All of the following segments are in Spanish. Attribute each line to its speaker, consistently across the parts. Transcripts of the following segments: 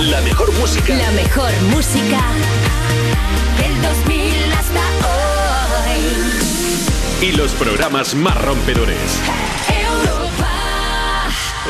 Speaker 1: La mejor música.
Speaker 2: La mejor música del 2000 hasta
Speaker 1: Y los programas más rompedores.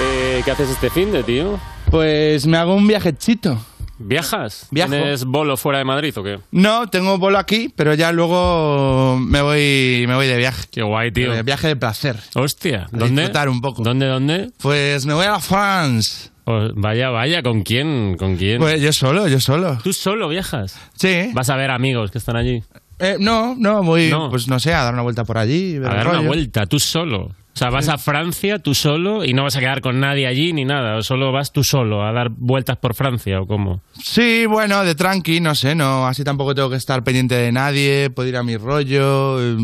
Speaker 3: Eh, ¿Qué haces este fin de tío?
Speaker 4: Pues me hago un viajecito.
Speaker 3: ¿Viajas?
Speaker 4: Viajo.
Speaker 3: ¿Tienes bolo fuera de Madrid o qué?
Speaker 4: No, tengo bolo aquí, pero ya luego me voy, me voy de viaje.
Speaker 3: Qué guay, tío.
Speaker 4: De Eh, viaje de placer.
Speaker 3: Hostia,
Speaker 4: A
Speaker 3: ¿dónde?
Speaker 4: disfrutar un poco.
Speaker 3: ¿Dónde, dónde?
Speaker 4: Pues me voy a la France.
Speaker 3: Pues vaya, vaya, ¿con quién? ¿Con quién?
Speaker 4: Pues yo solo, yo solo.
Speaker 3: ¿Tú solo viajas?
Speaker 4: Sí.
Speaker 3: Vas a ver amigos que están allí.
Speaker 4: Eh, no, no, voy,
Speaker 3: No.
Speaker 4: pues no sé, a dar una vuelta por allí. ver
Speaker 3: A
Speaker 4: el
Speaker 3: dar una
Speaker 4: rollo.
Speaker 3: vuelta, tú solo. O sea, vas a Francia tú solo y no vas a quedar con nadie allí ni nada. O solo vas tú solo a dar vueltas por Francia o cómo.
Speaker 4: Sí, bueno, de tranqui, no sé, no. Así tampoco tengo que estar pendiente de nadie, puedo ir a mi rollo, eh,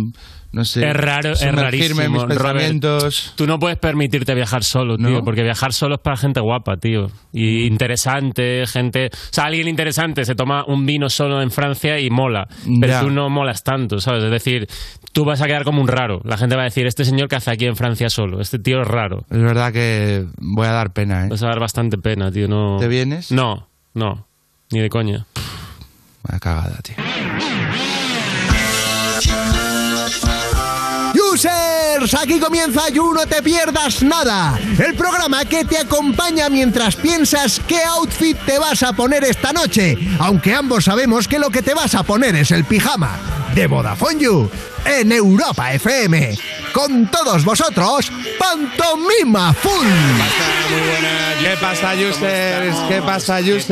Speaker 4: no sé.
Speaker 3: Es raro, es
Speaker 4: sumergirme en
Speaker 3: rarísimo,
Speaker 4: mis
Speaker 3: Robert.
Speaker 4: pensamientos.
Speaker 3: Tú no puedes permitirte viajar solo, tío,
Speaker 4: ¿No? Mm.
Speaker 3: porque viajar solo es para gente guapa, tío. Y interesante, gente. O sea, alguien interesante se toma un vino solo en Francia y mola. Pero
Speaker 4: Ya.
Speaker 3: tú no molas tanto, ¿sabes? Es decir, tú vas a quedar como un raro. La gente va a decir, este señor que hace aquí en Francia solo, este tío es raro.
Speaker 4: Es verdad que voy a dar pena, ¿eh?
Speaker 3: Vas a dar bastante pena, tío. No...
Speaker 4: ¿Te vienes?
Speaker 3: No, no. Ni de coña.
Speaker 4: Una cagada, tío.
Speaker 5: Users, aquí comienza You No Te Pierdas Nada, el programa que te acompaña mientras piensas qué outfit te vas a poner esta noche, aunque ambos sabemos que lo que te vas a poner es el pijama de Vodafone You en Europa FM. Con todos vosotros, Pantomima Full.
Speaker 4: ¿Qué pasa, users? ¿Qué pasa, users?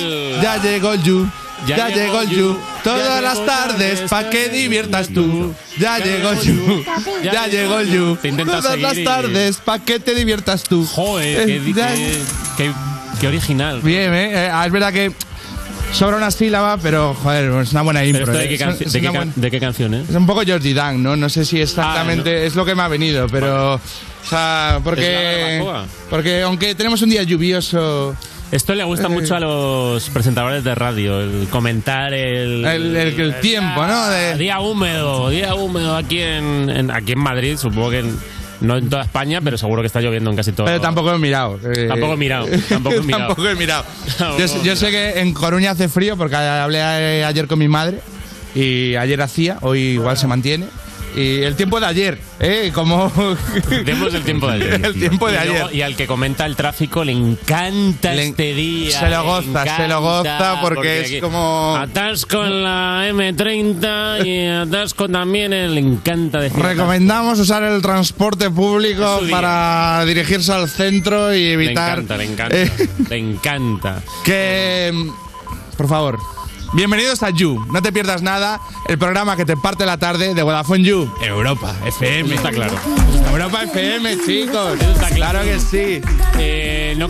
Speaker 3: tal?
Speaker 4: Ya llegó el You. Ya,
Speaker 3: Ya llegó
Speaker 4: llegó el
Speaker 3: you,
Speaker 4: You.
Speaker 3: ya
Speaker 4: Todas
Speaker 3: llegó
Speaker 4: las
Speaker 3: el
Speaker 4: tardes,
Speaker 3: tarde,
Speaker 4: pa' que
Speaker 3: está
Speaker 4: diviertas tú. Ya llegó el You.
Speaker 3: ya
Speaker 4: Ya llegó el You.
Speaker 3: Te intentas
Speaker 4: Todas las
Speaker 3: seguir y-
Speaker 4: tardes, pa' que te diviertas tú.
Speaker 3: Joder, qué,
Speaker 4: Eh, ya-
Speaker 3: qué- qué- qué original.
Speaker 4: Bien, ¿eh? Eh, Es verdad que sobra una sílaba, pero joder, es una buena
Speaker 3: Pero
Speaker 4: impro.
Speaker 3: esto de
Speaker 4: ¿eh?
Speaker 3: qué,
Speaker 4: Es-
Speaker 3: canci-
Speaker 4: es
Speaker 3: de qué
Speaker 4: una
Speaker 3: can-
Speaker 4: buena-
Speaker 3: de qué canción ¿eh? es?
Speaker 4: Es un poco Jordi Dan, ¿no? No sé
Speaker 3: Ah,
Speaker 4: si exactamente es lo que me ha venido, pero. O sea, porque.
Speaker 3: ¿Es la barbacoa?
Speaker 4: Porque aunque tenemos un día lluvioso.
Speaker 3: Esto le
Speaker 4: Eh.
Speaker 3: gusta mucho a los presentadores de radio, el comentar el...
Speaker 4: El- el- el tiempo, ¿no? De-
Speaker 3: Día húmedo, día húmedo aquí en, en- aquí en Madrid, supongo que en- no en toda España, pero seguro que está lloviendo en casi todo.
Speaker 4: Pero tampoco he mirado. eh.
Speaker 3: Tampoco he mirado, tampoco he mirado.
Speaker 4: Tampoco he mirado.
Speaker 3: Tampoco
Speaker 4: Yo,
Speaker 3: he
Speaker 4: sé- yo sé que en Coruña hace frío porque hablé a- ayer con mi madre y ayer hacía, hoy igual se mantiene. Y el tiempo de ayer, ¿eh? Como.
Speaker 3: Demos el tiempo de ayer.
Speaker 4: El tiempo de
Speaker 3: y luego-
Speaker 4: ayer.
Speaker 3: y al que comenta el tráfico le encanta
Speaker 4: Le en-
Speaker 3: este día.
Speaker 4: se lo
Speaker 3: le
Speaker 4: goza,
Speaker 3: encanta,
Speaker 4: se lo goza porque es
Speaker 3: aquí
Speaker 4: como-
Speaker 3: Atasco en la M30 y atasco también, eh, le encanta decir...
Speaker 4: Recomendamos usar el transporte público
Speaker 3: Es su día.
Speaker 4: para dirigirse al centro y
Speaker 3: Le
Speaker 4: evitar.
Speaker 3: encanta, le encanta,
Speaker 4: eh,
Speaker 3: le encanta.
Speaker 4: Que. mm, Por favor. Bienvenidos a You. No te pierdas nada. El programa que te parte la tarde de Vodafone You. Europa FM.
Speaker 3: Está claro.
Speaker 4: Europa FM, chicos.
Speaker 3: Eso está claro.
Speaker 4: Claro que sí.
Speaker 3: Eh, no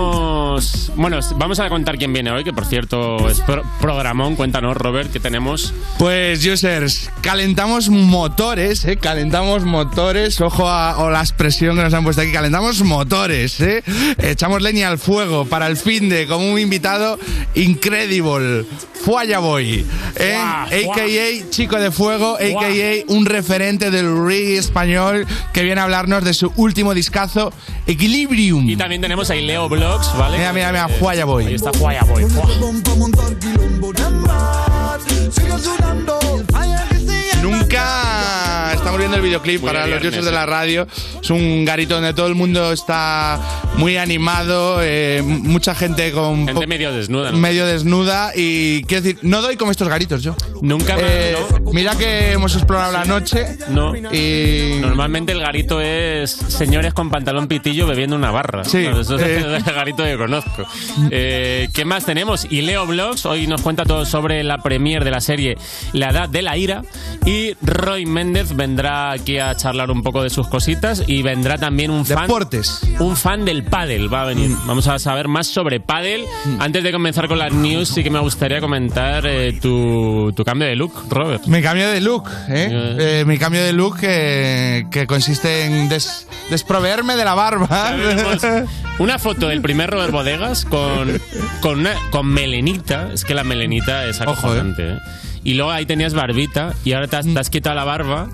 Speaker 3: comencemos. Bueno, vamos a contar quién viene hoy, que por cierto es pro- programón. Cuéntanos, Robert, que tenemos.
Speaker 4: Pues, users, calentamos motores, ¿eh? Calentamos motores. Ojo a, o la expresión que nos han puesto aquí. Calentamos motores, ¿eh? Echamos leña al fuego para el fin de como un invitado incredible. Fuaya Boy, ¿eh?
Speaker 3: Fuá, fuá.
Speaker 4: a.k.a. Chico de Fuego, a.k.a. un referente del reggae español que viene a hablarnos de su último discazo, Equilibrium.
Speaker 3: Y también tenemos a Leo Blogs, ¿vale?
Speaker 4: Mira, mira, mira,
Speaker 3: Eh,
Speaker 4: Fuaya
Speaker 3: Ahí
Speaker 4: Boy.
Speaker 3: está Juaya Boy. Fua.
Speaker 6: Vamos a montar quilombo, chambas. Sigue sonando el falla que se llama.
Speaker 4: Nunca estamos viendo el videoclip
Speaker 3: Muy de
Speaker 4: para los
Speaker 3: viernes,
Speaker 4: usos de
Speaker 3: ¿eh?
Speaker 4: la radio. Es un garito donde todo el mundo está muy animado, eh, m- mucha gente con
Speaker 3: Gente
Speaker 4: po-
Speaker 3: medio desnuda. ¿no?
Speaker 4: medio desnuda y quiero decir, no doy con estos garitos yo.
Speaker 3: Nunca. me-
Speaker 4: Eh,
Speaker 3: ¿no?
Speaker 4: mira que hemos explorado la noche
Speaker 3: No.
Speaker 4: y
Speaker 3: Normalmente el garito es señores con pantalón pitillo bebiendo una barra.
Speaker 4: Sí,
Speaker 3: Claro, Eso es
Speaker 4: eh.
Speaker 3: el garito que conozco. Eh, ¿Qué más tenemos? Y Leo Blogs hoy nos cuenta todo sobre la premier de la serie La Edad de la Ira. Y Roy Méndez vendrá aquí a charlar un poco de sus cositas. Y vendrá también un fan.
Speaker 4: deportes. Mm.
Speaker 3: Un fan del pádel va a venir. Vamos a saber más sobre pádel. Antes de comenzar con las news, sí que me gustaría comentar eh, tu, tu cambio de look, Robert.
Speaker 4: Mi cambio de look, ¿eh?
Speaker 3: Eh.
Speaker 4: Eh, mi cambio de look que, que consiste en des- desproveerme de la barba.
Speaker 3: Tenemos Una foto del primer Robert Bodegas con, con, una- con melenita. Es que la melenita es
Speaker 4: Ojo,
Speaker 3: acojonante. ¿eh? Y luego ahí tenías barbita y ahora te has, te has quitado la barba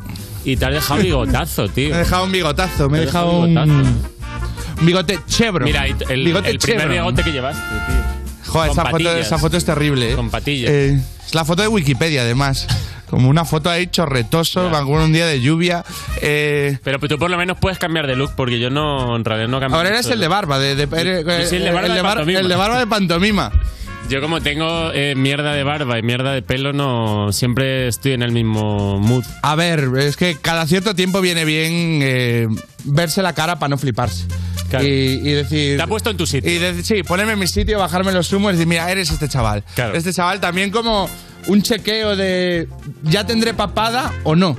Speaker 3: y te has dejado bigotazo, tío.
Speaker 4: Me he dejado un bigotazo, me he
Speaker 3: Te has
Speaker 4: dejado
Speaker 3: un
Speaker 4: un...
Speaker 3: bigotazo.
Speaker 4: bigote chevron.
Speaker 3: Mira, y t- el,
Speaker 4: bigote
Speaker 3: el primer
Speaker 4: chevron.
Speaker 3: bigote que llevaste, tío.
Speaker 4: Joder, esa
Speaker 3: Con
Speaker 4: foto,
Speaker 3: patillas.
Speaker 4: esa foto es terrible. ¿eh?
Speaker 3: Con patillas.
Speaker 4: Eh, es la foto de Wikipedia, además. Como una foto ahí chorretoso, van con un día de lluvia. Eh,
Speaker 3: Pero tú por lo menos puedes cambiar de look, porque yo no, en realidad no cambio.
Speaker 4: ahora
Speaker 3: mucho
Speaker 4: eres
Speaker 3: de
Speaker 4: el de
Speaker 3: look.
Speaker 4: barba. De, de- eh,
Speaker 3: Yo soy el de barba de
Speaker 4: bar-
Speaker 3: pantomima.
Speaker 4: el de barba de pantomima.
Speaker 3: Yo como tengo eh, mierda de barba y mierda de pelo, no siempre estoy en el mismo mood.
Speaker 4: A ver, es que cada cierto tiempo viene bien eh, verse la cara para no fliparse.
Speaker 3: Claro.
Speaker 4: Y, y decir...
Speaker 3: Te ha puesto en tu sitio.
Speaker 4: Y decir, sí, ponerme en mi sitio, bajarme los humos y decir, mira, eres este chaval.
Speaker 3: Claro.
Speaker 4: Este chaval también como un chequeo de ya tendré papada o no.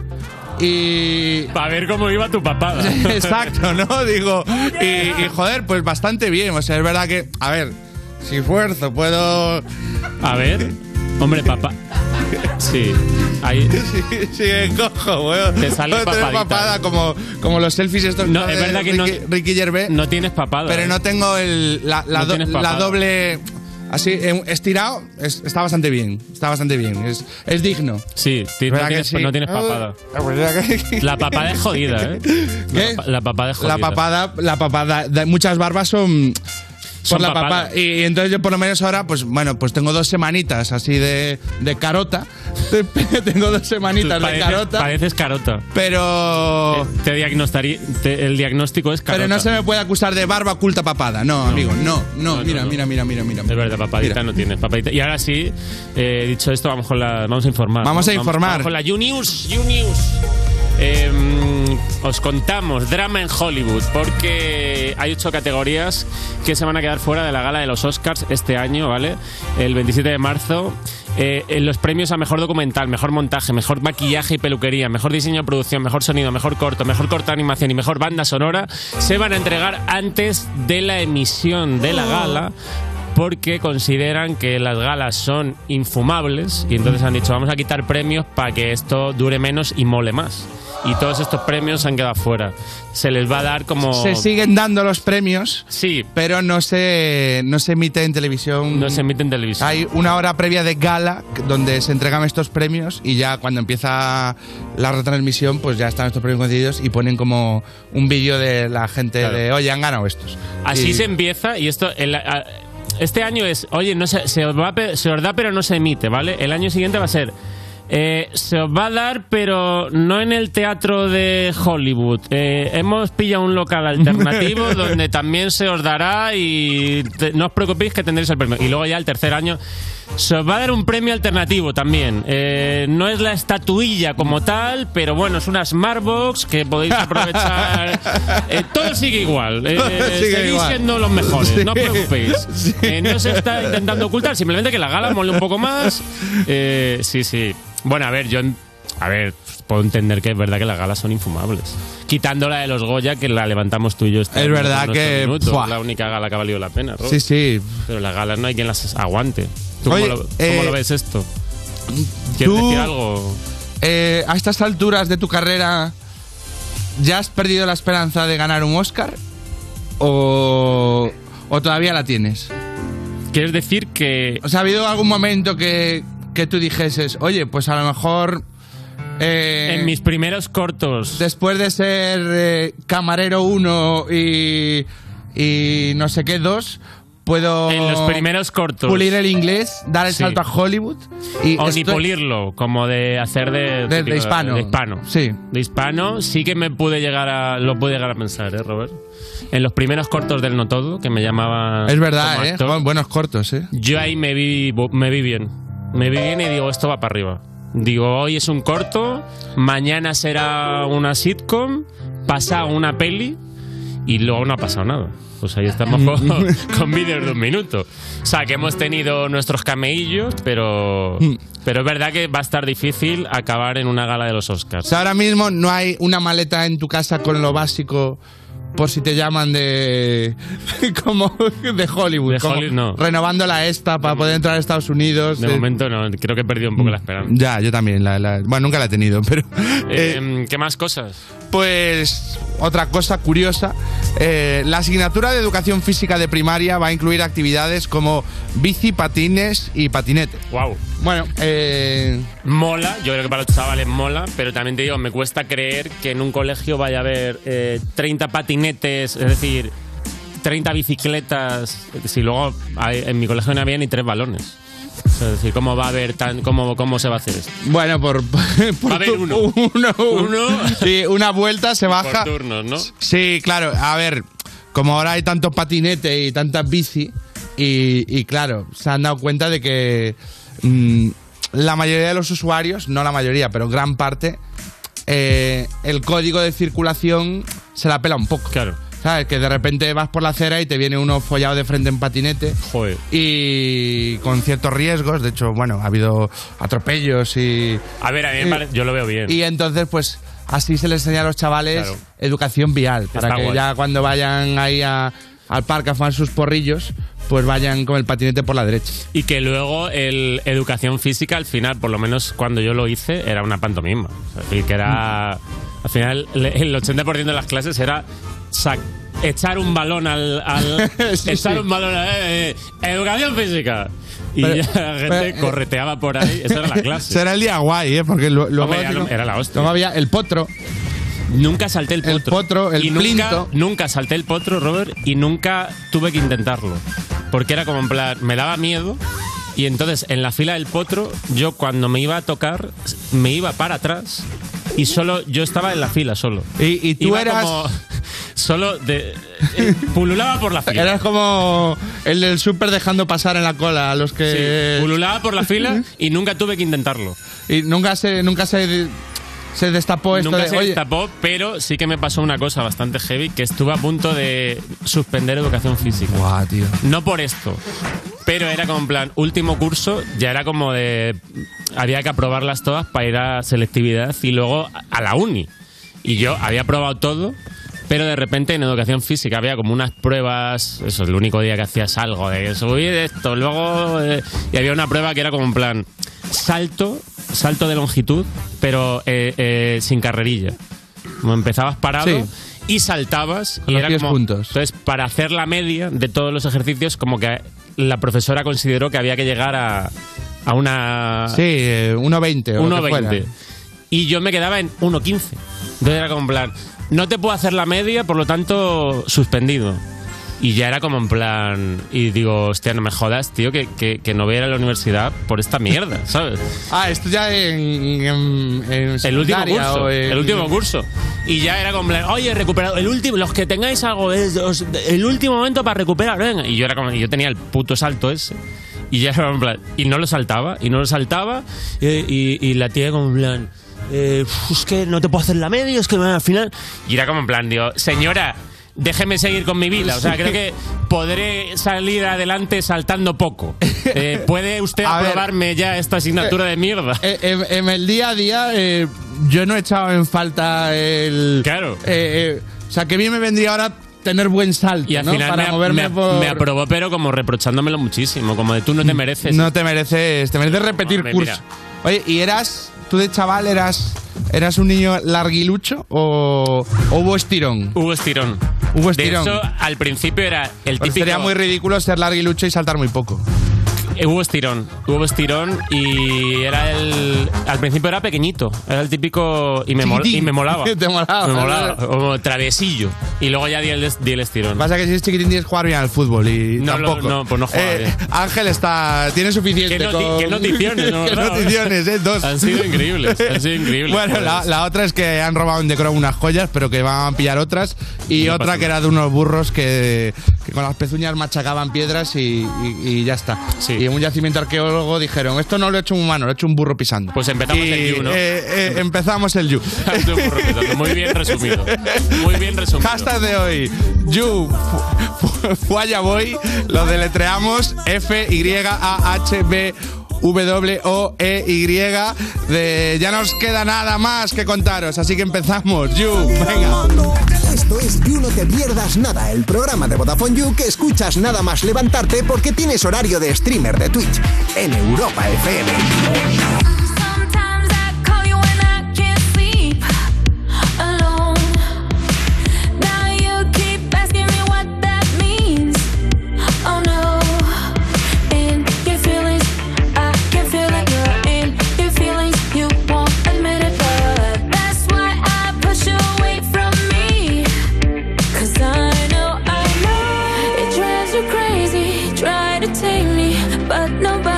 Speaker 4: Y...
Speaker 3: Para ver cómo iba tu papada.
Speaker 4: Exacto, ¿no? Digo, y, y, joder, pues bastante bien. O sea, es verdad que, a ver, si esfuerzo puedo...
Speaker 3: A ver. Hombre, papá. Sí. Ahí.
Speaker 4: Sí, sí, cojo, weón.
Speaker 3: Te sale
Speaker 4: Puedo tener
Speaker 3: papadita.
Speaker 4: papada como, como los selfies estos
Speaker 3: No,
Speaker 4: de
Speaker 3: es verdad que no-
Speaker 4: Ricky, Ricky Gervais.
Speaker 3: No tienes papada. ¿eh?
Speaker 4: pero no tengo el, la, la
Speaker 3: No
Speaker 4: do-
Speaker 3: tienes
Speaker 4: la
Speaker 3: papada.
Speaker 4: doble. Así, eh, estirado, es- está bastante bien. Está bastante bien. Es, es digno.
Speaker 3: Sí, ti- no
Speaker 4: ¿Verdad que
Speaker 3: tienes,
Speaker 4: sí?
Speaker 3: no tienes papada.
Speaker 4: Ah, la verdad que-
Speaker 3: La papada es jodida, ¿eh? La,
Speaker 4: ¿Qué?
Speaker 3: pa- la papada es jodida.
Speaker 4: La papada, la papada. da- Muchas barbas son.
Speaker 3: Son
Speaker 4: por la papa-
Speaker 3: papadas.
Speaker 4: Y, y entonces yo por lo menos ahora, pues bueno, pues tengo dos semanitas así de, de carota. tengo dos
Speaker 3: Tú
Speaker 4: semanitas de
Speaker 3: pareces-
Speaker 4: carota.
Speaker 3: Pareces carota.
Speaker 4: Pero.
Speaker 3: Te diagnostaría, te- el diagnóstico es carota.
Speaker 4: Pero no se me puede acusar de barba oculta papada. No, amigo, no, no.
Speaker 3: no,
Speaker 4: mira,
Speaker 3: no.
Speaker 4: mira, mira, mira, mira.
Speaker 3: Es verdad, papadita
Speaker 4: Mira.
Speaker 3: no tienes, papadita. Y ahora sí, eh, dicho esto, vamos con la, vamos a informar.
Speaker 4: Vamos
Speaker 3: ¿no?
Speaker 4: a informar.
Speaker 3: Vamos, con la Unius, Unius. Eh, mm, os contamos drama en Hollywood porque hay ocho categorías que se van a quedar fuera de la gala de los Oscars este año, ¿vale? El 27 de marzo. eh, en los premios a mejor documental, mejor montaje, mejor maquillaje y peluquería, mejor diseño de producción, mejor sonido, mejor corto, mejor corto de animación y mejor banda sonora se van a entregar antes de la emisión de la gala porque consideran que las galas son infumables y entonces han dicho vamos a quitar premios para que esto dure menos y mole más. Y todos estos premios se han quedado fuera. Se les va a dar como...
Speaker 4: Se siguen dando los premios,
Speaker 3: Sí,
Speaker 4: pero no se, no se emite en televisión.
Speaker 3: no se emite en televisión.
Speaker 4: Hay una hora previa de gala donde se entregan estos premios y ya cuando empieza la retransmisión, pues ya están estos premios concedidos y ponen como un vídeo de la gente
Speaker 3: Claro.
Speaker 4: de, oye, han ganado estos.
Speaker 3: Así
Speaker 4: Y-
Speaker 3: se empieza y esto... el- a- este año es, oye, no se, se, os va, a pe- se os da pero no se emite, ¿vale? El año siguiente va a ser... eh, se os va a dar, pero no en el teatro de Hollywood. Eh, hemos pillado un local alternativo donde también se os dará y te- no os preocupéis que tendréis el premio. Y luego ya el tercer año se os va a dar un premio alternativo también. Eh, no es la estatuilla como tal, pero bueno, es una Smartbox que podéis aprovechar. Eh, todo sigue igual. Eh,
Speaker 4: Sigue
Speaker 3: seguís
Speaker 4: igual.
Speaker 3: siendo los mejores,
Speaker 4: Sí.
Speaker 3: no os preocupéis.
Speaker 4: Sí.
Speaker 3: Eh, no se está intentando ocultar, simplemente que la gala mole un poco más. Eh, sí, sí. Bueno, a ver, yo. en- A ver, puedo entender que es verdad que las galas son infumables. Quitando la de los Goya, que la levantamos tú y yo. este
Speaker 4: Es
Speaker 3: año
Speaker 4: verdad
Speaker 3: con nuestros
Speaker 4: que,
Speaker 3: minutos.
Speaker 4: ¡fua!
Speaker 3: Es la única gala que ha valido la pena, Rob.
Speaker 4: Sí, sí.
Speaker 3: Pero las galas no hay quien las aguante. ¿Tú
Speaker 4: Oye,
Speaker 3: cómo, lo, cómo
Speaker 4: eh,
Speaker 3: lo ves esto? ¿Quieres
Speaker 4: tú-
Speaker 3: decir algo?
Speaker 4: Eh, a estas alturas de tu carrera, ¿ya has perdido la esperanza de ganar un Oscar? ¿O, o todavía la tienes?
Speaker 3: ¿Quieres decir que
Speaker 4: O sea, ¿ha habido algún momento que, que tú dijeses, oye, pues a lo mejor... eh,
Speaker 3: en mis primeros cortos
Speaker 4: Después de ser eh, camarero 1 y, y no sé qué 2, puedo...
Speaker 3: En los primeros cortos.
Speaker 4: Pulir el inglés, dar el
Speaker 3: Sí.
Speaker 4: salto a Hollywood. Y
Speaker 3: O
Speaker 4: estoy-
Speaker 3: ni pulirlo, como de hacer de,
Speaker 4: De- de
Speaker 3: típico,
Speaker 4: hispano.
Speaker 3: de hispano.
Speaker 4: Sí.
Speaker 3: De hispano sí que me pude llegar a. Lo pude llegar a pensar, ¿eh, Robert? En los primeros cortos del No Todo, que me llamaba.
Speaker 4: Es
Speaker 3: Ah, como
Speaker 4: verdad, ¿eh?
Speaker 3: actor,
Speaker 4: Bueno, buenos cortos, ¿eh?
Speaker 3: Yo ahí me vi, bo- me vi bien. Me vi bien y digo, esto va para arriba. Digo, hoy es un corto, mañana será una sitcom, pasa una peli y luego no ha pasado nada. Pues ahí estamos con, con vídeos de un minuto. O sea, que hemos tenido nuestros cameillos, pero,
Speaker 4: Hmm.
Speaker 3: pero es verdad que va a estar difícil acabar en una gala de los
Speaker 4: O
Speaker 3: Oscars.
Speaker 4: sea, ahora mismo no hay una maleta en tu casa con lo básico por si te llaman de como de Hollywood,
Speaker 3: De
Speaker 4: como
Speaker 3: Hollywood, no.
Speaker 4: renovando la esta para poder entrar a Estados Unidos.
Speaker 3: De
Speaker 4: eh. Hmm.
Speaker 3: momento no, creo que he perdido un poco la esperanza.
Speaker 4: Ya, yo también. la- la- bueno, nunca la he tenido, pero eh,
Speaker 3: Eh, ¿Qué más cosas?
Speaker 4: pues otra cosa curiosa, eh, la asignatura de educación física de primaria va a incluir actividades como bici, patines y patinete.
Speaker 3: Wow.
Speaker 4: Bueno, eh,
Speaker 3: Mola, yo creo que para los chavales mola, pero también te digo, me cuesta creer que en un colegio vaya a haber eh, 30 patinetes, es decir, 30 bicicletas. Si luego hay- en mi colegio no había ni tres balones. Es decir, ¿cómo va a haber tan, cómo, cómo se va a hacer esto?
Speaker 4: Bueno, por, por
Speaker 3: Va a haber
Speaker 4: tu-
Speaker 3: uno.
Speaker 4: uno,
Speaker 3: Uno.
Speaker 4: Sí, una vuelta se baja.
Speaker 3: Por turnos, ¿no?
Speaker 4: Sí, claro. A ver, como ahora hay tantos patinetes y tantas bici, y, y claro, se han dado cuenta de que mm, la mayoría de los usuarios, no la mayoría, pero gran parte, eh, el código de circulación se la pela un poco.
Speaker 3: Claro.
Speaker 4: ¿Sabes? Que de repente vas por la acera y te viene uno follado de frente en patinete
Speaker 3: Joder.
Speaker 4: y con ciertos riesgos. De hecho, bueno, ha habido atropellos y.
Speaker 3: A ver, a mí me
Speaker 4: Y-
Speaker 3: pare- yo lo veo bien.
Speaker 4: Y entonces, pues así se les enseña a los chavales
Speaker 3: Claro.
Speaker 4: educación vial, para
Speaker 3: Está
Speaker 4: que
Speaker 3: guay.
Speaker 4: ya cuando vayan ahí a- al parque a fumar sus porrillos, pues vayan con el patinete por la derecha.
Speaker 3: Y que luego el educación física al final, por lo menos cuando yo lo hice, era una pantomima. O sea, Y que era. Al final, le- el 80% de las clases era sac- echar un balón al. al-
Speaker 4: Sí,
Speaker 3: echar
Speaker 4: sí.
Speaker 3: un balón a. eh, eh, educación física. Y
Speaker 4: Pero-
Speaker 3: ya la gente
Speaker 4: pero, eh,
Speaker 3: correteaba por ahí. Esa era la clase.
Speaker 4: Será el día guay, ¿eh? Porque lo- luego,
Speaker 3: Hombre, era lo-
Speaker 4: luego-
Speaker 3: era la hostia.
Speaker 4: luego había el potro.
Speaker 3: Nunca salté el potro.
Speaker 4: El potro, el
Speaker 3: y nunca,
Speaker 4: plinto.
Speaker 3: Nunca salté el potro, Robert, y nunca tuve que intentarlo. Porque era como en plan, me daba miedo. Y entonces en la fila del potro, yo cuando me iba a tocar, me iba para atrás. Y solo, yo estaba en la fila solo.
Speaker 4: Y- y tú
Speaker 3: Iba
Speaker 4: eras-
Speaker 3: como- solo de. eh, pululaba por la fila.
Speaker 4: Eras como el del súper dejando pasar en la cola a los
Speaker 3: Sí,
Speaker 4: que.
Speaker 3: pululaba por la fila y nunca tuve que intentarlo.
Speaker 4: Y nunca se, nunca se, se destapó esto
Speaker 3: Nunca
Speaker 4: de.
Speaker 3: se
Speaker 4: "Oye,
Speaker 3: destapó, pero sí que me pasó una cosa bastante heavy, que estuve a punto de suspender educación física.
Speaker 4: Buah, tío.
Speaker 3: No por esto, pero era como en plan, último curso, ya era como de. Había que aprobarlas todas para ir a selectividad y luego a la uni. Y yo había aprobado todo, pero de repente en educación física había como unas pruebas. Eso, el único día que hacías algo de subir esto, luego. eh, y había una prueba que era como en plan, salto, salto de longitud, pero eh, eh, sin carrerilla. Como empezabas parado.
Speaker 4: Sí.
Speaker 3: Y saltabas
Speaker 4: Con
Speaker 3: y
Speaker 4: los
Speaker 3: era
Speaker 4: pies
Speaker 3: como-
Speaker 4: juntos.
Speaker 3: Entonces, para hacer la media de todos los ejercicios, como que la profesora consideró que había que llegar a, a una
Speaker 4: Sí, eh, 1.20. o lo que fuera.
Speaker 3: 1.20. Y yo me quedaba en 1.15. Entonces era como en plan, no te puedo hacer la media, por lo tanto, suspendido. Y ya era como en plan, y digo, hostia, no me jodas, tío, que, que, que no voy a ir a la universidad por esta mierda, ¿sabes?
Speaker 4: Ah, esto ya en. en- en
Speaker 3: El último
Speaker 4: secundaria
Speaker 3: curso.
Speaker 4: o en-
Speaker 3: El último curso. Y ya era como, en plan, oye, he recuperado. El último, los que tengáis algo, es- os- el último momento para recuperar, venga. Y yo era como, y yo tenía el puto salto ese. Y ya era en plan, y no lo saltaba, y no lo saltaba, y, y- y la tía como en plan, eh, "Uf, es que no te puedo hacer la media, es que me- al final. Y era como en plan, digo, señora, déjeme seguir con mi vida. O sea, creo que podré salir adelante saltando poco. Eh, ¿Puede usted
Speaker 4: A ver.
Speaker 3: aprobarme ya esta asignatura de mierda?
Speaker 4: Eh, En, en el día a día, eh, yo no he echado en falta el.
Speaker 3: Claro.
Speaker 4: eh, eh, o sea, que bien me vendría ahora tener buen salto,
Speaker 3: Y al
Speaker 4: ¿no?
Speaker 3: final
Speaker 4: Para
Speaker 3: me,
Speaker 4: moverme
Speaker 3: me-
Speaker 4: por.
Speaker 3: me aprobó, pero como reprochándomelo muchísimo, como de tú no te mereces.
Speaker 4: No te mereces, te mereces repetir
Speaker 3: Hombre,
Speaker 4: curso.
Speaker 3: mira.
Speaker 4: Oye, ¿y eras, tú de chaval, eras, eras un niño larguilucho o, o hubo estirón?
Speaker 3: Hubo estirón.
Speaker 4: Hubo
Speaker 3: De
Speaker 4: estirón.
Speaker 3: hecho, al principio era el
Speaker 4: Porque
Speaker 3: típico.
Speaker 4: sería muy ridículo ser larguilucho y saltar muy poco.
Speaker 3: Eh, Hubo estirón, hubo estirón y era el. Al principio era pequeñito, era el típico. Y me, mol-
Speaker 4: Chiquitín.
Speaker 3: y me molaba.
Speaker 4: Te molaba,
Speaker 3: Me molaba,
Speaker 4: claro.
Speaker 3: como traviesillo. Y luego ya di el, di el estirón.
Speaker 4: Pasa que si es chiquitín tienes que jugar bien al fútbol y
Speaker 3: No, lo-
Speaker 4: tampoco. Eh,
Speaker 3: no, pues no juega bien.
Speaker 4: Ángel está, ah, tiene suficiente
Speaker 3: Qué noti-
Speaker 4: con...
Speaker 3: qué noticiones, ¿no?
Speaker 4: Qué noticiones, eh, dos.
Speaker 3: Han sido increíbles, han sido increíbles. pues.
Speaker 4: Bueno, la, la otra es que han robado en Decro unas joyas, pero que van a pillar otras. Y
Speaker 3: No pasa
Speaker 4: otra que era de unos burros que, que con las pezuñas machacaban piedras y, y- y ya está.
Speaker 3: Sí.
Speaker 4: Y en un yacimiento arqueólogo dijeron, esto no lo ha hecho un humano, lo ha hecho un burro pisando.
Speaker 3: Pues empezamos
Speaker 4: Y,
Speaker 3: el You, ¿no?
Speaker 4: eh, eh, empezamos el You.
Speaker 3: Estoy muy repetido, Muy bien resumido. Muy bien resumido.
Speaker 4: Hashtag de hoy, You, Fuaya Boy, lo deletreamos F-Y-A-H-B. W-O-E-Y E, de ya no os queda nada más que contaros, así que empezamos. You, venga.
Speaker 5: Esto es You No Te Pierdas Nada, el programa de Vodafone You que escuchas nada más levantarte porque tienes horario de streamer de Twitch en Europa FM.
Speaker 2: Sometimes I call you when I can't sleep alone. Now you keep asking me what that means. Oh no. In your feelings, I can feel it. You're in your feelings, you won't admit it, but that's why I push you away from me. Cause I know, I know Oh,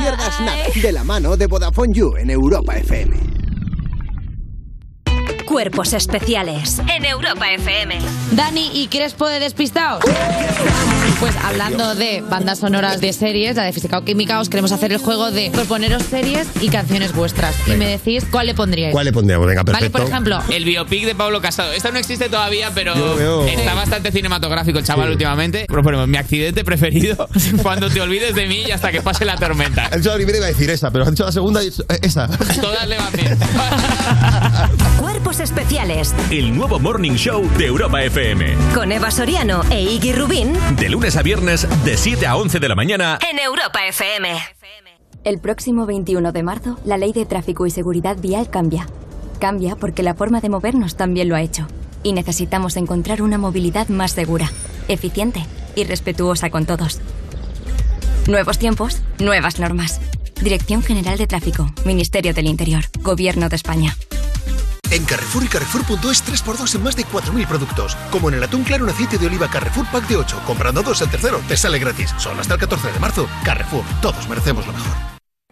Speaker 7: pierdas nada. De la mano de Vodafone You en Europa FM.
Speaker 8: Cuerpos especiales en Europa FM.
Speaker 9: Dani y Crespo de Despistaos. Pues hablando de bandas sonoras de series, la de Física o Química, os queremos hacer el juego de proponeros series y canciones vuestras. Y me decís cuál le pondríais.
Speaker 10: ¿Cuál le pondríamos? Venga,
Speaker 9: Vale,
Speaker 10: perfecto.
Speaker 9: por ejemplo,
Speaker 11: El biopic de Pablo Casado. Esta no existe todavía, pero
Speaker 10: Yo veo-
Speaker 11: está bastante cinematográfico el chaval últimamente. Proponemos mi accidente preferido cuando te olvides de mí y hasta que pase la tormenta.
Speaker 10: Ha dicho la primera iba a decir esa, pero ha dicho la segunda y es- eh, esa.
Speaker 11: Todas le van bien.
Speaker 8: Cuerpos especiales
Speaker 3: El nuevo Morning Show de Europa FM.
Speaker 8: con Eva Soriano e Iggy Rubín
Speaker 3: De lunes a viernes, de 7 a 11 de la mañana.
Speaker 8: en Europa FM.
Speaker 12: El próximo 21 de marzo, la ley de tráfico y seguridad vial cambia. Cambia porque la forma de movernos también lo ha hecho. Y necesitamos encontrar una movilidad más segura, eficiente y respetuosa con todos. Nuevos tiempos, nuevas normas. Dirección General de Tráfico, Ministerio del Interior, Gobierno de España.
Speaker 13: En Carrefour y Carrefour.es 3x2 en más de 4.000 productos. Como en el atún claro en aceite de oliva Carrefour Pack de 8. Comprando dos, el tercero te sale gratis. Solo hasta el 14 de marzo. Carrefour, todos merecemos lo mejor.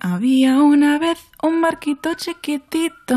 Speaker 2: Había una vez un barquito chiquitito.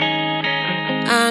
Speaker 14: I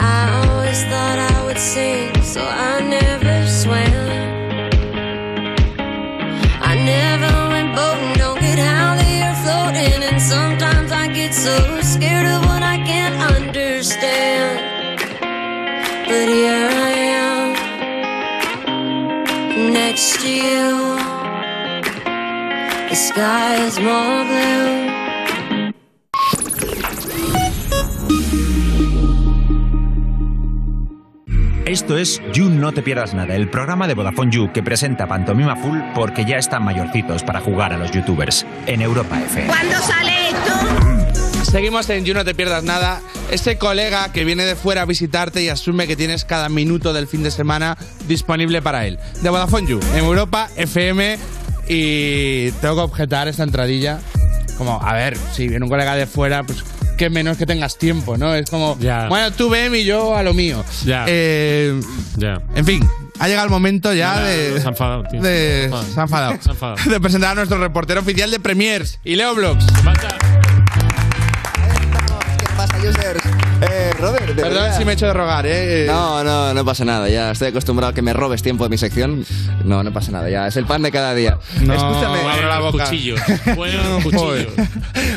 Speaker 14: I always thought I would sing, so I never swam. I never went boating, don't get how they are floating. And sometimes I get so scared of what I can't understand. But here I am, next to you. The sky is more blue.
Speaker 15: Esto es You No Te Pierdas Nada, el programa de Vodafone You que presenta Pantomima Full porque ya están mayorcitos para jugar a los youtubers en Europa FM.
Speaker 16: sale
Speaker 4: Seguimos en You No Te Pierdas Nada. Ese colega que viene de fuera a visitarte y asume que tienes cada minuto del fin de semana disponible para él. De Vodafone You, en Europa, FM. Y tengo que objetar esta entradilla. Como, a ver, si viene un colega de fuera, pues que menos que tengas tiempo, ¿no? Es como, bueno, tú ven y yo a lo mío.
Speaker 6: Ya.
Speaker 4: Eh,
Speaker 6: Ya.
Speaker 4: En fin, ha llegado el momento ya
Speaker 6: Ya,
Speaker 4: de.
Speaker 6: se ha enfadado, tío.
Speaker 4: de-
Speaker 6: Joder.
Speaker 4: se ha enfadado.
Speaker 6: Se ha enfadado.
Speaker 4: De presentar a nuestro reportero oficial de Premiers y Leo Blogs.
Speaker 17: Eh, Robert, de
Speaker 4: Perdón
Speaker 17: verdad.
Speaker 4: si me he hecho de rogar, ¿eh?
Speaker 17: No, no, no pasa nada. Ya estoy acostumbrado a que me robes tiempo de mi sección. No, no pasa nada. Ya es el pan de cada día. Escúchame.
Speaker 6: abro la boca. Cuchillo. Bueno, cuchillo.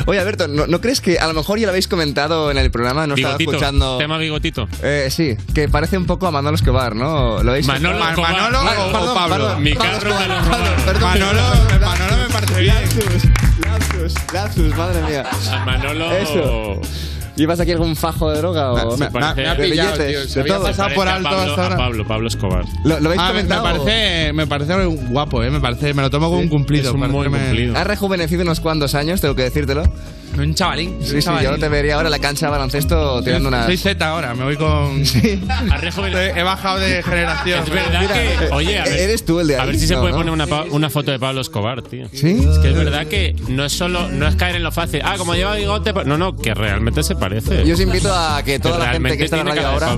Speaker 17: Oye, Alberto, ¿no, no crees que a lo mejor ya lo habéis comentado en el programa? No estaba
Speaker 6: Bigotito.
Speaker 17: escuchando.
Speaker 6: Tema bigotito.
Speaker 17: Eh, sí, que parece un poco a Manolo Escobar, ¿no? ¿Lo habéis
Speaker 6: Manolo
Speaker 17: Ma-
Speaker 6: Escobar.
Speaker 17: Manolo
Speaker 6: Manolo
Speaker 17: o perdón,
Speaker 6: Pablo.
Speaker 17: perdón.
Speaker 6: Mi
Speaker 17: Pablo
Speaker 6: carro
Speaker 17: Escobar.
Speaker 6: me lo robaron.
Speaker 17: Pablo, perdón.
Speaker 4: Manolo, Manolo me parece bien.
Speaker 17: Lapsus, lapsus, lapsus, madre mía.
Speaker 6: Manolo.
Speaker 17: Eso. ¿Llevas aquí algún fajo de droga o...?
Speaker 4: Me- me- me ha
Speaker 17: De
Speaker 4: pillado,
Speaker 17: billetes,
Speaker 4: tío,
Speaker 17: de
Speaker 4: se había
Speaker 17: todo.
Speaker 4: pasado por alto hasta ahora.
Speaker 3: Pablo, Pablo Escobar.
Speaker 17: ¿Lo, lo habéis
Speaker 4: Ah, me, me
Speaker 17: comentado?
Speaker 4: parece, me parece guapo, eh, me parece, me lo tomo como un cumplido. parece que me-
Speaker 17: Has rejuvenecido unos cuantos años, tengo que decírtelo.
Speaker 18: Un chavalín.
Speaker 17: Sí, sí, yo no te vería ahora en la cancha de baloncesto tirando una.
Speaker 4: Soy Z ahora, me voy con. He bajado de generación.
Speaker 3: Es verdad
Speaker 17: eh,
Speaker 3: que. Oye, a ver, A ver si se puede poner una, pa- una foto de Pablo Escobar, tío.
Speaker 17: Sí.
Speaker 3: Es que es verdad que no es solo. No es caer en lo fácil. Ah, como lleva bigote. pues- No, no, que realmente se parece.
Speaker 17: Yo os invito a que toda la gente que está en la radio ahora,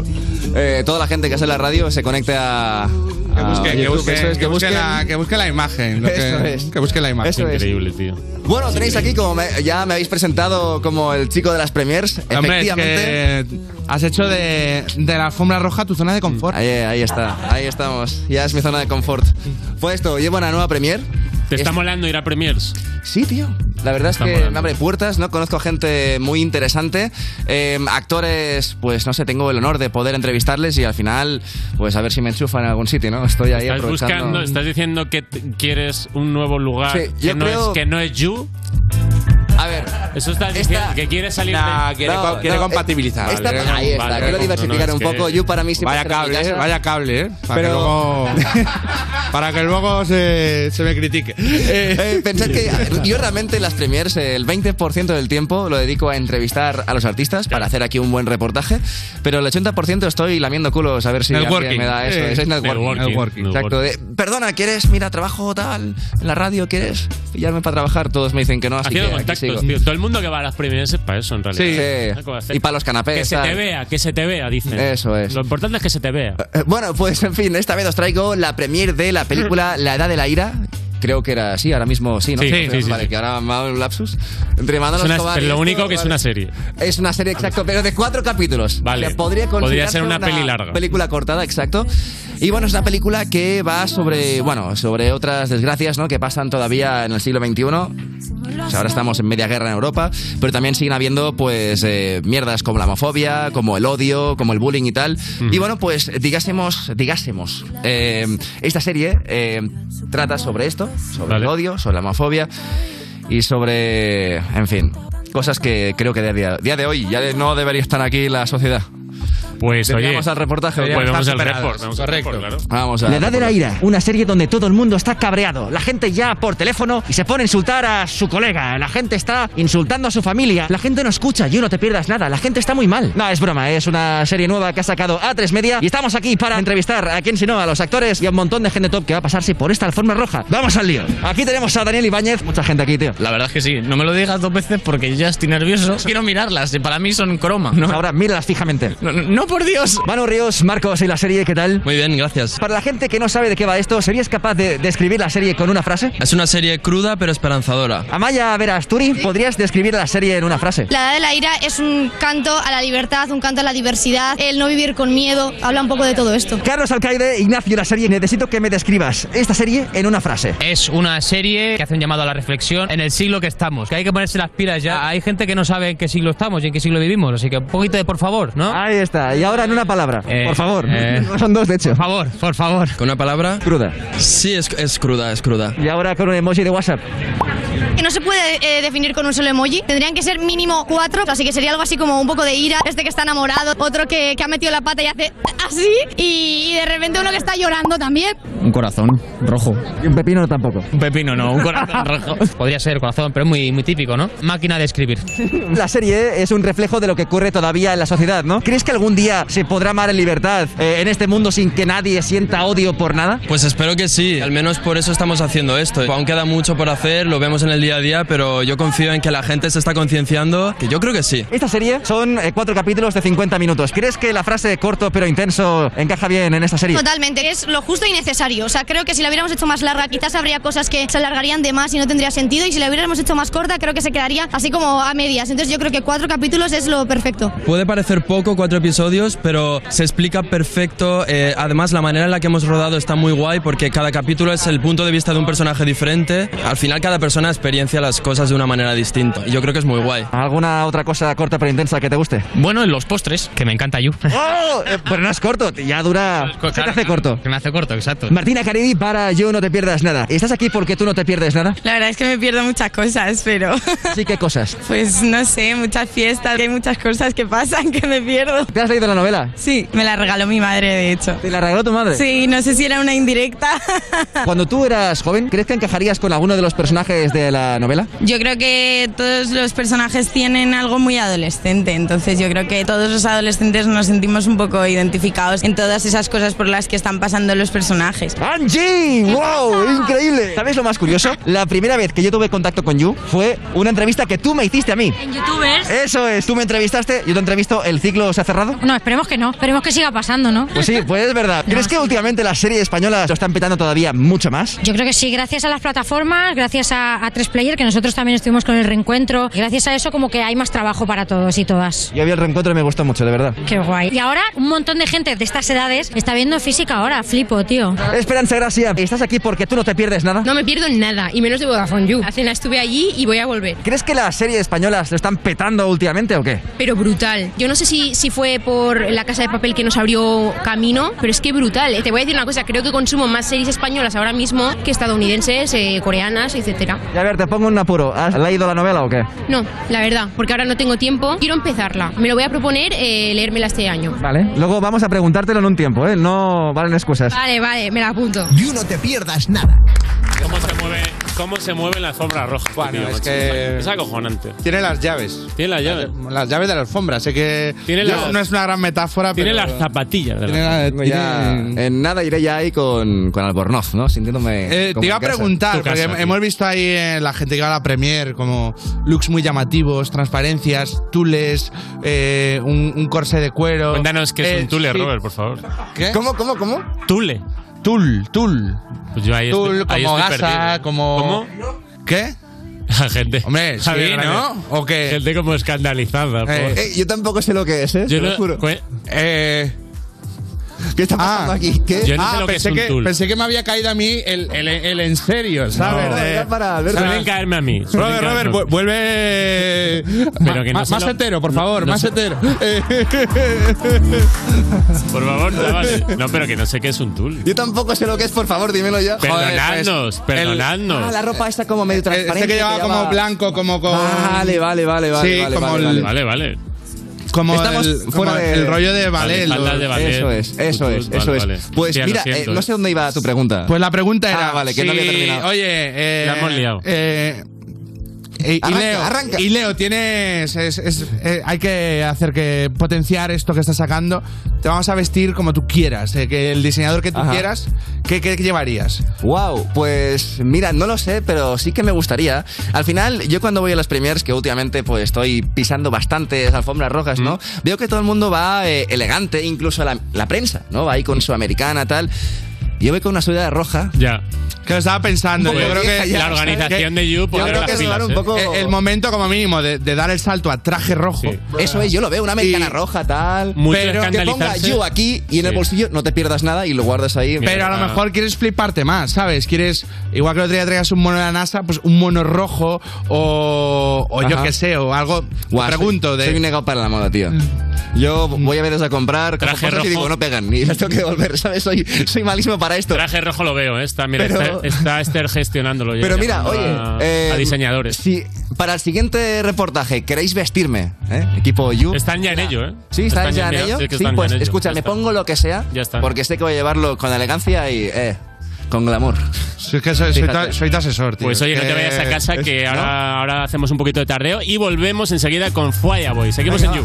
Speaker 17: eh, toda la gente que está en la radio se conecte a.
Speaker 4: Que busque,
Speaker 17: a
Speaker 4: que
Speaker 17: YouTube.
Speaker 4: busque,
Speaker 17: Ah, Eso es,
Speaker 4: que busque
Speaker 17: busquen-
Speaker 4: la, que busque la imagen. lo que,
Speaker 17: Eso es.
Speaker 4: que busque la imagen.
Speaker 17: Eso es. Increíble,
Speaker 3: tío.
Speaker 17: Bueno, tenéis aquí, como me- ya me habéis presentado como el chico de las premiers.
Speaker 4: Hombre, es
Speaker 17: Efectivamente. Mm,
Speaker 4: que has hecho de, de la alfombra roja tu zona de confort.
Speaker 17: Ahí, ahí está, ahí estamos. Ya es mi zona de confort. Fue esto, llevo una nueva premier.
Speaker 3: ¿Te está
Speaker 17: Es-
Speaker 3: molando ir a premiers?
Speaker 17: Sí, tío. La verdad es
Speaker 3: Está
Speaker 17: que
Speaker 3: molando.
Speaker 17: me abre puertas, ¿no? Conozco a gente muy interesante. eh, actores, pues no sé, tengo el honor de poder entrevistarles y al final, pues a ver si me enchufan en algún sitio, ¿no? Estoy ahí
Speaker 3: Estás
Speaker 17: aprovechando.
Speaker 3: buscando, estás diciendo que t- quieres un nuevo lugar
Speaker 17: Sí,
Speaker 3: que,
Speaker 17: yo
Speaker 3: no
Speaker 17: creo-
Speaker 3: es, que no es You.
Speaker 17: A ver.
Speaker 3: Eso estás diciendo, que quieres salir
Speaker 18: Nah,
Speaker 3: de.
Speaker 18: quiere co- quiere compatibilizar.
Speaker 17: eh, esta-
Speaker 18: Vale,
Speaker 17: ahí está,
Speaker 18: vale,
Speaker 17: quiero
Speaker 18: no,
Speaker 17: diversificar
Speaker 18: no, es
Speaker 17: un poco.
Speaker 18: que-
Speaker 17: You para mí siempre
Speaker 18: Vaya
Speaker 17: será mi
Speaker 18: cable,
Speaker 17: casa.
Speaker 18: eh, vaya
Speaker 4: cable, ¿eh? Para
Speaker 17: Pero-
Speaker 4: que luego. para que luego se, se me critique.
Speaker 17: Eh, pensad que yo realmente las premiers, eh, el 20% del tiempo lo dedico a entrevistar a los artistas para hacer aquí un buen reportaje, pero el 80% estoy lamiendo culos a ver si alguien
Speaker 4: Networking.
Speaker 17: me da esto.
Speaker 4: Eh,
Speaker 17: Eso es networking.
Speaker 4: networking, networking.
Speaker 17: Exacto. de, Perdona, ¿quieres? Mira, trabajo tal, en la radio, ¿quieres pillarme para trabajar? Todos me dicen que no, así
Speaker 3: Haciendo
Speaker 17: que aquí sigo.
Speaker 3: contactos, tío. Todo el mundo que va a las premiers es para eso, en realidad.
Speaker 17: Sí. Y para los canapés,
Speaker 3: Que se te
Speaker 17: tal.
Speaker 3: vea, que se te vea, dicen.
Speaker 4: Eh.
Speaker 17: Eso es.
Speaker 3: Lo importante es que se te vea.
Speaker 17: Eh, Bueno, pues en fin, esta vez os traigo la premier de la película La Edad de la Ira. Creo que era así, ahora mismo sí, ¿no?
Speaker 3: Sí, sí, sí,
Speaker 17: Vale,
Speaker 3: sí.
Speaker 17: que ahora me ha dado un lapsus. Entre Manolo
Speaker 3: Es una-
Speaker 17: Escobar y
Speaker 3: pero lo
Speaker 17: esto,
Speaker 3: único que es
Speaker 17: vale.
Speaker 3: una serie.
Speaker 17: Es una serie, exacto, pero de cuatro capítulos.
Speaker 3: Vale.
Speaker 17: O sea, podría,
Speaker 3: Podría
Speaker 17: considerarse
Speaker 3: ser una peli larga.
Speaker 17: Película cortada, exacto. Y bueno, es una película que va sobre, bueno, sobre otras desgracias, ¿no? Que pasan todavía en el siglo XXI. O sea, ahora estamos en media guerra en Europa, pero también siguen habiendo, pues, eh, mierdas como la homofobia, como el odio, como el bullying y tal. Y bueno, pues, digásemos, digásemos, eh, esta serie eh, trata sobre esto, sobre el odio, sobre la homofobia y sobre, en fin, cosas que creo que de día, día de hoy ya de- no debería estar aquí la sociedad.
Speaker 3: Pues,
Speaker 17: oye,
Speaker 3: oye,
Speaker 17: al reportaje. ¿o qué?
Speaker 3: pues vamos al report, vamos al report, claro.
Speaker 17: Vamos a
Speaker 11: La Edad de la Ira, una serie donde todo el mundo está cabreado. La gente ya por teléfono y se pone a insultar a su colega. La gente está insultando a su familia. La gente no escucha. Yo no te pierdas nada. La gente está muy mal. No, es broma. Es una serie nueva que ha sacado A3 Media y estamos aquí para entrevistar a quien si no, a los actores y a un montón de gente top que va a pasarse por esta alfombra roja. Vamos al lío. Aquí tenemos a Daniel Ibáñez. Mucha gente aquí, tío.
Speaker 19: La verdad es que sí, no me lo digas dos veces porque ya estoy nervioso. Quiero mirarlas, para mí son croma. ¿no?
Speaker 11: Ahora míralas fijamente.
Speaker 19: No, no, no, por Dios.
Speaker 11: Manu Ríos, Marcos y la serie, ¿qué tal?
Speaker 19: Muy bien, gracias.
Speaker 11: Para la gente que no sabe de qué va esto, ¿serías capaz de describir la serie con una frase?
Speaker 19: Es una serie cruda pero esperanzadora.
Speaker 11: Amaya Verasturi, ¿podrías describir la serie en una frase?
Speaker 16: La Edad de la Ira es un canto a la libertad, un canto a la diversidad, el no vivir con miedo, habla un poco de todo esto.
Speaker 11: Carlos Alcaide, Ignacio, la serie, necesito que me describas esta serie en una frase.
Speaker 19: Es una serie que hace un llamado a la reflexión en el siglo que estamos, que hay que ponerse las pilas ya. Hay gente que no sabe en qué siglo estamos y en qué siglo vivimos, así que un poquito de por favor,
Speaker 17: Ah,
Speaker 19: ¿no?
Speaker 11: Ahí está, y ahora en una palabra,
Speaker 19: Eh,
Speaker 11: por favor.
Speaker 19: eh.
Speaker 11: Son dos, de hecho. Por
Speaker 19: favor, por favor. ¿Con una palabra?
Speaker 11: Cruda.
Speaker 19: Sí, es, es cruda, es cruda.
Speaker 11: Y ahora con un emoji de WhatsApp.
Speaker 16: Que no se puede eh, definir con un solo emoji, tendrían que ser mínimo cuatro, así que sería algo así como un poco de ira, este que está enamorado, otro que, que ha metido la pata y hace así, y, y de repente uno que está llorando también.
Speaker 19: Un corazón rojo.
Speaker 11: Y un pepino tampoco.
Speaker 19: Un pepino no, un corazón rojo. Podría ser corazón, pero es muy, muy típico, ¿no? Máquina de escribir.
Speaker 11: La serie es un reflejo de lo que ocurre todavía en la sociedad, ¿no? ¿Crees que algún día se podrá amar en libertad eh, en este mundo sin que nadie sienta odio por nada?
Speaker 19: Pues espero que sí, al menos por eso estamos haciendo esto. Aún queda mucho por hacer, lo vemos en el día a día, pero yo confío en que la gente se está concienciando, que yo creo que sí.
Speaker 11: Esta serie son eh, cuatro capítulos de 50 minutos. ¿Crees que la frase corto pero intenso encaja bien en esta serie?
Speaker 16: Totalmente, es lo justo y necesario. O sea, creo que si la hubiéramos hecho más larga, quizás habría cosas que se alargarían de más y no tendría sentido. Y si la hubiéramos hecho más corta, creo que se quedaría así como a medias. Entonces, yo creo que cuatro capítulos es lo perfecto.
Speaker 19: Puede parecer poco cuatro episodios. episodios, pero se explica perfecto. eh, además, la manera en la que hemos rodado está muy guay porque cada capítulo es el punto de vista de un personaje diferente. Al final, cada persona experiencia las cosas de una manera distinta. Y yo creo que es muy guay.
Speaker 10: ¿Alguna otra cosa corta pero intensa que te guste?
Speaker 19: Bueno, los postres, que me encanta you.
Speaker 10: ¡Oh! Eh, Pero no es corto, ya dura. Se te hace corto.
Speaker 19: Se me hace corto, exacto.
Speaker 10: Martina Caridi para Yo No Te Pierdas Nada. ¿Estás aquí porque tú no te pierdes nada?
Speaker 20: La verdad es que me pierdo muchas cosas, pero
Speaker 10: Sí, ¿qué cosas?
Speaker 20: pues no sé, muchas fiestas, hay muchas cosas que pasan que me pierdo.
Speaker 10: ¿Te has leído la novela?
Speaker 20: Sí, me la regaló mi madre, de hecho.
Speaker 10: ¿Te la regaló tu madre?
Speaker 20: Sí, no sé si era una indirecta.
Speaker 10: Cuando tú eras joven, ¿crees que encajarías con alguno de los personajes de la novela?
Speaker 20: Yo creo que todos los personajes tienen algo muy adolescente, entonces yo creo que todos los adolescentes nos sentimos un poco identificados en todas esas cosas por las que están pasando los personajes.
Speaker 10: Ah, ¡Angie! ¡Wow! ¡Increíble! ¿Sabes lo más curioso? La primera vez que yo tuve contacto con You fue una entrevista que tú me hiciste a mí.
Speaker 9: ¿Youtubers?
Speaker 10: Eso es, tú me entrevistaste, yo te entrevisto, ¿el ciclo se ha cerrado?
Speaker 9: No, esperemos que no. Esperemos que siga pasando, ¿no?
Speaker 10: Pues sí, pues es verdad. ¿Crees que últimamente las series españolas lo están petando todavía mucho más?
Speaker 9: Yo creo que sí, gracias a las plataformas, gracias a, a 3Player, que nosotros también estuvimos con el reencuentro. y Gracias a eso, como que hay más trabajo para todos y todas.
Speaker 10: Yo vi el reencuentro y me gustó mucho, de verdad.
Speaker 9: Qué guay. Y ahora, un montón de gente de estas edades está viendo física ahora. Flipo, tío.
Speaker 10: Esperanza Gracia, estás aquí porque tú no te pierdes nada.
Speaker 9: me pierdo nada, y menos de Vodafone You. Hace nada estuve allí y voy a volver.
Speaker 10: ¿Crees que las series españolas lo están petando últimamente o qué?
Speaker 9: Pero brutal. Yo no sé si, si fue por la casa de papel que nos abrió camino, pero es que brutal. eh. Te voy a decir una cosa, creo que consumo más series españolas ahora mismo que estadounidenses, eh, coreanas, etcétera.
Speaker 10: Y a ver, te pongo un apuro. ¿Has leído la novela o qué?
Speaker 9: No, la verdad, porque ahora no tengo tiempo. Quiero empezarla. Me lo voy a proponer eh, leérmela este año.
Speaker 10: Vale. Luego vamos a preguntártelo en un tiempo, ¿eh? No valen excusas.
Speaker 9: Vale, vale, Eh, me la apunto.
Speaker 3: You no te pierdas nada. ¿Cómo se mueve? ¿Cómo se mueven las alfombras rojas?
Speaker 4: Bueno,
Speaker 3: tío,
Speaker 4: es
Speaker 3: macho?
Speaker 4: que-
Speaker 3: Es acojonante.
Speaker 4: Tiene las llaves.
Speaker 3: Tiene las llaves.
Speaker 4: Las llaves de la alfombra, sé que
Speaker 3: Tiene
Speaker 4: yo-
Speaker 3: las-
Speaker 4: no es una gran metáfora,
Speaker 3: Tiene
Speaker 4: pero
Speaker 3: las zapatillas de la
Speaker 4: Tiene la-
Speaker 17: Vengo ya- en nada iré ya ahí con, con Albornoz, ¿no? Sintiéndome.
Speaker 4: Eh,
Speaker 17: como
Speaker 4: te iba a
Speaker 17: en casa.
Speaker 4: preguntar, porque hemos visto ahí eh, la gente que va a la Premier como looks muy llamativos, transparencias, tules, eh, un, un corsé de cuero.
Speaker 3: Cuéntanos qué es
Speaker 4: Eh,
Speaker 3: un tule,
Speaker 4: sí.
Speaker 3: Robert, por favor.
Speaker 4: ¿Cómo, cómo, cómo?
Speaker 3: Tule.
Speaker 4: Tul, tul.
Speaker 3: Pues yo ahí
Speaker 4: Tul,
Speaker 3: estoy- ahí
Speaker 4: como
Speaker 3: estoy
Speaker 4: gasa,
Speaker 3: perdido.
Speaker 4: como.
Speaker 3: ¿Cómo?
Speaker 4: ¿Qué?
Speaker 3: Gente.
Speaker 4: Hombre, sí,
Speaker 3: Javier,
Speaker 4: ¿no?
Speaker 3: gracias.
Speaker 4: ¿O qué?
Speaker 3: Gente como escandalizada.
Speaker 4: Eh,
Speaker 3: por-
Speaker 4: eh,
Speaker 17: Yo tampoco sé lo que es, ¿eh?
Speaker 3: Yo
Speaker 17: Te lo
Speaker 3: no-
Speaker 17: juro.
Speaker 3: cue-
Speaker 4: Eh.
Speaker 17: ¿Qué está pasando aquí? ¿Qué?
Speaker 3: Yo no
Speaker 4: ah,
Speaker 3: sé lo que
Speaker 4: pensé,
Speaker 3: es un
Speaker 4: que,
Speaker 3: tul.
Speaker 4: pensé que me había caído a mí el, el, el en serio, ¿sabes?
Speaker 17: No,
Speaker 4: De-
Speaker 17: era para Alberto.
Speaker 4: ¿sabes?
Speaker 3: Suelen caerme a mí. suelen
Speaker 4: Robert,
Speaker 3: caerme a
Speaker 4: Robert,
Speaker 3: mí.
Speaker 4: vu- vuelve.
Speaker 3: Pero que no
Speaker 4: más
Speaker 3: se
Speaker 4: más
Speaker 3: lo-
Speaker 4: hetero, por
Speaker 3: no-
Speaker 4: favor,
Speaker 3: no
Speaker 4: más
Speaker 3: se-
Speaker 4: hetero. Eh,
Speaker 3: Por favor, chavales. No, pero que no sé qué es un tul.
Speaker 17: Yo tampoco sé lo que es, por favor, dímelo ya.
Speaker 3: Perdonadnos,
Speaker 17: pues, Ah,
Speaker 3: perdonadnos.
Speaker 17: la ropa está como medio transparente.
Speaker 4: Este que llevaba como blanco, como con.
Speaker 17: Vale, vale, vale, vale.
Speaker 4: Sí,
Speaker 17: vale,
Speaker 4: como
Speaker 17: vale,
Speaker 4: el-
Speaker 17: vale.
Speaker 3: Vale, vale.
Speaker 4: Como,
Speaker 17: Estamos
Speaker 4: el,
Speaker 17: fuera
Speaker 4: como
Speaker 17: de-
Speaker 4: el rollo de ballet.
Speaker 3: Vale, faldas de ballet.
Speaker 17: Eso es, eso
Speaker 3: Vale,
Speaker 17: es, eso es.
Speaker 3: vale.
Speaker 17: Pues
Speaker 3: Ya lo
Speaker 17: mira, eh,
Speaker 3: siento,
Speaker 17: no
Speaker 3: eh.
Speaker 17: sé dónde iba tu pregunta.
Speaker 4: Pues la pregunta era.
Speaker 17: Ah, vale, que no había
Speaker 4: si-
Speaker 17: terminado.
Speaker 4: Oye, eh.
Speaker 17: La hemos liado.
Speaker 4: eh, eh, y,
Speaker 17: Arranca,
Speaker 4: Leo,
Speaker 17: arranca.
Speaker 4: y Leo, tienes. es- es- eh, hay que hacer que potenciar esto que estás sacando. Te vamos a vestir como tú quieras. eh, que el diseñador que tú
Speaker 17: Ajá.
Speaker 4: quieras, ¿qué, qué llevarías?
Speaker 17: Wow, pues mira, no lo sé, pero sí que me gustaría. Al final, yo cuando voy a las premiers, que últimamente pues estoy pisando bastantes alfombras rojas,
Speaker 4: Mm.
Speaker 17: ¿no? Veo que todo el mundo va eh, elegante, incluso la, la prensa, ¿no? Va ahí con su americana, tal. Yo voy con una sudadera roja.
Speaker 3: Ya.
Speaker 4: Que lo estaba pensando.
Speaker 17: Un
Speaker 4: yo
Speaker 17: poco
Speaker 4: creo
Speaker 17: vieja
Speaker 4: que
Speaker 17: ya, La ¿sabes?
Speaker 3: Pues, organización de You
Speaker 4: yo
Speaker 3: pondrá
Speaker 4: creo
Speaker 3: las
Speaker 4: que es
Speaker 3: pilas,
Speaker 4: dar un
Speaker 3: ¿eh?
Speaker 4: poco- eh, el momento como mínimo de, de dar el salto a traje rojo.
Speaker 17: Eso es, yo lo veo, una americana roja, tal.
Speaker 4: Mucho
Speaker 17: pero que ponga
Speaker 4: escandalizarse.
Speaker 17: yo aquí y en el
Speaker 4: Sí.
Speaker 17: bolsillo no te pierdas nada y lo guardas ahí. Ah.
Speaker 4: Pero a lo mejor quieres fliparte más, ¿sabes? Quieres, igual que el otro día traigas un mono de la NASA, pues un mono rojo o, o yo
Speaker 17: Ajá.
Speaker 4: qué sé, o algo. te
Speaker 17: Guau, soy-
Speaker 4: pregunto, de. Mm.
Speaker 17: Soy un negado para la moda, tío. Yo voy a veces a comprar cojo
Speaker 3: Mm. Traje
Speaker 17: cosas
Speaker 3: rojo.
Speaker 17: y digo, no pegan, ni las tengo que devolver, ¿sabes? Soy, soy malísimo para esto.
Speaker 3: Traje rojo lo veo, ¿eh? Está, mira,
Speaker 17: Pero-
Speaker 3: está, está Esther gestionándolo. ya,
Speaker 17: Pero mira,
Speaker 3: llamando
Speaker 17: oye,
Speaker 3: A,
Speaker 17: eh,
Speaker 3: a diseñadores.
Speaker 17: Si para el siguiente reportaje queréis vestirme, ¿eh? equipo You.
Speaker 3: Están ya en ello, ¿eh?
Speaker 17: Sí, están, ya en ello.
Speaker 3: sí que
Speaker 17: sí,
Speaker 3: están ya
Speaker 17: pues
Speaker 3: en ello.
Speaker 17: escucha,
Speaker 3: Ya
Speaker 17: me
Speaker 3: está.
Speaker 17: pongo lo que sea,
Speaker 3: Ya está.
Speaker 17: porque sé que voy a llevarlo con elegancia y eh, con glamour.
Speaker 4: Sí, es que soy, soy
Speaker 17: Fíjate.
Speaker 4: tu- soy tu asesor, tío.
Speaker 3: Pues oye, no
Speaker 17: Eh,
Speaker 4: Que-
Speaker 3: te vayas a casa, que
Speaker 4: ¿no?
Speaker 3: ahora, ahora hacemos un poquito de tardeo y volvemos enseguida con Fuaya Boy. Seguimos en You.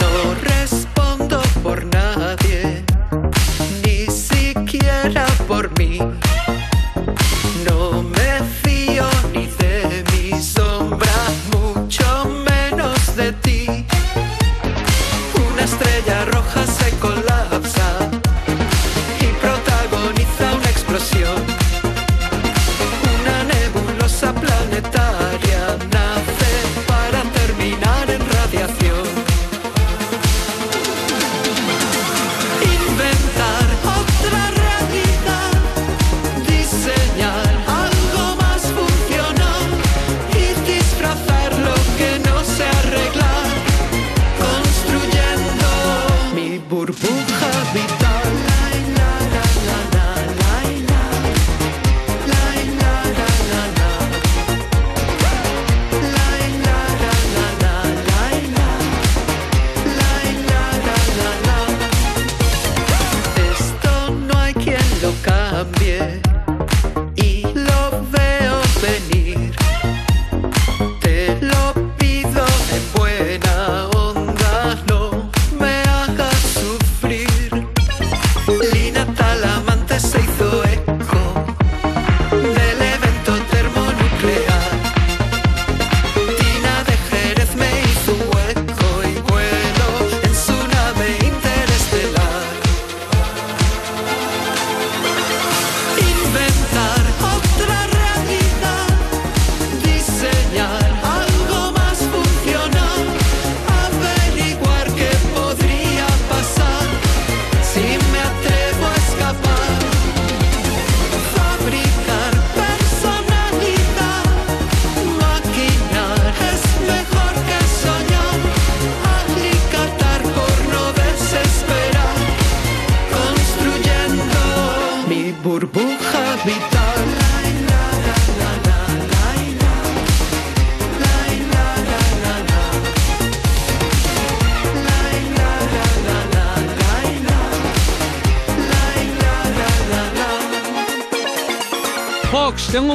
Speaker 6: No respondo por nadie.
Speaker 1: Tengo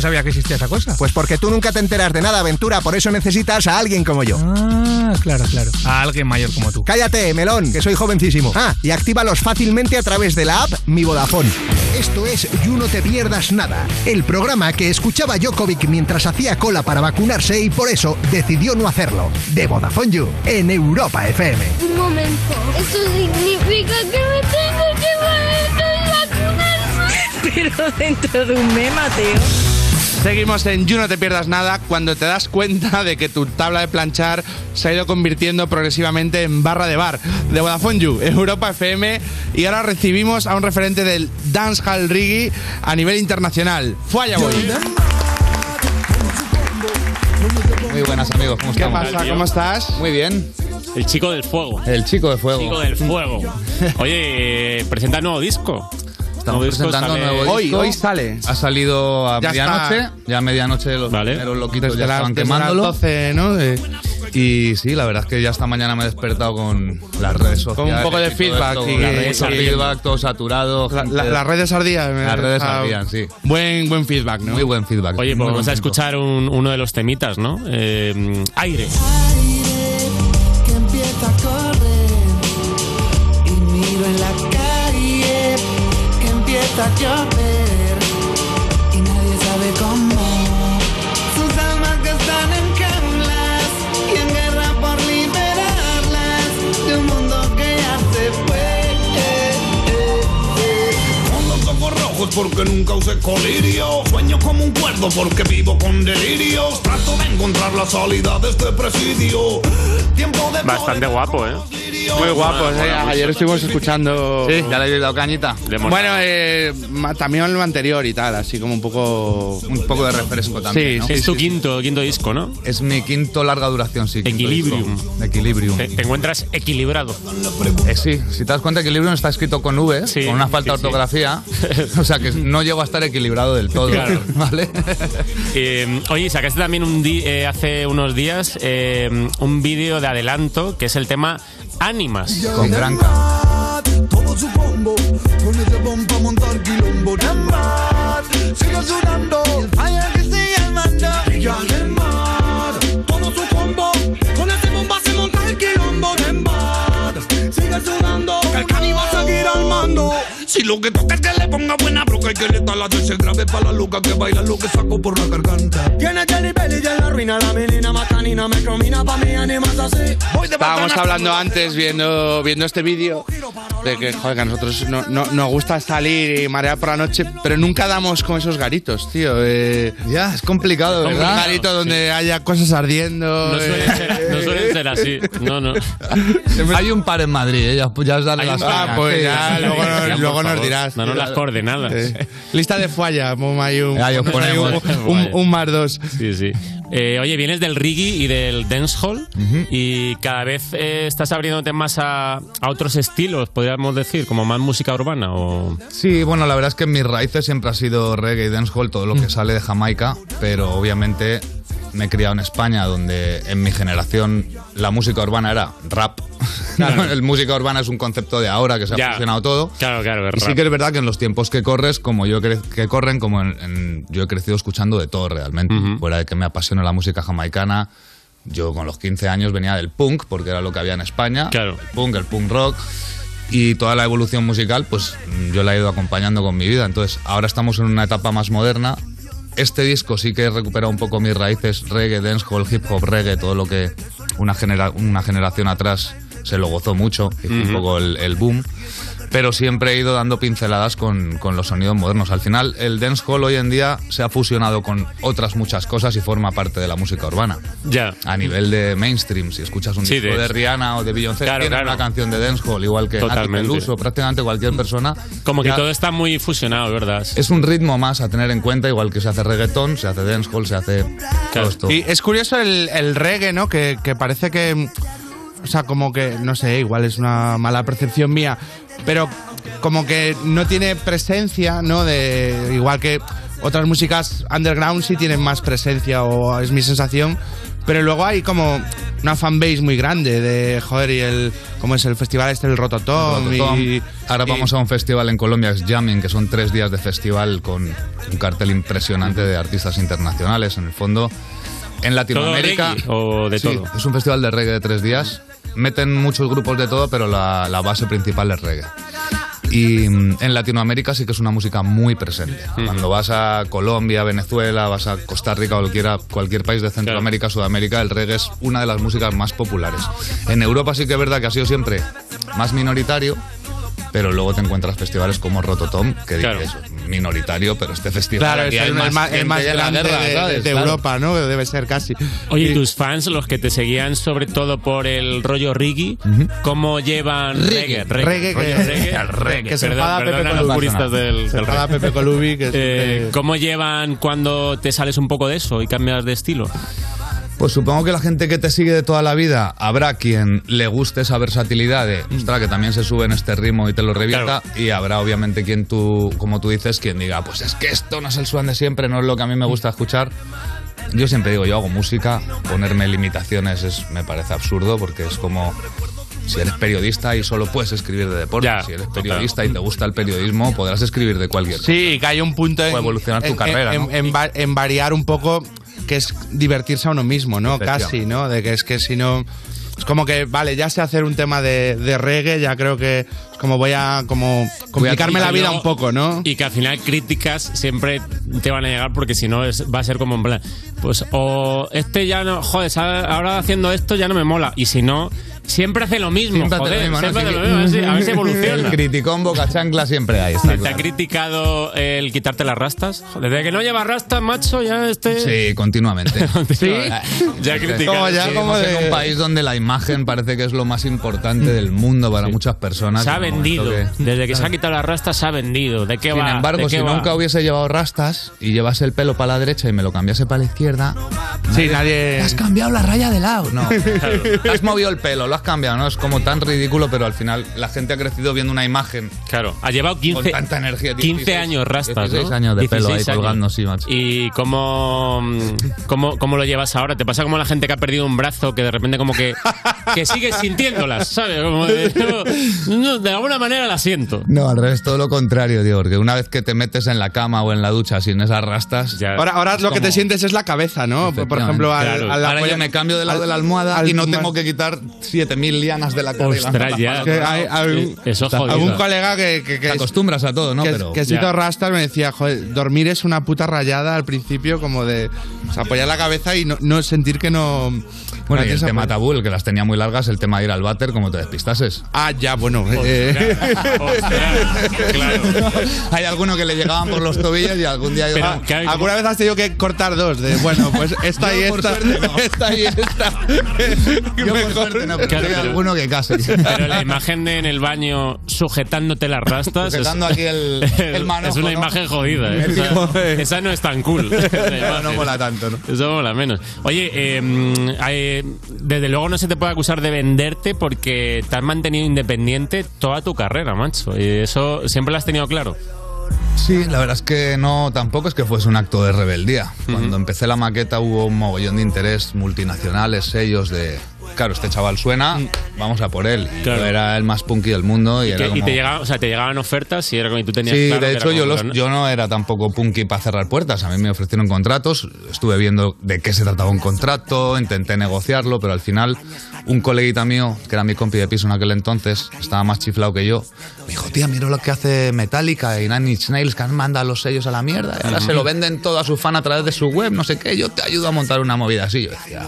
Speaker 1: sabía que existía esa cosa?
Speaker 7: Pues porque tú nunca te enteras de nada, Aventura, por eso necesitas a alguien como yo.
Speaker 1: Ah, claro, claro. A alguien mayor como tú.
Speaker 7: Cállate, melón, que soy jovencísimo. Ah, y actívalos fácilmente a través de la app Mi Vodafone. Esto es You No Te Pierdas Nada, el programa que escuchaba Jokovic mientras hacía cola para vacunarse y por eso decidió no hacerlo. De Vodafone You, en Europa FM.
Speaker 21: Un momento. Eso significa que me tengo que poner
Speaker 5: Pero dentro de un mes, Mateo.
Speaker 4: Seguimos en You No Te Pierdas Nada cuando te das cuenta de que tu tabla de planchar se ha ido convirtiendo progresivamente en barra de bar de Vodafone You, Europa FM y ahora recibimos a un referente del dancehall reggae a nivel internacional. Fuaya Boy.
Speaker 11: Muy buenas amigos, ¿cómo
Speaker 4: ¿Qué
Speaker 11: estamos?
Speaker 4: pasa? ¿Cómo estás?
Speaker 11: Muy bien.
Speaker 3: El chico del fuego.
Speaker 11: El chico de fuego.
Speaker 3: Chico del fuego. Oye, eh, presenta nuevo disco.
Speaker 11: Estamos presentando un nuevo
Speaker 4: Hoy,
Speaker 11: disco.
Speaker 4: hoy sale.
Speaker 11: Ha salido a
Speaker 4: Ya
Speaker 11: medianoche.
Speaker 4: está.
Speaker 11: Ya a medianoche los primeros loquitos
Speaker 4: Desde
Speaker 11: Pues ya
Speaker 4: las-
Speaker 11: estaban
Speaker 4: desde las
Speaker 11: quemándolo.
Speaker 4: 12, ¿no? De-
Speaker 11: Y sí, la verdad es que ya esta mañana me he despertado con las redes
Speaker 4: un
Speaker 11: sociales.
Speaker 4: poco de
Speaker 11: y todo
Speaker 4: feedback
Speaker 11: esto,
Speaker 4: y-
Speaker 11: con las
Speaker 4: y-
Speaker 11: redes,
Speaker 4: y-
Speaker 11: feedback, todo saturado.
Speaker 4: La-
Speaker 11: gente-
Speaker 4: la- las redes ardían. me-
Speaker 11: Las redes
Speaker 4: ah,
Speaker 11: ardían, sí.
Speaker 4: Buen, buen feedback, ¿no?
Speaker 11: Muy buen feedback.
Speaker 3: Oye,
Speaker 11: muy
Speaker 3: pues vamos a
Speaker 11: contento.
Speaker 3: escuchar un- uno de los temitas, ¿no? Eh, aire.
Speaker 21: que empieza a correr y miro en la calle que empieza a llover y nadie sabe cómo sus almas que están en jaulas y en guerra por liberarlas de un mundo que ya se fue
Speaker 22: Con los ojos rojos porque nunca usé colirio Sueño como un cuerdo porque vivo con delirios Trato de encontrar la salida de este presidio Tiempo de
Speaker 3: Bastante guapo, ¿eh?
Speaker 4: Muy guapos, eh. Ayer estuvimos escuchando.
Speaker 11: Sí, ya le habéis dado cañita.
Speaker 4: Bueno, eh, ma- también lo anterior y tal, así como un poco.
Speaker 11: un poco de refresco también.
Speaker 4: Sí,
Speaker 11: ¿no?
Speaker 4: sí,
Speaker 11: Es
Speaker 4: sí.
Speaker 11: tu
Speaker 3: quinto, quinto disco, ¿no?
Speaker 11: Es mi quinto larga duración, sí. quinto
Speaker 3: Equilibrium.
Speaker 11: disco. Equilibrium.
Speaker 3: Te, te encuentras equilibrado.
Speaker 11: Eh, sí, si te das cuenta, Equilibrium está escrito con V, ¿eh? con una falta de ortografía. O sea que no llego a estar equilibrado del todo.
Speaker 3: Claro.
Speaker 11: ¿Vale?
Speaker 3: Eh, oye, sacaste también un di- eh, hace unos días eh, un vídeo de adelanto que es el tema Ánimas.
Speaker 11: Con gran
Speaker 21: todo su combo con ese bomba montar quilombo Neymar sigue sonando hay que sigue armando y a Neymar todo su combo con ese bomba se monta el quilombo Neymar sigue sonando que el cani va a seguir armando
Speaker 22: Si lo que toca es que le ponga buena broca y que le tala de ese grave pa' la loca que baila lo que saco por la garganta.
Speaker 21: tiene Jenny Belly y en la ruina la menina matanina me cromina pa' mí animas así voy de
Speaker 4: Estábamos
Speaker 21: botana-
Speaker 4: hablando antes, viendo, viendo este vídeo, de que, joder, que a nosotros no, no- nos gusta salir y marear por la noche, pero nunca damos con esos garitos, tío. eh.
Speaker 11: ya, es complicado,
Speaker 4: Un
Speaker 11: ¿verdad?
Speaker 4: garito donde haya cosas ardiendo.
Speaker 11: No suele
Speaker 4: eh.
Speaker 11: ser- no
Speaker 3: Suelen ser así. No, no.
Speaker 11: Hay un par en Madrid, eh, ya, ya os daré
Speaker 4: Hay
Speaker 11: las
Speaker 4: un par,
Speaker 11: peñas,
Speaker 4: pues
Speaker 11: Ah, sí.
Speaker 4: ya, luego nos-
Speaker 11: Ya, por
Speaker 4: luego nos
Speaker 11: favor.
Speaker 4: dirás.
Speaker 3: No, no las coordenadas.
Speaker 4: Lista de fualla, mom, hay un,
Speaker 11: Ahí os
Speaker 4: hay
Speaker 11: ponemos.
Speaker 4: un- un- un más dos.
Speaker 3: Sí, sí. Eh, oye, vienes del reggae y del dancehall y cada vez eh, estás abriéndote más a, a otros estilos, podríamos decir, como más música urbana o...
Speaker 11: Sí, bueno, la verdad es que mis raíces siempre ha sido reggae y dancehall, todo lo
Speaker 3: Mm.
Speaker 11: que sale de Jamaica, pero obviamente me he criado en España, donde en mi generación la música urbana era rap. el música urbana es un concepto de ahora que se ha
Speaker 3: Ya.
Speaker 11: fusionado todo.
Speaker 3: Claro, claro, es
Speaker 11: Y sí
Speaker 3: rap.
Speaker 11: que es verdad que en los tiempos que corres, como yo cre- que corren, como en- en- yo he crecido escuchando de todo realmente. Fuera de que me apasiona la música jamaicana, yo con los 15 años venía del punk, porque era lo que había en España. El punk, el punk rock. Y toda la evolución musical, pues mm, yo la he ido acompañando con mi vida. Entonces, ahora estamos en una etapa más moderna. Este disco sí que he recuperado un poco mis raíces reggae, dancehall, hip hop, reggae, todo lo que una, genera- una generación atrás se lo gozó mucho, que fue un
Speaker 23: Ujú.
Speaker 11: poco el, el boom. pero siempre he ido dando pinceladas con, con los sonidos modernos. Al final, el dancehall hoy en día se ha fusionado con otras muchas cosas y forma parte de la música urbana.
Speaker 3: Ya.
Speaker 11: A nivel de mainstream, si escuchas un
Speaker 3: Sí,
Speaker 11: disco
Speaker 3: de-
Speaker 11: de, Rihanna o de Beyoncé,
Speaker 3: Claro,
Speaker 11: tiene
Speaker 3: claro.
Speaker 11: una canción de dancehall, igual que Nati
Speaker 3: Totalmente.
Speaker 11: Peluso, prácticamente cualquier persona.
Speaker 3: Como que
Speaker 11: ya-
Speaker 3: todo está muy fusionado, ¿verdad?
Speaker 11: es un ritmo más a tener en cuenta, igual que se hace reggaetón, se hace dancehall, se hace todo esto.
Speaker 4: Y es curioso el, el reggae, ¿no? Que, que parece que. mm, O sea, como que, no sé, igual es una mala percepción mía, pero como que no tiene presencia, ¿no? De, igual que otras músicas underground sí tienen más presencia, o es mi sensación. Pero luego hay como una fanbase muy grande de, joder, y el, ¿cómo es el festival este, el Rototom?
Speaker 11: Rototom.
Speaker 4: y-
Speaker 11: Ahora
Speaker 4: y-
Speaker 11: vamos a un festival en Colombia, es Jamming, que son tres días de festival con un cartel impresionante de artistas internacionales, en el fondo. En Latinoamérica.
Speaker 3: reggae o de
Speaker 11: Sí,
Speaker 3: todo?
Speaker 11: Es un festival de reggae de tres días. Meten muchos grupos de todo, pero la, la base principal es reggae. Y mm, en Latinoamérica sí que es una música muy presente. Cuando vas a Colombia, Venezuela, vas a Costa Rica, cualquiera, cualquier país de Centroamérica, Sudamérica, el reggae es una de las músicas más populares. En Europa sí que es verdad que ha sido siempre más minoritario, pero luego te encuentras festivales como Rototom, que dices, minoritario, pero este festival
Speaker 4: Claro,
Speaker 11: aquí
Speaker 4: es
Speaker 11: hay
Speaker 4: el
Speaker 11: más,
Speaker 4: más, el
Speaker 11: gente
Speaker 4: más
Speaker 11: de la
Speaker 4: grande
Speaker 11: guerra,
Speaker 4: de,
Speaker 11: ¿sabes?
Speaker 4: de
Speaker 11: Claro.
Speaker 4: Europa, ¿no? Debe ser casi.
Speaker 3: Oye,
Speaker 4: Y-
Speaker 3: ¿y tus fans, los que te seguían sobre todo por el rollo reggae, ¿cómo llevan reggae?
Speaker 4: Reggae, reggae,
Speaker 3: rollo
Speaker 4: que-
Speaker 3: reggae.
Speaker 4: al reggae. que se
Speaker 3: Perdón,
Speaker 4: enfada Pepe
Speaker 3: perdón a los
Speaker 4: Colubi.
Speaker 3: puristas del,
Speaker 4: Se
Speaker 3: del
Speaker 4: enfada
Speaker 3: reggae.
Speaker 4: Pepe Colubi, que
Speaker 3: Eh,
Speaker 4: siempre-
Speaker 3: ¿Cómo llevan cuando te sales un poco de eso y cambias de estilo?
Speaker 11: Pues supongo que la gente que te sigue de toda la vida habrá quien le guste esa versatilidad de,
Speaker 4: Mm.
Speaker 11: ostras, que también se sube en este ritmo y te lo revienta. Y habrá obviamente quien tú, como tú dices, quien diga, pues es que esto no es el Swan de siempre, no es lo que a mí
Speaker 4: Mm.
Speaker 11: me gusta escuchar. Yo siempre digo, yo hago música, ponerme limitaciones es, me parece absurdo porque es como si eres periodista y solo puedes escribir de deporte. si eres periodista y te gusta el periodismo, podrás escribir de cualquier cosa.
Speaker 4: Sí, que hay un punto en.
Speaker 11: O evolucionar tu
Speaker 4: en-
Speaker 11: carrera,
Speaker 4: En,
Speaker 11: ¿no?
Speaker 4: en va- en variar un poco, que es divertirse a uno mismo, ¿no? Casi,
Speaker 11: Efectivamente.
Speaker 4: ¿no? De que es que si no. Es como que, vale, ya sé hacer un tema de, de reggae, ya creo que es como voy a como complicarme la vida un poco. ¿no?
Speaker 3: Y que al final críticas siempre te van a llegar porque si no es- va a ser como en plan, pues o este ya no, joder, ¿sabes? ahora haciendo esto ya no me mola. Y si no, siempre hace lo mismo,
Speaker 11: Siempre hace lo
Speaker 3: joder,
Speaker 11: mismo, ¿no?
Speaker 3: siempre
Speaker 11: Así
Speaker 3: hace lo
Speaker 11: que-
Speaker 3: mismo, a ver si- a ver si evoluciona.
Speaker 11: El criticón boca chancla siempre hay. está
Speaker 3: ¿Te
Speaker 11: claro.
Speaker 3: ha criticado el quitarte las rastas? Joder, Desde que no llevas rastas, macho, ya este...
Speaker 11: Sí, continuamente.
Speaker 3: Sí. Ya
Speaker 11: Porque
Speaker 3: criticado.
Speaker 11: como ya
Speaker 3: Sí,
Speaker 11: como
Speaker 3: hemos
Speaker 11: de-
Speaker 3: hecho
Speaker 11: un país donde la imagen parece que es lo más importante del mundo para muchas personas.
Speaker 3: Se ha
Speaker 11: En el momento
Speaker 3: vendido.
Speaker 11: que-
Speaker 3: Desde que se ha quitado las rastas, se ha vendido. ¿De qué
Speaker 11: Sin
Speaker 3: va?
Speaker 11: embargo,
Speaker 3: ¿De
Speaker 11: si
Speaker 3: qué va?
Speaker 11: nunca hubiese llevado rastas y llevase el pelo para la derecha y me lo cambiase para la izquierda,
Speaker 4: Sí, nadie.
Speaker 11: Has cambiado la raya de lado. No,
Speaker 4: Claro.
Speaker 11: Te has movido el pelo, lo has cambiado, ¿no? Es como tan ridículo, pero al final la gente ha crecido viendo una imagen.
Speaker 3: Claro, ha llevado 15,
Speaker 11: Con tanta energía.
Speaker 3: 15 años Este rastas,
Speaker 11: 16
Speaker 3: ¿no?
Speaker 11: años de pelo ahí
Speaker 3: 16 años.
Speaker 11: colgando, sí, macho.
Speaker 3: ¿Y cómo, mm, cómo, cómo lo llevas ahora? ¿Te pasa como la gente que ha perdido un brazo que de repente como que, que sigues sintiéndolas, ¿sabes? Como de, no, de alguna manera la siento.
Speaker 11: No, al revés, todo lo contrario, tío, porque una vez que te metes en la cama o en la ducha sin esas rastas...
Speaker 4: Ahora, ahora lo que te sientes es la cabeza, ¿no? Por ejemplo, al,
Speaker 11: Claro.
Speaker 4: al
Speaker 11: Ahora
Speaker 4: apoyar-
Speaker 11: yo me cambio del lado
Speaker 4: al-
Speaker 11: de la almohada
Speaker 4: al-
Speaker 11: y no tengo que quitar 7000 lianas de la cara. y
Speaker 4: Ostras,
Speaker 11: lanzarlas
Speaker 4: ya.
Speaker 11: para otro
Speaker 4: Que hay-
Speaker 11: lado.
Speaker 4: hay un- Eso es jodido. algún colega que,
Speaker 11: Te acostumbras a todo, ¿no?
Speaker 4: que,
Speaker 11: Pero-
Speaker 4: que si
Speaker 11: Ya.
Speaker 4: te rastas me decía, joder, dormir es una puta rayada al principio, como de o sea, apoyar la cabeza y no, no sentir que no.
Speaker 11: Bueno, y
Speaker 4: no
Speaker 11: el
Speaker 4: te
Speaker 11: tema tabú, el que las tenía muy largas, el tema de ir al váter, como te despistases.
Speaker 4: Ah, ya, bueno. eh.
Speaker 11: Hay alguno que le llegaban por los tobillos y algún día...
Speaker 4: Pero,
Speaker 11: Ah,
Speaker 4: ¿qué hay? ¿Alguna vez has tenido que cortar dos? De, bueno, pues esta y
Speaker 11: Yo, por
Speaker 4: esta,
Speaker 11: suerte, no.
Speaker 4: esta y esta.
Speaker 11: Yo por suerte no, pero
Speaker 3: Claro,
Speaker 11: hay
Speaker 3: pero-
Speaker 11: alguno que casi.
Speaker 3: Pero la imagen de en el baño sujetándote las rastas. es-
Speaker 11: Sujetando aquí el- el manojo,
Speaker 3: Es una
Speaker 11: ¿no?
Speaker 3: imagen jodida. ¿eh? Esa- esa no es tan cool.
Speaker 11: No, no mola
Speaker 4: tanto, ¿no?
Speaker 3: Eso mola menos. Oye, eh, mm, eh, desde luego no se te puede acusar de venderte porque te has mantenido independiente toda tu carrera, macho. Y eso siempre lo has tenido claro.
Speaker 11: Sí, la verdad es que no, tampoco es que fuese un acto de rebeldía. Cuando empecé la maqueta hubo un mogollón de interés multinacionales, sellos de... Claro, este chaval suena, vamos a por él. Y Yo era el más punky del mundo
Speaker 3: Mm.
Speaker 11: y,
Speaker 3: Y,
Speaker 11: era
Speaker 3: que- y
Speaker 11: como-
Speaker 3: te, llegaban, o sea, te llegaban ofertas y, era, como- y tú tenías
Speaker 11: Sí,
Speaker 3: claro que
Speaker 11: de
Speaker 3: era
Speaker 11: hecho
Speaker 3: como,
Speaker 11: yo, los-
Speaker 3: ¿no?
Speaker 11: yo no era tampoco punky para cerrar puertas. A mí me ofrecieron contratos, estuve viendo de qué se trataba un contrato, intenté negociarlo, pero al final un coleguita mío, que era mi compi de piso en aquel entonces, estaba más chiflado que yo. Me dijo, tía, mira lo que hace Metallica y Nine Inch Nails, que han mandado los sellos a la mierda. y ahora
Speaker 24: Ujú.
Speaker 11: se lo venden todo a su fan a través de su web, no sé qué. Yo te ayudo a montar una movida así. Yo decía,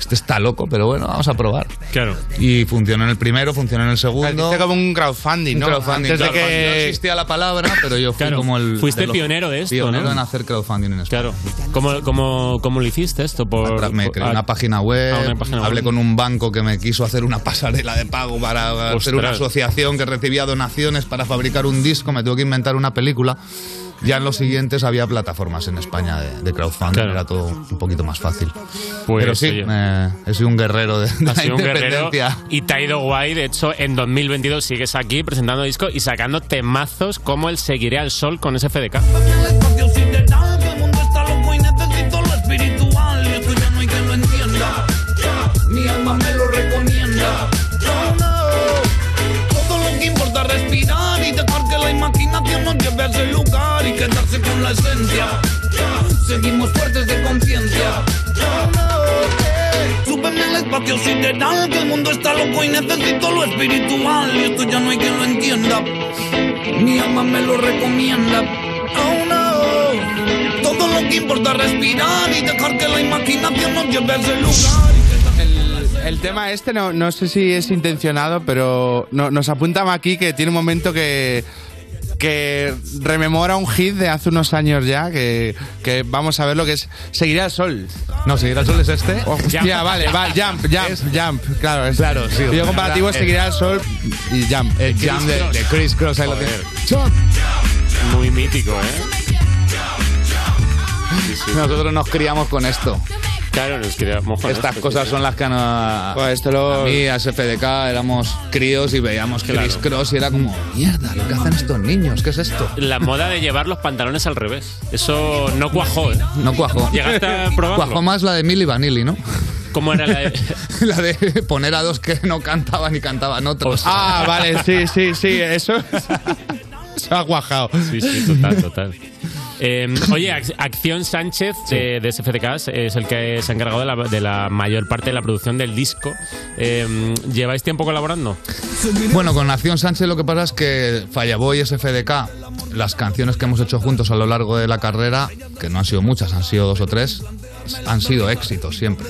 Speaker 11: este está loco, pero bueno, vamos a probar. Claro. Y funcionó en el primero, funcionó en el segundo.
Speaker 4: Hiciste como un crowdfunding,
Speaker 11: Un
Speaker 4: ¿no?
Speaker 11: crowdfunding,
Speaker 4: Antes de
Speaker 11: crowdfunding. No
Speaker 4: que...
Speaker 11: existía la palabra, pero yo fui
Speaker 3: Claro,
Speaker 11: como el...
Speaker 3: fuiste
Speaker 11: los-
Speaker 3: pionero de esto,
Speaker 11: Pionero
Speaker 3: ¿no?
Speaker 11: en hacer crowdfunding en España.
Speaker 3: Claro. ¿Cómo, cómo, cómo lo hiciste esto? Por,
Speaker 11: Me
Speaker 3: por-
Speaker 11: creé
Speaker 3: a-
Speaker 11: una página web,
Speaker 3: a una página web.
Speaker 11: hablé con un banco que me quiso hacer una pasarela de pago para hacer una
Speaker 3: Ostras.
Speaker 11: asociación que recibía donaciones para fabricar un disco, me tuve que inventar una película. Ya en los siguientes había plataformas en España de, de crowdfunding, era todo un poquito más fácil.
Speaker 3: Pues,
Speaker 11: Pero sí,
Speaker 3: oye.
Speaker 11: eh, he sido un guerrero de, de la
Speaker 3: Has sido un guerrero
Speaker 11: independencia.
Speaker 3: y te ha ido guay. De hecho, en 2022 sigues aquí presentando disco y sacando temazos como el Seguiré al Sol con SFDK.
Speaker 21: espacio sideral Que el mundo está loco y necesito lo espiritual Y esto ya no hay quien lo entienda Mi alma me lo recomienda No. Todo lo que importa es respirar Y dejar que la imaginación nos lleve a ese lugar Y quedarse con la esencia Seguimos fuertes de conciencia No. Eh. Súbeme al espacio sideral Que el mundo está loco y necesito lo espiritual Y esto ya no hay quien lo entienda Mi alma me lo recomienda Oh no. Todo lo que importa es respirar y dejar que la imaginación nos lleve a ese lugar.
Speaker 4: El tema este no, no sé si es intencionado, pero no- nos apunta aquí que tiene un momento que que rememora un hit de hace unos años ya, que, que vamos a ver lo que es Seguirá el sol.
Speaker 11: No, Seguirá el sol es este.
Speaker 4: hostia,
Speaker 11: Jump.
Speaker 4: vale, vale, jump, jump, jump, claro. Es,
Speaker 11: Claro, sí.
Speaker 4: Video comparativo
Speaker 11: Eh,
Speaker 4: Seguirá el sol y jump.
Speaker 11: el jump de- de Chris Cross, ahí lo
Speaker 4: Joder.
Speaker 11: tienes.
Speaker 4: Jump.
Speaker 3: Muy mítico, ¿eh?
Speaker 11: Nosotros nos criamos con esto.
Speaker 3: Claro, nos criamos con
Speaker 11: Estas
Speaker 3: esto,
Speaker 11: cosas
Speaker 3: sí,
Speaker 11: son las que a, a mí, a SFDK, éramos críos y veíamos que
Speaker 3: Claro.
Speaker 11: Chris Cross y era como, mierda, lo que hacen estos niños, ¿qué es esto?
Speaker 3: La moda de llevar los pantalones al revés. Eso no cuajó, ¿eh?
Speaker 11: No cuajó.
Speaker 3: ¿Llegaste a probarlo?
Speaker 11: Cuajó más la de Milli Vanilli, ¿no?
Speaker 3: ¿Cómo era la de...?
Speaker 11: la de poner a dos que no cantaban y cantaban otros.
Speaker 4: Ah, vale, sí, sí, sí, eso.
Speaker 11: Pues
Speaker 4: Se ha guajado.
Speaker 3: Sí, sí, total, total. Eh, oye, Ac- Acción Sánchez de, de SFDK es el que se ha encargado de la, de la mayor parte de la producción del disco. Eh, ¿Lleváis tiempo colaborando?
Speaker 11: Bueno, con Acción Sánchez lo que pasa es que Fallaboy y SFDK, las canciones que hemos hecho juntos a lo largo de la carrera, que no han sido muchas, han sido dos o tres, han sido éxitos siempre.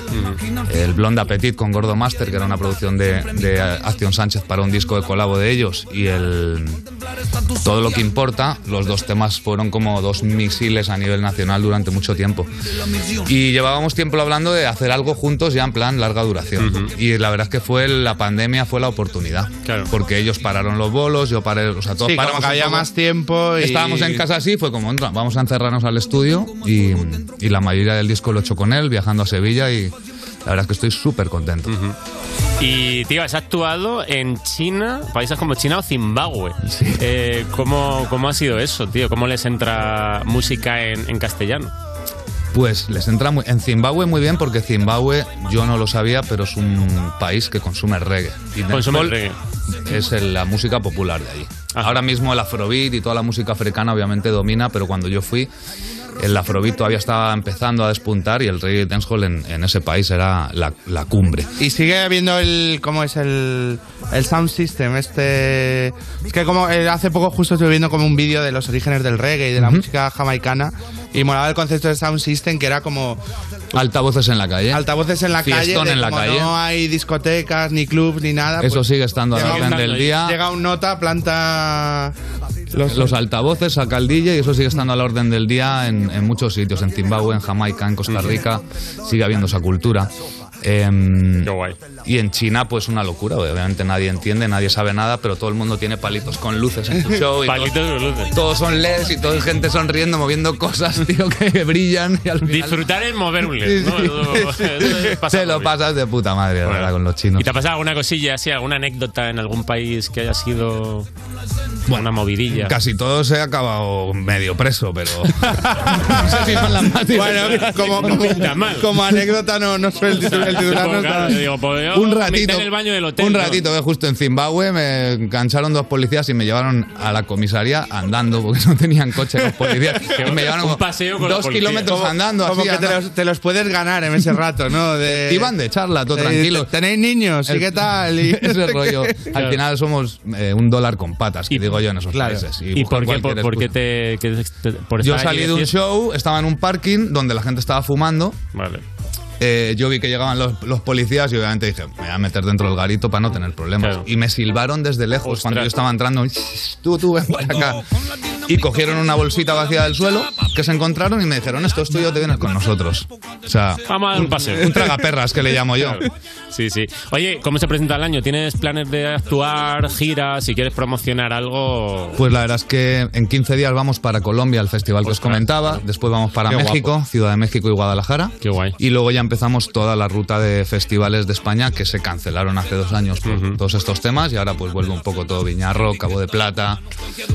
Speaker 11: El Blonde Appetit con Gordo Master, que era una producción de, de Acción Sánchez para un disco de colabo de ellos, y el Todo lo que importa, los dos temas fueron como dos misiles a nivel nacional durante mucho tiempo. Y llevábamos tiempo hablando de hacer algo juntos ya en plan larga duración. Y la verdad es que fue la pandemia, fue la oportunidad. Porque ellos pararon los bolos, yo paré, o sea, todos
Speaker 4: Sí, como
Speaker 11: paramos
Speaker 4: que
Speaker 11: un
Speaker 4: había
Speaker 11: poco.
Speaker 4: más tiempo y-
Speaker 11: Estábamos en casa así, fue como, "Entra, vamos a encerrarnos al estudio y, y la mayoría del disco lo he hecho con él, viajando a Sevilla y la verdad es que estoy súper contento.
Speaker 3: Y, tío, has actuado en China, países como China o Zimbabue. Eh, ¿cómo, ¿Cómo ha sido eso, tío? ¿Cómo les entra música en, en castellano?
Speaker 11: Pues les entra muy, en Zimbabue muy bien porque Zimbabue, yo no lo sabía, pero es un país que consume reggae. Y
Speaker 3: Consume
Speaker 11: dancehall
Speaker 3: reggae.
Speaker 11: Es el- la música popular de allí. Ahora mismo el afrobeat y toda la música africana obviamente domina, pero cuando yo fui, el afrobeat todavía estaba empezando a despuntar y el reggae y dancehall en, en ese país era la, la cumbre.
Speaker 4: Y sigue habiendo el. ¿Cómo es el. El sound system? Este. Es que como. eh, hace poco justo estuve viendo como un vídeo de los orígenes del reggae y de la música jamaicana. Y molaba el concepto de sound system, que era como.
Speaker 11: Altavoces en la calle.
Speaker 4: Altavoces en la calle.
Speaker 11: Fiestón
Speaker 4: de
Speaker 11: en la
Speaker 4: como
Speaker 11: calle.
Speaker 4: No hay discotecas, ni clubs, ni nada. pues,
Speaker 11: Eso sigue estando a la orden del día.
Speaker 4: Llega un nota, planta.
Speaker 11: Los, altavoces, saca el DJ y eso sigue estando a la orden del día en, en muchos sitios, en Zimbabue, en Jamaica, en Costa Rica, sigue habiendo esa cultura. Em, Y en China, pues una locura, obviamente nadie entiende, nadie sabe nada, pero todo el mundo tiene palitos con luces en su show. y
Speaker 3: Palitos
Speaker 11: todo-
Speaker 3: con luces.
Speaker 11: Todos son LEDs y toda es gente sonriendo, moviendo cosas, tío, que brillan. y al final-
Speaker 3: Disfrutar el mover un LED, ¿no?
Speaker 11: Sí,
Speaker 3: Eso-
Speaker 11: sí.
Speaker 3: eso pasa
Speaker 11: Te lo
Speaker 3: muy bien.
Speaker 11: pasas de puta madre, la verdad, con los chinos.
Speaker 3: ¿Y te ha pasado alguna cosilla así, alguna anécdota en algún país que haya sido una movidilla?
Speaker 11: Casi todo se ha acabado medio preso, pero...
Speaker 4: Bueno, como,
Speaker 3: No pinta
Speaker 4: como,
Speaker 3: mal.
Speaker 4: como anécdota, no, no suele el titular, el titular no
Speaker 3: Supongo,
Speaker 4: está-
Speaker 3: claro, yo digo, pues yo
Speaker 11: un
Speaker 3: me
Speaker 11: ratito,
Speaker 3: metí en el baño del hotel,
Speaker 11: un
Speaker 3: ¿no?
Speaker 11: ratito que justo en Zimbabue me engancharon dos policías y me llevaron a la comisaría andando porque no tenían coche los policías.
Speaker 4: Qué
Speaker 11: Y me llevaron
Speaker 4: un
Speaker 11: como
Speaker 4: paseo con la
Speaker 11: dos
Speaker 4: policía.
Speaker 11: kilómetros
Speaker 4: Como-
Speaker 11: andando.
Speaker 4: como
Speaker 11: así,
Speaker 4: que te
Speaker 11: andando.
Speaker 4: los, te los puedes ganar en ese rato, ¿no? De,
Speaker 11: Iban de charla, todo
Speaker 4: de-
Speaker 11: tranquilo.
Speaker 4: ¿Tenéis niños? ¿Y
Speaker 11: El-
Speaker 4: qué tal? Y
Speaker 11: ese rollo. Al
Speaker 4: Claro.
Speaker 11: final somos eh, un dólar con patas, que digo yo en esos
Speaker 3: Claro.
Speaker 11: países.
Speaker 3: ¿Y, por qué,
Speaker 11: buscan
Speaker 3: por,
Speaker 11: cualquier
Speaker 3: por qué
Speaker 11: excusa.
Speaker 3: te, que- te- por
Speaker 11: Yo
Speaker 3: estar allí
Speaker 11: salí de un
Speaker 3: decías-
Speaker 11: show, estaba en un parking donde la gente estaba fumando.
Speaker 3: Vale.
Speaker 11: eh, yo vi que llegaban los, los policías y obviamente dije, me voy a meter dentro del garito para no tener problemas. Y me silbaron desde lejos cuando yo estaba entrando. Tú, tú, ven para acá. Y cogieron una bolsita vacía del suelo que se encontraron y me dijeron, esto es tuyo, te vienes con nosotros. O sea,
Speaker 3: Vamos a dar un paseo.
Speaker 11: un tragaperras que le llamo yo.
Speaker 3: Claro. Sí, sí. Oye, ¿cómo se presenta el año? ¿Tienes planes de actuar, giras? Si quieres promocionar algo.
Speaker 11: Pues la verdad es que en 15 días vamos para Colombia, al festival que os comentaba. Después vamos para
Speaker 3: Qué guapo.
Speaker 11: México, Ciudad de México y Guadalajara. Qué guay. Y luego ya empezamos toda la ruta de festivales de España que se cancelaron hace dos años por todos estos temas. Y ahora pues vuelve un poco todo Viñarro, Cabo de Plata.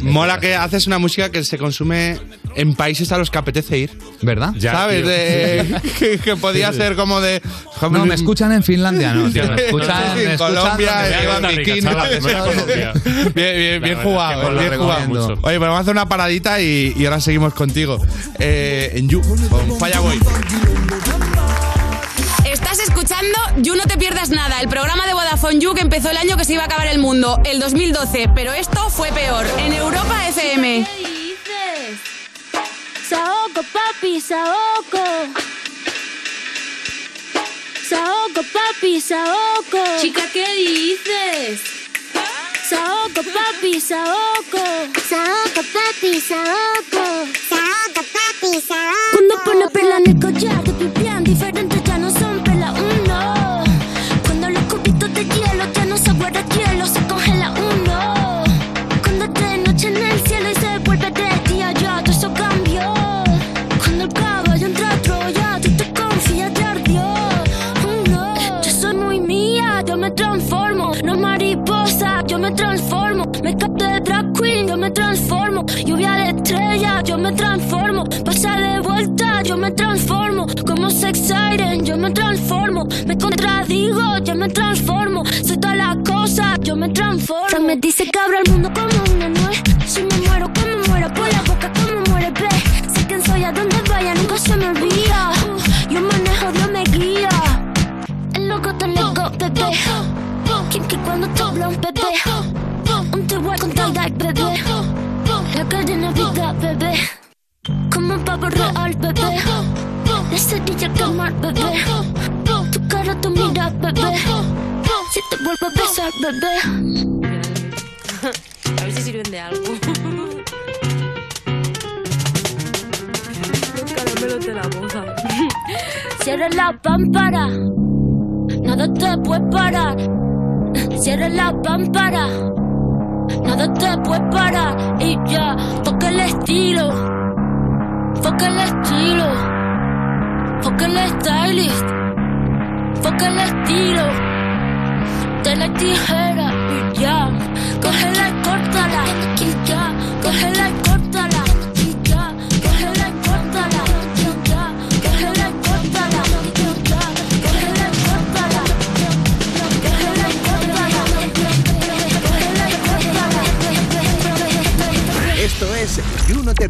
Speaker 4: Mola que haces una música que se consume en países a los que apetece ir.
Speaker 11: ¿Verdad? Ya,
Speaker 4: ¿Sabes?
Speaker 11: tío.
Speaker 4: De- que, que podía
Speaker 11: Sí.
Speaker 4: ser como de.
Speaker 11: No, me escuchan en Finlandia, no, tío, me escuchan,
Speaker 4: Sí,
Speaker 11: me
Speaker 4: en
Speaker 11: escuchan
Speaker 4: Colombia,
Speaker 11: donde me
Speaker 4: llevan
Speaker 11: haga rica,
Speaker 4: bikini.
Speaker 11: chaval, me voy a Colombia.
Speaker 4: Bien, bien,
Speaker 11: La
Speaker 4: bien
Speaker 11: verdad es que
Speaker 4: jugado,
Speaker 11: os lo
Speaker 4: bien jugado.
Speaker 11: recomiendo.
Speaker 4: Oye, pues vamos a hacer una paradita y, y ahora seguimos contigo. Eh, en You, con Falla Boy.
Speaker 25: Estás escuchando You No Te Pierdas Nada, el programa de Vodafone You que empezó el año que se iba a acabar el mundo, el 2012, pero esto fue peor, en Europa FM.
Speaker 26: Saoco, papi, saoco. Saoco, papi, saoco. Chica, ¿qué dices? Saoco, papi, saoco. Saoco, papi, saoco. Saoco, papi, saoco.
Speaker 27: Cuando pone perla en el collar que pipián diferente ya no son perla uno. Cuando los cubitos de hielo ya no se guarda hielo, se congela uno. Cuando es de noche en el cielo y se vuelve de día ya todo eso cambió. Cuando el caballo entra a Troya, tú te confías, te ardió. Uno. Yo soy muy mía, yo me transformo. No mariposa, yo me transformo. Me capto de drag queen, yo me transformo. Lluvia de estrella, yo me transformo. Pasa de vuelta, yo me transformo. Como sex siren, yo me transformo. Me contradigo, yo me transformo. Soy todas las cosas, yo me transformo. Tan me dice que abro el mundo como una nuez. Si me muero, que me muero por la boca, como muere, ve. Sé quién soy, a donde vaya, nunca se me olvida. Yo manejo, Dios me guía. El loco te loco, bebé. Quien que cuando te habla un bebé. Un te voy con tal bebé. La cadena vida, bebé. Como un pavo real, bebé. La cerilla calmar, bebé. Tu cara, tu mira, bebé. Si te vuelvo a besar, bebé.
Speaker 25: A ver si sirven de algo.
Speaker 27: de la boca. Cierra la pámpara. Nada te puede parar. Cierra la pámpara. Nada te puede parar. Y ya, toca el estilo. Foca el estilo. Foca el stylist. Foca el estilo. De la tijera. Y ya, cógela y córtala. Y ya, cógela y córtala. Y ya, cógela y córtala. Y ya, cógela y córtala. Y ya, cógela y córtala. Cógela y córtala. Cógela y córtala.
Speaker 7: Esto es You No Te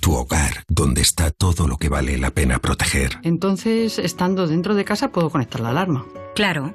Speaker 23: Tu hogar, donde está todo lo que vale la pena proteger.
Speaker 28: Entonces, estando dentro de casa, puedo conectar la alarma.
Speaker 29: Claro.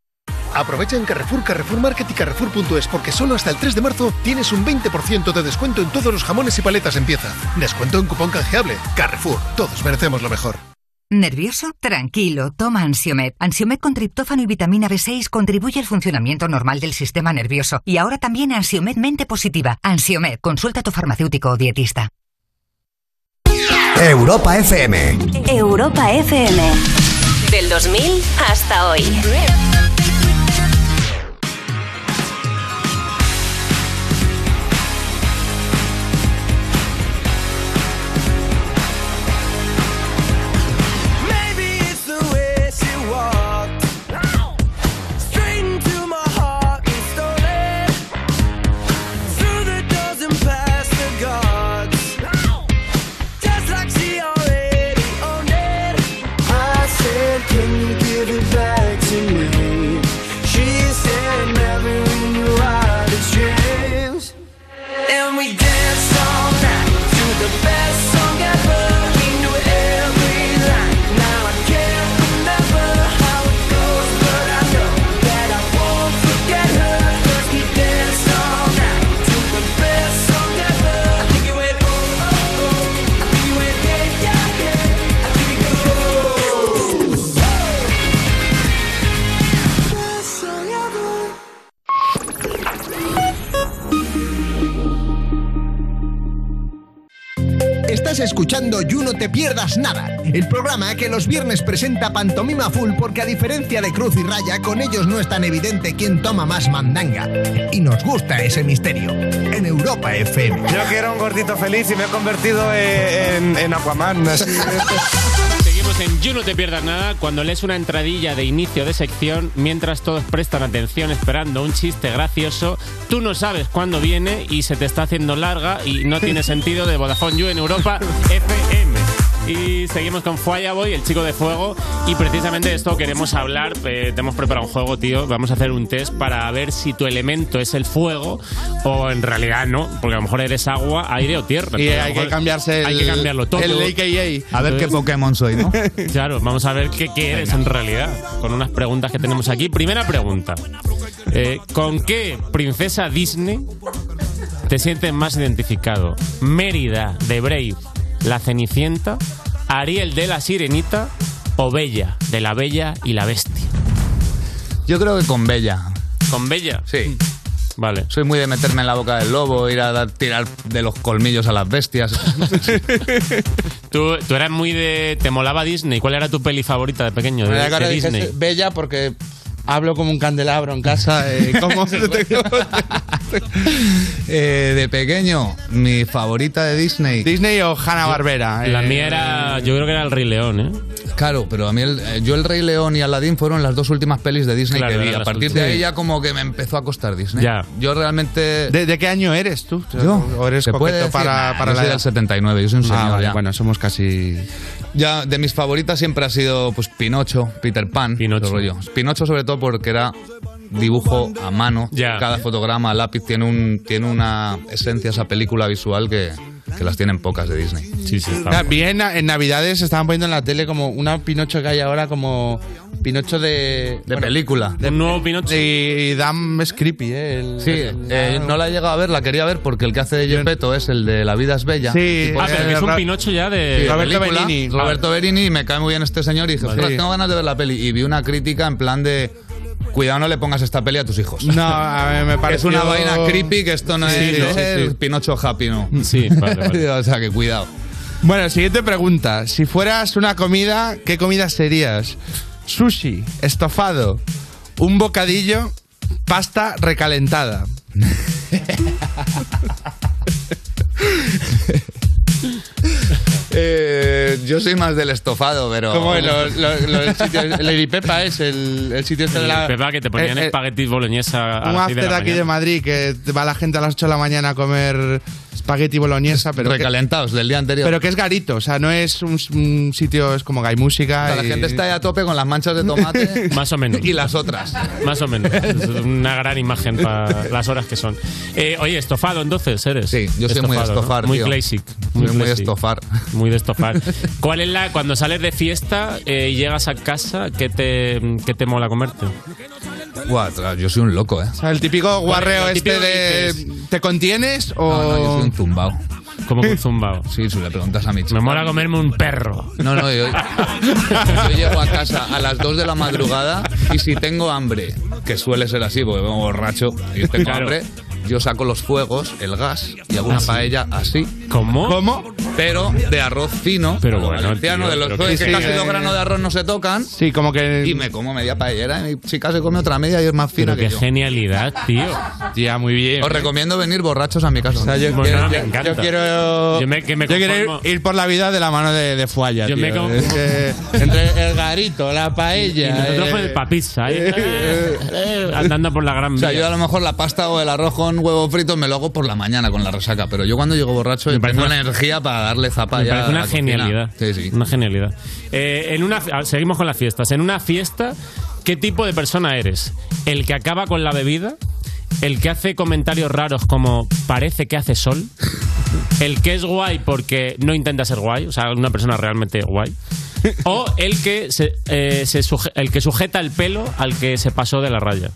Speaker 13: Aprovecha en Carrefour, Carrefour Market y Carrefour.es porque solo hasta el 3 de marzo tienes un 20% de descuento en todos los jamones y paletas en pieza. Descuento en cupón canjeable. Carrefour, todos merecemos lo mejor.
Speaker 30: ¿Nervioso? Tranquilo, toma Ansiomed. Ansiomed con triptófano y vitamina B6 contribuye al funcionamiento normal del sistema nervioso. Y ahora también Ansiomed mente positiva. Ansiomed, consulta a tu farmacéutico o dietista.
Speaker 24: Europa FM.
Speaker 8: Europa FM. Del 2000 hasta hoy.
Speaker 6: oh, oh.
Speaker 7: escuchando You No Te Pierdas Nada, el programa que los viernes presenta Pantomima Full porque a diferencia de Cruz y Raya, con ellos no es tan evidente quién toma más mandanga. Y nos gusta ese misterio. En Europa FM.
Speaker 2: Yo que era un gordito feliz y me he convertido en, en- en Aquaman. así.
Speaker 3: Seguimos en You No Te Pierdas Nada cuando lees una entradilla de inicio de sección mientras todos prestan atención esperando un chiste gracioso. Tú no sabes cuándo viene y se te está haciendo larga y no tiene sentido de Vodafone You en Europa FM. Y seguimos con Fireboy, el chico de fuego. Y precisamente de esto queremos hablar. Eh, te hemos preparado un juego, tío. Vamos a hacer un test para ver si tu elemento es el fuego o en realidad no. Porque a lo mejor eres agua, aire o tierra.
Speaker 4: Y
Speaker 3: Entonces, a lo
Speaker 4: hay que
Speaker 3: mejor
Speaker 4: cambiarse el,
Speaker 3: hay que cambiarlo todo.
Speaker 4: El AKA.
Speaker 11: A ver qué Pokémon soy, ¿no?
Speaker 3: Claro, vamos a ver qué, qué eres en realidad, con unas preguntas que tenemos aquí. Primera pregunta. Eh, ¿Con qué princesa Disney te sientes más identificado? ¿Mérida de Brave, la Cenicienta, Ariel de la Sirenita o Bella, de la Bella y la Bestia?
Speaker 11: Yo creo que con Bella.
Speaker 3: ¿Con Bella?
Speaker 11: Sí.
Speaker 3: Vale.
Speaker 11: Soy muy de meterme en la boca del lobo, ir a dar- tirar de los colmillos a las bestias.
Speaker 3: Tú, tú eras muy de... ¿Te molaba Disney? ¿Cuál era tu peli favorita de pequeño de,
Speaker 4: Me da cara
Speaker 3: de
Speaker 4: de
Speaker 3: Disney?
Speaker 4: dijese bella porque hablo como un candelabro en casa. eh, ¿cómo?
Speaker 11: Eh, de pequeño, mi favorita de Disney.
Speaker 4: ¿Disney o eh. Hanna Barbera?
Speaker 3: La mía era... Yo creo que era El Rey León, ¿eh?
Speaker 11: Claro, pero a mí el- eh, yo el Rey León y Aladdin fueron las dos últimas pelis de Disney
Speaker 3: Claro,
Speaker 11: que vi.
Speaker 3: eran
Speaker 11: A
Speaker 3: las
Speaker 11: partir de
Speaker 3: últimas.
Speaker 11: ahí ya como que me empezó a costar Disney.
Speaker 3: Ya.
Speaker 11: Yo realmente...
Speaker 4: ¿De, de qué año eres tú?
Speaker 11: ¿Yo?
Speaker 4: ¿O eres
Speaker 11: ¿Se puede
Speaker 4: coqueto
Speaker 11: decir?
Speaker 4: para,
Speaker 11: Nah,
Speaker 4: para
Speaker 11: yo
Speaker 4: la
Speaker 11: soy
Speaker 4: edad?
Speaker 11: del 79, yo soy un
Speaker 4: Ah,
Speaker 11: señor
Speaker 4: vale,
Speaker 11: ya.
Speaker 4: Bueno, somos casi...
Speaker 11: Ya, de mis favoritas siempre ha sido pues Pinocho, Peter Pan, Pinocho. rollo. Pinocho sobre todo porque era dibujo a mano,
Speaker 3: Ya.
Speaker 11: cada fotograma, lápiz tiene un tiene una esencia esa película visual que, que las tienen pocas de Disney.
Speaker 3: Sí, sí,
Speaker 4: Ah, vi en, en Navidades se estaban poniendo en la tele como una Pinocho que hay ahora como Pinocho de... De
Speaker 11: película.
Speaker 4: De
Speaker 3: un nuevo Pinocho.
Speaker 4: Y, y Dan es creepy, ¿eh? El-
Speaker 11: Sí, eh, no la he llegado a ver, la quería ver porque el que hace de Gepetto es el de La vida es bella.
Speaker 4: Sí.
Speaker 3: Ah, pero que es un
Speaker 11: Ra-
Speaker 3: Pinocho ya
Speaker 11: Sí,
Speaker 3: de...
Speaker 11: de
Speaker 3: película.
Speaker 11: película. Roberto Benini, me cae muy bien este señor y dije,
Speaker 3: Vale.
Speaker 11: "Ostras,
Speaker 3: Sí.
Speaker 11: tengo ganas de ver la peli. Y vi una crítica en plan de, cuidado no le pongas esta peli a tus hijos.
Speaker 4: No, a mí me
Speaker 11: Es
Speaker 4: pareció-
Speaker 11: una vaina creepy que esto no
Speaker 4: Sí,
Speaker 11: es
Speaker 4: sí, sí,
Speaker 11: el
Speaker 4: sí.
Speaker 11: Pinocho Happy, ¿no?
Speaker 3: Mm, Sí,
Speaker 4: vale, vale.
Speaker 11: o sea, que cuidado.
Speaker 4: Bueno, siguiente pregunta. Si fueras una comida, ¿qué comida serías? Sushi, estofado, un bocadillo, pasta recalentada.
Speaker 11: Eh, yo soy más del estofado, pero...
Speaker 4: Como en los, los- los sitios... El Iripepa es el, el sitio este de la...
Speaker 3: Ah, Es verdad que te ponían
Speaker 4: eh, eh,
Speaker 3: espaguetis boloñesa a
Speaker 4: un
Speaker 3: las seis
Speaker 4: after
Speaker 3: de la
Speaker 4: aquí de
Speaker 3: mañana.
Speaker 4: Madrid que va la gente a las 8 de la mañana a comer espagueti boloñesa, pero... que-
Speaker 11: Recalentados del día anterior.
Speaker 4: pero que es garito, o sea, no es un, un sitio, es como gay música.
Speaker 11: la gente está ahí a tope con las manchas de tomate
Speaker 3: Más o menos.
Speaker 11: y las otras.
Speaker 3: Más o menos. Es una gran imagen para las horas que son. Eh, oye, estofado entonces eres. Sí,
Speaker 11: yo soy muy estofar,
Speaker 3: Muy
Speaker 11: tío.
Speaker 3: classic.
Speaker 11: Soy muy
Speaker 3: classic.
Speaker 11: estofar.
Speaker 3: Muy de estofar. ¿Cuál es la. Cuando sales de fiesta eh, y llegas a casa, ¿qué te, qué te mola comerte?
Speaker 11: Buah, tra- yo soy un loco, ¿eh?
Speaker 4: O sea, el típico guarreo
Speaker 3: lo típico
Speaker 4: este de... ¿Te contienes o...?
Speaker 11: No, yo soy un zumbao.
Speaker 3: Como un zumbao.
Speaker 11: Sí, si le preguntas a mi chica.
Speaker 3: Me mola comerme un perro.
Speaker 11: No, no, yo, yo llego a casa a las 2 de la madrugada y si tengo hambre, que suele ser así porque vengo borracho y tengo
Speaker 3: Claro.
Speaker 11: hambre, yo saco los fuegos, el gas y hago una
Speaker 3: Así.
Speaker 11: paella así.
Speaker 3: ¿Cómo?
Speaker 4: ¿Cómo?
Speaker 11: Pero de arroz fino.
Speaker 3: Pero bueno,
Speaker 11: valenciano,
Speaker 3: tío,
Speaker 11: de los
Speaker 3: pero
Speaker 11: que
Speaker 3: que sí,
Speaker 11: casi
Speaker 3: eh.
Speaker 11: los granos de arroz no se tocan.
Speaker 4: Sí, como que...
Speaker 11: Y me como media paellera y mi chica se come otra media y es más fina
Speaker 3: Pero qué
Speaker 11: que yo.
Speaker 3: genialidad, tío.
Speaker 4: Ya, muy bien.
Speaker 11: Os recomiendo venir borrachos a mi casa.
Speaker 4: yo,
Speaker 3: Bueno,
Speaker 4: quiero,
Speaker 3: me
Speaker 4: yo-
Speaker 3: encanta.
Speaker 4: yo quiero,
Speaker 3: Yo me- que me
Speaker 4: yo quiero ir-
Speaker 3: conformo.
Speaker 4: ir, por la vida de la mano de, de Fualla.
Speaker 3: Yo
Speaker 4: tío.
Speaker 3: me con-
Speaker 4: Es que entre el garito, la
Speaker 3: Y
Speaker 4: paella.
Speaker 3: nosotros
Speaker 4: eh,
Speaker 3: con el papisa, ahí, eh, eh, andando por la gran
Speaker 11: O sea,
Speaker 3: vía.
Speaker 11: yo a lo mejor la pasta o el arroz con huevo frito me lo hago por la mañana con la resaca, pero yo cuando llego borracho
Speaker 3: Me
Speaker 11: me
Speaker 3: parece
Speaker 11: tengo
Speaker 3: una-
Speaker 11: energía para darle zapa
Speaker 3: Me
Speaker 11: ya
Speaker 3: parece
Speaker 11: a
Speaker 3: una
Speaker 11: la cocina.
Speaker 3: genialidad.
Speaker 11: Sí, sí.
Speaker 3: Una genialidad. Eh, en una, ah, seguimos con las fiestas. En una fiesta, ¿qué tipo de persona eres? ¿El que acaba con la bebida? ¿El que hace comentarios raros como parece que hace sol? ¿El que es guay porque no intenta ser guay? O sea, una persona realmente guay. ¿O el que, se, eh, se suje- el que sujeta el pelo al que se pasó de la raya?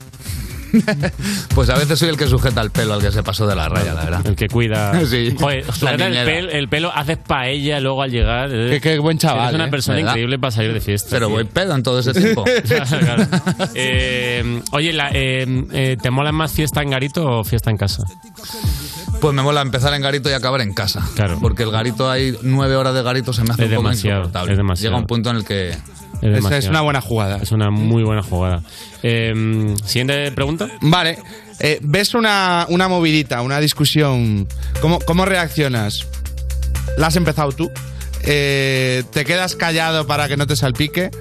Speaker 11: Pues a veces soy el que sujeta el pelo al que se pasó de la raya, la verdad.
Speaker 3: El que cuida.
Speaker 11: Sí.
Speaker 3: Joder,
Speaker 11: La
Speaker 3: sujeta el,
Speaker 11: niñera.
Speaker 3: pel- el pelo, haces paella luego al llegar. eh.
Speaker 4: Qué, qué buen chaval.
Speaker 3: Eres una
Speaker 4: eh,
Speaker 3: persona
Speaker 4: ¿verdad?
Speaker 3: increíble para salir de fiesta.
Speaker 11: Pero
Speaker 3: tío.
Speaker 11: voy pedo en todo ese tiempo.
Speaker 3: Claro. Eh, oye, la- eh, eh, ¿te mola más fiesta en garito o fiesta en casa?
Speaker 11: Pues me mola empezar en garito y acabar en casa. Claro. Porque el garito hay nueve horas de garito, se me hace
Speaker 3: Es
Speaker 11: un poco
Speaker 3: demasiado,
Speaker 11: insoportable.
Speaker 3: es demasiado.
Speaker 11: Llega un punto en el que.
Speaker 3: demasiado.
Speaker 11: buena jugada.
Speaker 3: Es una muy buena jugada. Eh, Siguiente pregunta.
Speaker 4: Vale. eh, ¿Ves una, una movidita, una discusión? ¿Cómo, cómo reaccionas? ¿La has empezado tú? Eh, ¿Te quedas callado para que no te salpique?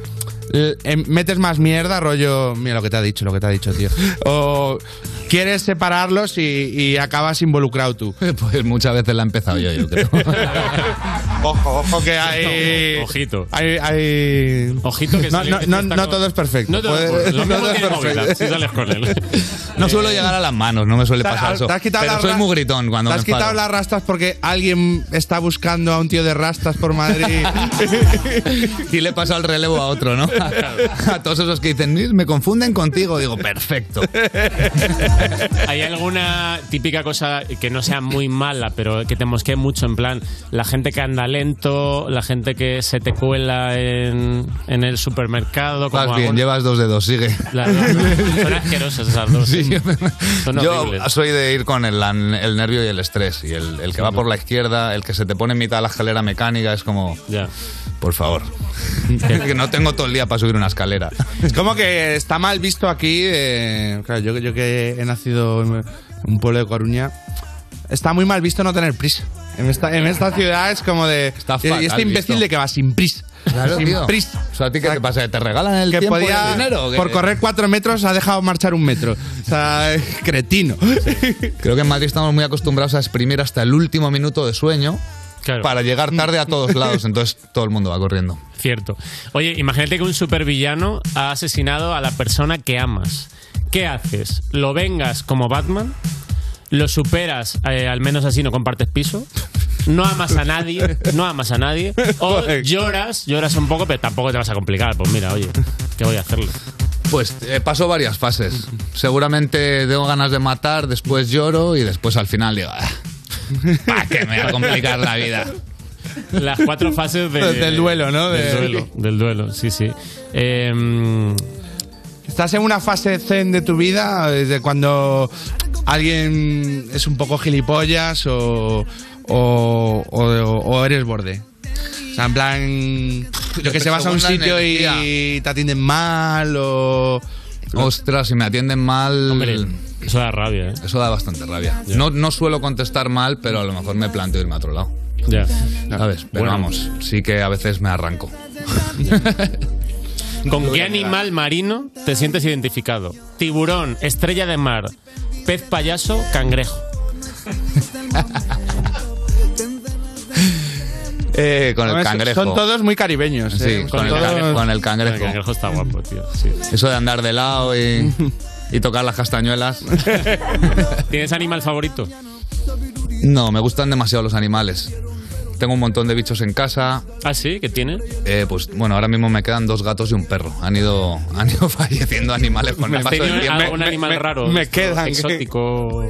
Speaker 4: L- em, ¿Metes más mierda, rollo? Mira lo que te ha dicho, lo que te ha dicho, tío. ¿O quieres separarlos y, y acabas involucrado tú?
Speaker 11: Pues muchas veces la he empezado yo, yo creo.
Speaker 4: ojo, ojo, que hay.
Speaker 3: Ojito.
Speaker 4: Hay, hay-
Speaker 3: Ojito que
Speaker 4: no,
Speaker 3: sí,
Speaker 4: no,
Speaker 3: que
Speaker 4: no-
Speaker 3: está
Speaker 4: no
Speaker 3: con-
Speaker 4: todo es perfecto.
Speaker 3: No todo es
Speaker 4: Puede-
Speaker 3: perfecto. Lo
Speaker 4: no
Speaker 3: mismo
Speaker 4: todo es
Speaker 3: tiene
Speaker 4: perfecto.
Speaker 3: móvil, si sales con él.
Speaker 11: No suelo llegar a las manos, no me suele
Speaker 4: Te has-
Speaker 11: pasar eso.
Speaker 4: te has quitado
Speaker 11: Pero
Speaker 4: las
Speaker 11: soy
Speaker 4: ra-
Speaker 11: muy gritón cuando
Speaker 4: ¿Te
Speaker 11: me
Speaker 4: has quitado
Speaker 11: enfado.
Speaker 4: las rastas porque alguien está buscando a un tío de rastas por Madrid?
Speaker 11: Y le paso el relevo a otro, ¿no? A todos esos que dicen, "Nils, me confunden contigo. Digo, perfecto.
Speaker 3: ¿Hay alguna típica cosa que no sea muy mala, pero que te mosquee mucho? En plan, la gente que anda lento, la gente que se te cuela en, en el supermercado.
Speaker 11: Estás
Speaker 3: como
Speaker 11: bien,
Speaker 3: alguna-
Speaker 11: llevas dos dedos, sigue.
Speaker 3: La- la- son asquerosas esas dos. ¿eh? Son
Speaker 11: Yo
Speaker 3: horribles.
Speaker 11: soy de ir con el, an- el nervio y el estrés. Y el, el que va por la izquierda, el que se te pone en mitad de la escalera mecánica, es como. Por favor. que no tengo todo el día para subir una escalera.
Speaker 4: es como que está mal visto aquí. eh, claro, yo, yo que he nacido en un pueblo de Coruña, está muy mal visto no tener prisa. En esta, en esta ciudad es como de.
Speaker 11: fatal
Speaker 4: y este imbécil
Speaker 11: visto.
Speaker 4: de que va sin prisa.
Speaker 11: Claro,
Speaker 4: sin
Speaker 11: tío.
Speaker 4: prisa.
Speaker 11: O sea, ¿a ti qué te pasa? ¿Que ¿Te regalan el
Speaker 4: que
Speaker 11: tiempo y el
Speaker 4: podía,
Speaker 11: dinero? ¿Qué?
Speaker 4: por correr cuatro metros, ha dejado marchar un metro. O sea, cretino.
Speaker 11: Creo que en Madrid estamos muy acostumbrados a exprimir hasta el último minuto de sueño para llegar tarde a todos lados. Entonces todo el mundo va corriendo.
Speaker 3: Cierto. Oye, imagínate que un supervillano ha asesinado a la persona que amas. ¿Qué haces? ¿Lo vengas como Batman? ¿Lo superas? eh, al menos así no compartes piso. No amas a nadie, no amas a nadie. O lloras, lloras un poco, pero tampoco te vas a complicar. Pues mira, oye, ¿qué voy a hacerle?
Speaker 11: Pues eh, paso varias fases. Seguramente tengo ganas de matar, después lloro y después al final digo, "Ah, ¿para qué Ah, me voy a complicar la vida?
Speaker 3: Las cuatro fases de-
Speaker 4: Del duelo, ¿no?
Speaker 3: Del
Speaker 4: De-
Speaker 3: duelo, del duelo, sí, sí. Eh,
Speaker 4: ¿Estás en una fase zen de tu vida? Desde cuando alguien es un poco gilipollas o, o, o- o eres borde. O sea, en plan. Yo que se vas a un
Speaker 11: Según la
Speaker 4: sitio y,
Speaker 11: energía.
Speaker 4: te atienden mal o.
Speaker 11: Ostras, si me atienden mal.
Speaker 3: eso da rabia, ¿eh?
Speaker 11: Eso da bastante rabia. No, no suelo contestar mal, pero a lo mejor me planteo irme a otro lado.
Speaker 3: Ya.
Speaker 11: ¿Sabes? Pero
Speaker 3: Bueno.
Speaker 11: vamos, sí que a veces me arranco.
Speaker 3: ¿Con qué animal marino te sientes identificado? Tiburón, estrella de mar, pez payaso, cangrejo.
Speaker 11: con el
Speaker 4: Eh, Son-
Speaker 11: cangrejo.
Speaker 4: Son todos muy caribeños.
Speaker 11: Sí,
Speaker 4: ¿eh?
Speaker 11: con,
Speaker 4: Son
Speaker 11: el
Speaker 4: todos-
Speaker 11: cangrejo, con el cangrejo.
Speaker 3: El cangrejo está guapo, tío. sí.
Speaker 11: Eso de andar de lado y, y tocar las castañuelas.
Speaker 3: ¿Tienes animal favorito?
Speaker 11: No, me gustan demasiado los animales. Tengo un montón de bichos en casa.
Speaker 3: ¿Ah, sí? ¿Qué tiene?
Speaker 11: Eh, pues bueno, ahora mismo me quedan dos gatos y un perro. Han ido, han ido falleciendo animales con el
Speaker 3: ¿Has
Speaker 11: paso del
Speaker 3: tenido
Speaker 11: tiempo.
Speaker 3: algún animal raro?
Speaker 11: me
Speaker 3: esto,
Speaker 11: quedan.
Speaker 3: Exótico.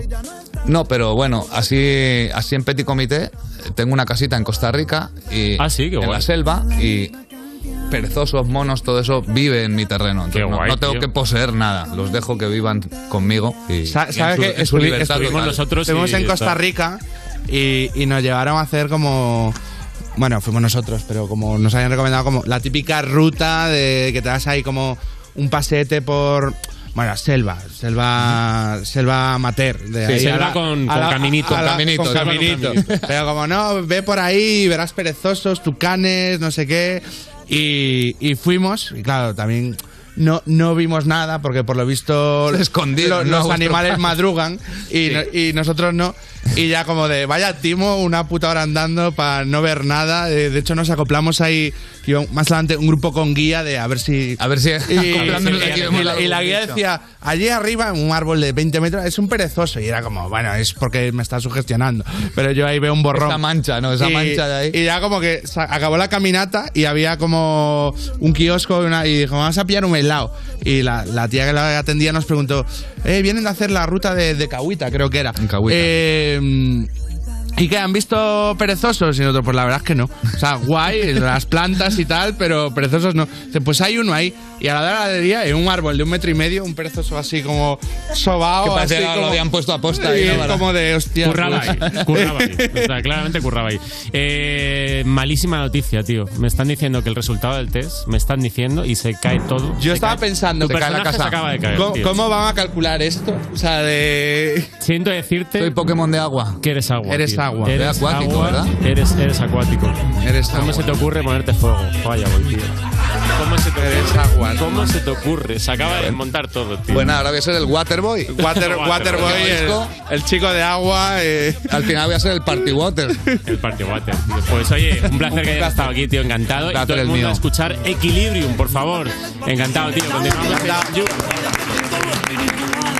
Speaker 11: No, pero bueno, así, así en Petit Comité eh, tengo una casita en Costa Rica y
Speaker 3: Ah, sí, qué
Speaker 11: en
Speaker 3: guay.
Speaker 11: la selva y perezosos, monos, todo eso vive en mi terreno. Entonces, no,
Speaker 3: guay,
Speaker 11: no tengo
Speaker 3: tío.
Speaker 11: que poseer nada. Los dejo que vivan conmigo. Y,
Speaker 4: Sa-
Speaker 11: y en
Speaker 4: ¿Sabes
Speaker 11: su-
Speaker 4: que
Speaker 11: en su
Speaker 4: estuvi-
Speaker 11: libertad
Speaker 4: estuvimos
Speaker 11: total.
Speaker 4: nosotros estuvimos en Costa Rica y, y nos llevaron a hacer como bueno fuimos nosotros pero como nos habían recomendado como la típica ruta de que te das ahí como un paseete por bueno selva selva selva amateur de
Speaker 3: Sí,
Speaker 4: ahí
Speaker 3: selva
Speaker 4: a la-
Speaker 3: con-
Speaker 4: a
Speaker 3: con
Speaker 4: la-
Speaker 3: caminito.
Speaker 4: a la-
Speaker 3: Con caminito,
Speaker 4: con
Speaker 3: selva con
Speaker 4: caminito.
Speaker 3: caminito.
Speaker 4: pero como no ve por ahí y verás perezosos tucanes no sé qué y, y fuimos y claro también no, no vimos nada porque por lo visto
Speaker 11: Se
Speaker 4: lo-
Speaker 11: escondieron, ¿no?
Speaker 4: los
Speaker 11: Vuestro
Speaker 4: animales
Speaker 11: padre.
Speaker 4: madrugan y, no- y nosotros no. Y ya como de, vaya timo, una puta hora andando para no ver nada. Eh, De hecho nos acoplamos ahí, tío, más adelante, un grupo con guía de a ver si...
Speaker 11: A ver si
Speaker 4: Y,
Speaker 11: acoplándonos
Speaker 4: y-
Speaker 11: aquí
Speaker 4: y-
Speaker 11: vemos
Speaker 4: y la, y la
Speaker 11: algún
Speaker 4: guía
Speaker 11: bicho.
Speaker 4: decía, allí arriba, en un árbol de 20 metros, es un perezoso. Y era como, bueno, es porque me está sugestionando. Pero yo ahí veo un borrón.
Speaker 11: Esa mancha, ¿no? Esa
Speaker 4: Y-
Speaker 11: mancha de ahí.
Speaker 4: Y ya como que sa- acabó la caminata y había como un kiosco y, una- y dijo, vamos a pillar un helado. Y la, la tía que la atendía nos preguntó, eh, vienen de hacer la ruta de, de Cahuita, creo que era.
Speaker 11: Cahuita.
Speaker 4: Eh, ¿Y qué? ¿Han visto perezosos? Y nosotros, pues la verdad es que no. O sea, guay, las plantas y tal, pero perezosos no. Dice, pues hay uno ahí. Y a la hora del día, en un árbol de un metro y medio, un perezoso así como sobao.
Speaker 11: Que parece
Speaker 4: así
Speaker 11: que lo
Speaker 4: como-
Speaker 11: habían puesto a posta
Speaker 4: Sí,
Speaker 11: ahí, ¿no? Para-
Speaker 4: como de, hostia.
Speaker 3: Curraba
Speaker 4: pues.
Speaker 3: ahí, curraba ahí. O sea, claramente curraba ahí. Eh, malísima noticia, tío. Me están diciendo que el resultado del test, me están diciendo y se cae todo.
Speaker 4: Yo estaba pensando,
Speaker 3: Tu
Speaker 4: te cae la
Speaker 3: personaje se
Speaker 4: casa.
Speaker 3: acaba de caer,
Speaker 4: ¿Cómo,
Speaker 3: tío.
Speaker 4: cómo van a calcular esto? O sea, de.
Speaker 3: Siento decirte.
Speaker 4: Soy Pokémon de agua.
Speaker 3: Que eres agua.
Speaker 4: Eres
Speaker 3: tío.
Speaker 4: agua.
Speaker 3: Eres
Speaker 4: Eres acuático,
Speaker 3: agua,
Speaker 4: ¿verdad?
Speaker 3: Eres, eres acuático.
Speaker 4: Eres
Speaker 3: ¿Cómo se te ocurre ponerte fuego? Vaya, voy, tío. ¿Cómo se te ocurre? ¿Cómo se te ocurre? Se acaba de montar todo, tío.
Speaker 11: Bueno, ahora voy a ser el Waterboy.
Speaker 4: Water, Waterboy, el, el chico de agua. eh.
Speaker 11: Al final voy a ser el Party Water.
Speaker 3: El Party Water. tío. Pues oye, un placer que hayas estado aquí, tío. Encantado. Y todo el
Speaker 11: es
Speaker 3: mundo
Speaker 11: mío.
Speaker 3: a escuchar Equilibrium, por favor. Encantado, tío. Continuamos.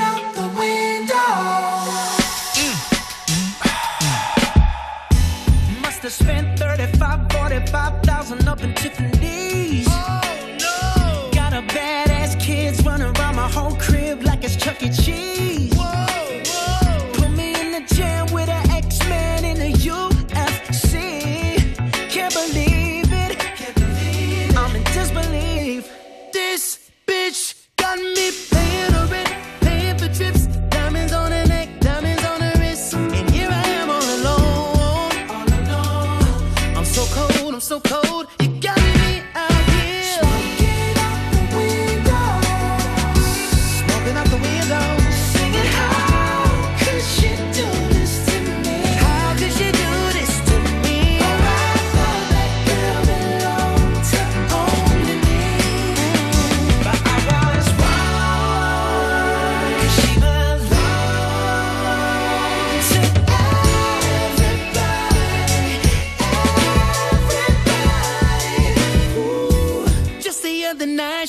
Speaker 21: out the window.
Speaker 6: Must have spent 35, 45,000 up in Tiffany's. Oh, no. Got a badass kids running around my whole crib like it's Chuck E. Cheese. Whoa, whoa. Put me in the jam with an X-Man in the UFC. Can't believe it. Can't believe it. I'm in disbelief.
Speaker 21: This bitch got me paying her rent, paying for trips, diamonds on her neck, diamonds on her wrist. And here I am all alone. All alone. I'm so cold, I'm so cold. You got me out here. Smoking out the window. Smoking out the window. Singing, how could she do this to me? How could she do this to me? Oh, I thought that girl belonged to only me. But I was wrong. She belongs to everybody, everybody. Ooh. Just the other night,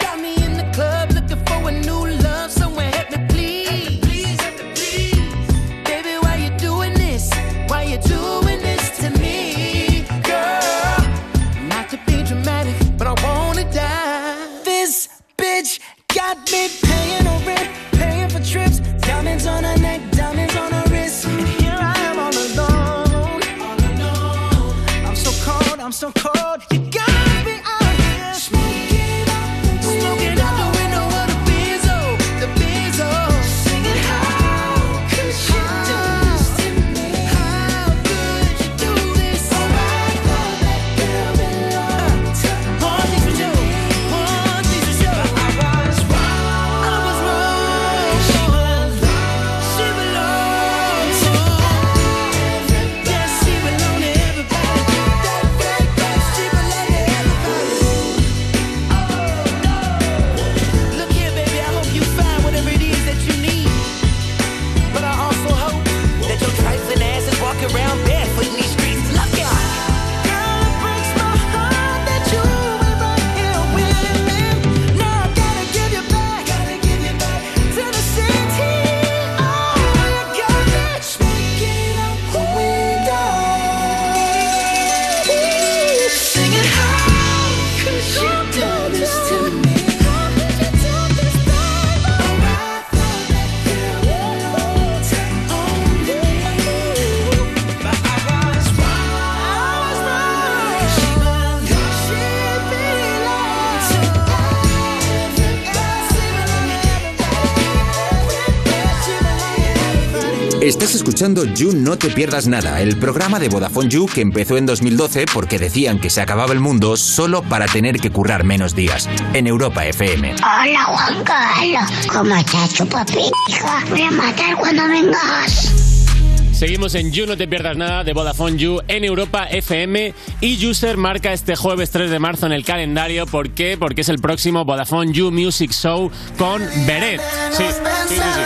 Speaker 21: Got me in the club looking for a new love, someone help me please. Baby, why you doing this? Why you doing this to me, girl? Not to be dramatic, but I wanna die.
Speaker 6: This bitch got me paying her rent, paying for trips, diamonds on her neck, diamonds on her wrist. And here I am all alone. All alone. I'm so cold, I'm so cold. You gotta be out here. Smoking out the window. Smoking out the window of the Bezo, the Bezo. Singing how could she do this to me? How could you do this? Oh, I thought that girl belonged Uh, to only you. Only you. I was wrong. I was wrong. She belongs. She belongs to everybody. Yes, she belongs to everybody. That great grace, she belongs to everybody.
Speaker 21: Look here, baby, I hope you find whatever it is that you need. But I also hope that your trifling ass is walking around barefoot in these streets. Look out! Girl, it breaks my heart that you were right here with me. Now I gotta give you back, gotta give you back to the city. Oh, you got me smoking out the window. Singing, how could you do this to me? How could you do this to
Speaker 15: Estás escuchando You No Te Pierdas Nada, el programa de Vodafone You que empezó en 2012 porque decían que se acababa el mundo solo para tener que currar menos días en Europa FM.
Speaker 9: Hola Juan Carlos, ¿cómo estás, chupapija? Voy a matar cuando vengas.
Speaker 3: Seguimos en You, no te pierdas nada de Vodafone You en Europa FM y User marca este jueves 3 de marzo en el calendario. ¿Por qué? Porque es el próximo Vodafone You Music Show con Beret. Sí, sí, sí, sí.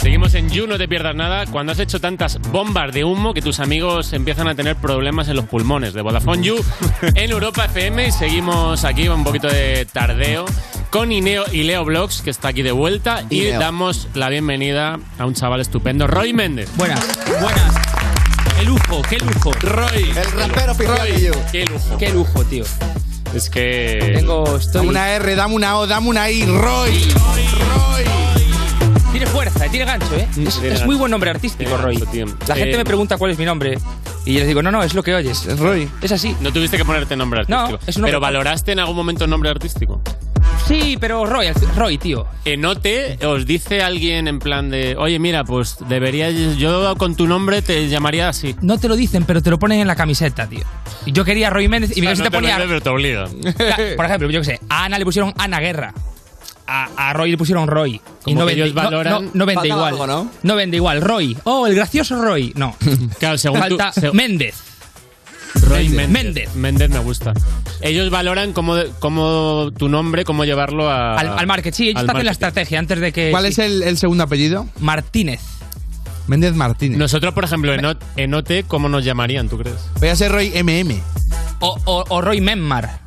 Speaker 3: Seguimos en You, no te pierdas nada. Cuando has hecho tantas bombas de humo que tus amigos empiezan a tener problemas en los pulmones de Vodafone You en Europa FM y seguimos aquí con un poquito de tardeo con Ineo y Leo Blogs que está aquí de vuelta y
Speaker 10: Ineo.
Speaker 3: damos la bienvenida a un chaval estupendo, Roy Méndez.
Speaker 10: Buenas, buenas. Qué lujo, qué lujo.
Speaker 3: Roy.
Speaker 10: El rapero oficial de You.
Speaker 3: Qué lujo.
Speaker 10: Qué lujo, tío.
Speaker 3: Es que
Speaker 10: Tengo, estoy...
Speaker 4: Dame una R, dame una O, dame una I, Roy.
Speaker 10: Tiene fuerza, tiene gancho, ¿eh? Es,
Speaker 4: Tiene
Speaker 10: es
Speaker 4: gancho.
Speaker 10: muy buen nombre artístico, Roy. La gente
Speaker 3: Eh,
Speaker 10: me pregunta cuál es mi nombre y yo les digo, no, no, es lo que oyes. Es Roy. Es así.
Speaker 3: No tuviste que ponerte nombre
Speaker 10: No,
Speaker 3: artístico.
Speaker 10: es un nombre-
Speaker 3: Pero valoraste en algún momento el nombre artístico.
Speaker 10: Sí, pero Roy, Roy, tío.
Speaker 3: En OT os dice alguien en plan de, oye, mira, pues debería, yo con tu nombre te llamaría así.
Speaker 10: No te lo dicen, pero te lo ponen en la camiseta, tío. Y Yo quería Roy Méndez y mi
Speaker 3: O sea, no
Speaker 10: camiseta
Speaker 3: te lo
Speaker 10: ponía...
Speaker 3: dice, pero te obliga.
Speaker 10: Claro, Por ejemplo, yo qué sé, a Ana le pusieron Ana Guerra. A, a Roy le pusieron Roy.
Speaker 3: Como que ellos
Speaker 10: no-
Speaker 3: valoran-
Speaker 10: no, no vende
Speaker 3: Falta
Speaker 10: igual.
Speaker 3: algo, ¿no?
Speaker 10: vende igual. Roy. Oh, el gracioso Roy. No.
Speaker 3: Claro, según tú-
Speaker 10: Falta
Speaker 3: se-
Speaker 10: Méndez.
Speaker 3: Roy
Speaker 10: Méndez.
Speaker 3: Méndez. Méndez. me gusta. Ellos valoran cómo, cómo tu nombre, cómo llevarlo a-
Speaker 10: Al, al marketing. Sí, ellos
Speaker 3: al
Speaker 10: te hacen
Speaker 3: marketing.
Speaker 10: la estrategia antes de que.
Speaker 4: ¿Cuál es el, el segundo apellido?
Speaker 10: eh, Martínez.
Speaker 4: Méndez Martínez.
Speaker 3: Nosotros, por ejemplo, en, O- en OT, ¿cómo nos llamarían, tú crees?
Speaker 4: Voy a ser Roy MM.
Speaker 10: O, o- o Roy Menmar.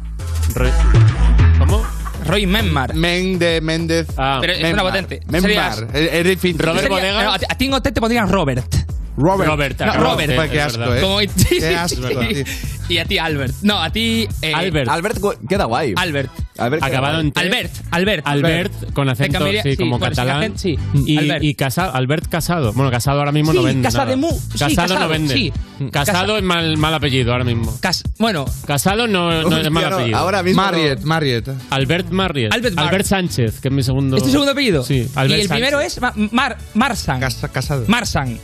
Speaker 3: ¿Cómo? Ah.
Speaker 10: Roy Menmar.
Speaker 4: Men de Méndez.
Speaker 10: Pero es una
Speaker 4: Menmar.
Speaker 10: potente.
Speaker 4: Menmar.
Speaker 10: Serías-
Speaker 4: Es- es difícil.
Speaker 10: Sería- no, a ti- a ti en OT te podrían Robert.
Speaker 4: Robert.
Speaker 10: No, Robert.
Speaker 4: Fue, Qué asco, ¿eh?
Speaker 10: Como-
Speaker 4: Qué asco. tío.
Speaker 10: Y a ti Albert. No, a ti. eh,
Speaker 3: Albert.
Speaker 10: Albert queda guay. Albert.
Speaker 3: Albert Acabado en T.
Speaker 10: Albert. Albert.
Speaker 3: Albert, con acento,
Speaker 10: Te cambiaría-
Speaker 3: sí, como
Speaker 10: bueno,
Speaker 3: catalán. Mm,
Speaker 10: acento, sí.
Speaker 3: Y,
Speaker 10: Albert.
Speaker 3: y Casa- Albert Casado. Bueno, Casado ahora mismo no
Speaker 10: Sí,
Speaker 3: vende.
Speaker 10: Casa
Speaker 3: nada.
Speaker 10: de Mu- sí,
Speaker 3: Casado, no
Speaker 10: Casado,
Speaker 3: vende. Mm,
Speaker 10: sí.
Speaker 3: Casado
Speaker 10: Casa-
Speaker 3: es mal, mal apellido ahora mismo.
Speaker 10: Cas- bueno.
Speaker 3: Casado no, no es mal apellido.
Speaker 4: Marriott, Marriott.
Speaker 3: Albert Marriott.
Speaker 10: Albert Mar- ¿Este
Speaker 3: Albert Sánchez, que es mi segundo.
Speaker 10: ¿Es tu segundo apellido?
Speaker 3: Sí, Albert
Speaker 10: Y el
Speaker 3: Sánchez.
Speaker 10: primero es Ma- Mar Marsan.
Speaker 4: casado.
Speaker 10: Marsan.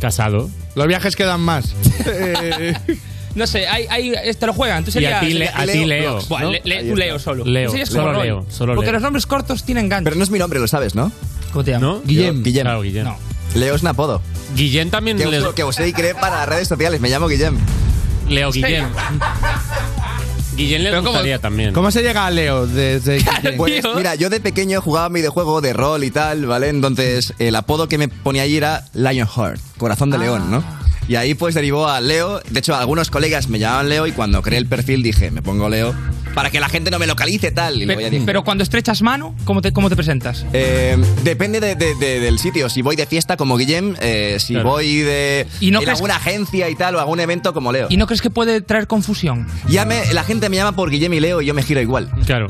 Speaker 3: Casado.
Speaker 4: Los viajes quedan más.
Speaker 10: No sé, hay, hay- te lo juegan. Tú
Speaker 3: Y
Speaker 10: serías,
Speaker 3: a ti, Le- a ti Leo.
Speaker 10: Buah,
Speaker 3: ¿no?
Speaker 10: le- le-
Speaker 3: Ahí
Speaker 10: tú
Speaker 3: está.
Speaker 10: Leo solo.
Speaker 3: Leo,
Speaker 10: Tú serías
Speaker 3: solo
Speaker 10: como Roy,
Speaker 3: Leo, solo
Speaker 10: Porque
Speaker 3: Leo.
Speaker 10: los nombres cortos tienen gancho.
Speaker 17: Pero no es mi nombre, lo sabes, ¿no?
Speaker 10: ¿Cómo te
Speaker 3: ¿No?
Speaker 17: Guillem. Guillem.
Speaker 3: Claro, Guillem.
Speaker 17: Leo es un apodo.
Speaker 3: Guillem también
Speaker 17: que,
Speaker 3: les-
Speaker 17: os- que os he creé para redes sociales. Me llamo Guillem.
Speaker 3: Leo Guillem. Guillem le
Speaker 17: Pero ¿cómo-
Speaker 3: gustaría también.
Speaker 4: ¿Cómo se llega a Leo desde Guillem?
Speaker 17: Pues
Speaker 4: Pues,
Speaker 17: mira, yo de pequeño jugaba videojuego de rol y tal, ¿vale? Entonces el apodo que me ponía allí era Lionheart, corazón
Speaker 10: Ah.
Speaker 17: de león, ¿no? Y ahí pues derivó a Leo. De hecho, algunos colegas me llamaban Leo y cuando creé el perfil dije, me pongo Leo para que la gente no me localice tal. Y luego ya
Speaker 10: Pero,
Speaker 17: dije,
Speaker 10: pero cuando estrechas mano, ¿cómo te, cómo te presentas?
Speaker 17: eh, depende de- de- de- del sitio. Si voy de fiesta como Guillem, eh, si
Speaker 10: Claro.
Speaker 17: voy de
Speaker 10: ¿Y no
Speaker 17: en
Speaker 10: crees-
Speaker 17: alguna agencia y tal o algún evento como Leo.
Speaker 10: ¿Y no crees que puede traer confusión?
Speaker 17: Ya me- la gente me llama por Guillem y Leo y yo me giro igual.
Speaker 3: Claro.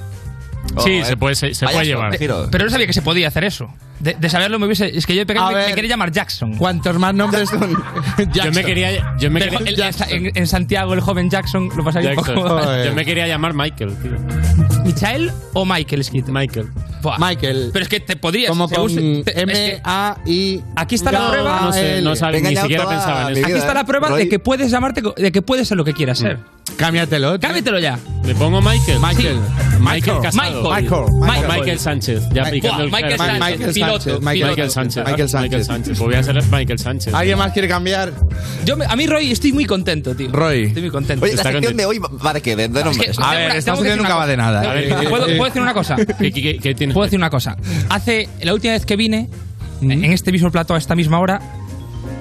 Speaker 4: Oh,
Speaker 17: Sí,
Speaker 4: eh.
Speaker 17: se puede- se- se vaya puede llevar.
Speaker 10: Pero
Speaker 17: giro.
Speaker 10: no sabía que se podía hacer eso. De, de saberlo me hubiese. Es que yo de pequeño
Speaker 4: A
Speaker 10: me,
Speaker 4: ver.
Speaker 10: me quería llamar Jackson.
Speaker 4: Cuantos más nombres son.
Speaker 3: Yo me quería. Yo me
Speaker 10: Pero
Speaker 3: quería-
Speaker 10: el- en, en Santiago, el joven Jackson lo pasaría un
Speaker 3: Jackson.
Speaker 10: poco. mal.
Speaker 3: Yo me quería llamar Michael, tío.
Speaker 10: ¿Michael o Michael escrito?
Speaker 3: Michael.
Speaker 4: Michael.
Speaker 10: Pero es que te podrías.
Speaker 4: Como
Speaker 10: se
Speaker 4: con
Speaker 10: usa- te-
Speaker 4: M,
Speaker 10: es que-
Speaker 4: A, I.
Speaker 10: Aquí está la prueba.
Speaker 3: No sé, no sabía, ni siquiera pensaba en eso.
Speaker 10: Aquí está la prueba de que puedes llamarte, co- de que puedes ser lo que quieras ser.
Speaker 4: Cámbiatelo.
Speaker 10: Cámbiatelo ya.
Speaker 3: Le pongo Michael.
Speaker 10: Michael.
Speaker 3: Michael Casado.
Speaker 10: Michael. Michael.
Speaker 3: O
Speaker 10: Michael.
Speaker 3: Michael Sánchez. Ya
Speaker 10: Buah,
Speaker 3: picando el-
Speaker 10: Michael Sánchez, Michael piloto, Sánchez,
Speaker 3: Michael,
Speaker 10: Michael piloto.
Speaker 3: Sánchez.
Speaker 10: Michael Sánchez.
Speaker 3: Michael Sánchez. Pues voy a ser Michael Sánchez.
Speaker 4: ¿Alguien más quiere cambiar?
Speaker 10: Yo me- a mí, Roy, estoy muy contento, tío.
Speaker 4: Roy.
Speaker 10: Estoy muy contento.
Speaker 17: Oye, la sección de hoy va- va de qué? De, de nombres.
Speaker 10: Es que- A ver, tengo esta que sección decir nunca una va de cosa. nada, A ver, ¿eh? ¿puedo- puedo decir una cosa?
Speaker 3: ¿Qué, qué- qué tienes?
Speaker 10: Puedo decir una cosa. Hace la última vez que vine, en este mismo plato a esta misma hora,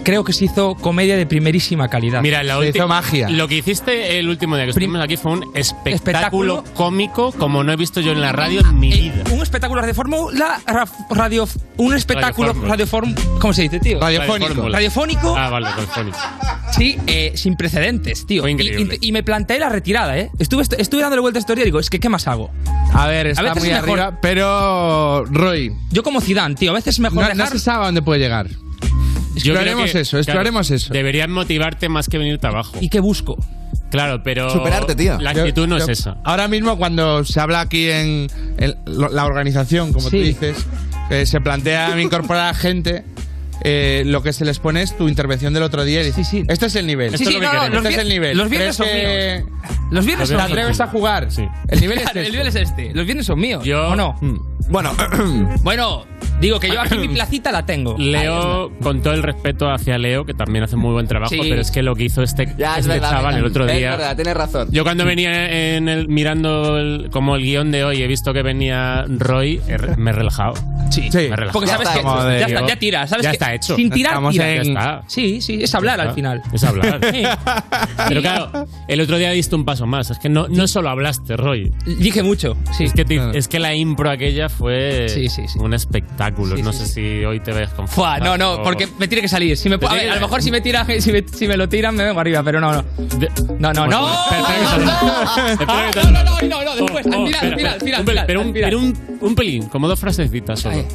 Speaker 10: creo que se hizo comedia de primerísima calidad.
Speaker 3: Mira, la
Speaker 10: Se
Speaker 3: ulti-
Speaker 10: hizo magia.
Speaker 3: Lo que hiciste el último día que estuvimos aquí fue un espectáculo,
Speaker 10: Espectáculo. Ah, eh,
Speaker 3: cómico como no he visto yo en la radio en mi vida.
Speaker 10: Un espectáculo de fórmula, ra- radio, un espectáculo
Speaker 3: Radiofórmula.
Speaker 10: radioform, ¿cómo se dice, tío?
Speaker 3: Radiofónico.
Speaker 10: Radiofónico.
Speaker 3: Ah, vale, radiofónico.
Speaker 10: Sí, eh, sin precedentes, tío. Y-
Speaker 3: increíble.
Speaker 10: Y, y me planteé la retirada, ¿eh? Estuve, est- estuve dándole vueltas a esta teoría y digo, es que ¿qué más hago?
Speaker 4: A ver, está
Speaker 10: a veces
Speaker 4: muy
Speaker 10: es mejor,
Speaker 4: arriba, pero Roy.
Speaker 10: Yo como Zidane, tío, a veces es mejor
Speaker 4: No, no
Speaker 10: dejar...
Speaker 4: se sabe a dónde puede llegar.
Speaker 3: Yo creo
Speaker 4: Exploremos
Speaker 3: que,
Speaker 4: eso, exploremos eso.
Speaker 3: Deberían motivarte más que venirte abajo. ¿Y
Speaker 10: qué busco?
Speaker 3: Claro, pero. La
Speaker 4: Yo-
Speaker 3: actitud no
Speaker 4: yo-
Speaker 3: es esa.
Speaker 4: Ahora mismo, cuando se habla aquí en, en lo- la organización, como tú
Speaker 3: Sí.
Speaker 4: dices, que se plantea incorporar a gente. eh, lo que se les pone es tu intervención del otro día y dices, este es el nivel.
Speaker 10: Sí,
Speaker 4: Esto
Speaker 10: sí,
Speaker 4: es lo que
Speaker 10: no,
Speaker 4: queremos,
Speaker 10: los
Speaker 4: este es
Speaker 10: vier-
Speaker 4: el nivel.
Speaker 10: los viernes
Speaker 4: ¿Crees
Speaker 10: son
Speaker 4: que
Speaker 10: Los viernes
Speaker 4: ¿Te
Speaker 10: son
Speaker 4: atreves
Speaker 10: míos.
Speaker 4: a jugar? El nivel es
Speaker 10: Claro,
Speaker 4: este.
Speaker 10: El nivel es este. Los viernes son míos. Yo... ¿O no?
Speaker 17: Bueno.
Speaker 10: bueno, digo que yo aquí mi placita la tengo.
Speaker 3: Leo, con todo el respeto hacia Leo, que también hace muy buen trabajo,
Speaker 10: Sí.
Speaker 3: pero es que lo que hizo este, este chaval el otro día.
Speaker 17: tienes razón.
Speaker 3: Yo cuando venía en el, mirando el- como el guión de hoy, he visto que venía Roy, he re- me he relajado.
Speaker 10: Sí,
Speaker 3: me he relajado.
Speaker 10: Porque sabes que
Speaker 3: Madre
Speaker 10: ya, está,
Speaker 3: Dios.
Speaker 10: ya tira, ¿sabes?
Speaker 3: Ya
Speaker 10: que
Speaker 3: está hecho.
Speaker 10: Sin tirar,
Speaker 3: Estamos
Speaker 10: tira.
Speaker 3: en- Ya está.
Speaker 10: Sí, sí, es hablar
Speaker 3: Ya
Speaker 10: al
Speaker 3: está.
Speaker 10: final.
Speaker 3: Es hablar.
Speaker 10: Sí.
Speaker 3: Pero claro, el otro día diste un paso más. Es que no, no solo hablaste, Roy.
Speaker 10: Dije mucho. Sí.
Speaker 3: Es que, te- es que la impro aquella fue un espectáculo.
Speaker 10: Sí,
Speaker 3: no
Speaker 10: sí,
Speaker 3: sé si hoy te ves con
Speaker 10: Fua, no, no, porque me tiene que salir. Si me, pu- a, ver, a lo mejor si me, tira, si, me, si me lo tiran me vengo arriba, pero no, no. No, no, no. Ah, No, no, no, no, no,
Speaker 3: Oh,
Speaker 10: después. Al final, al final, al final. al
Speaker 3: Pero, un,
Speaker 10: final.
Speaker 3: pero un, un pelín, como dos frasecitas solo.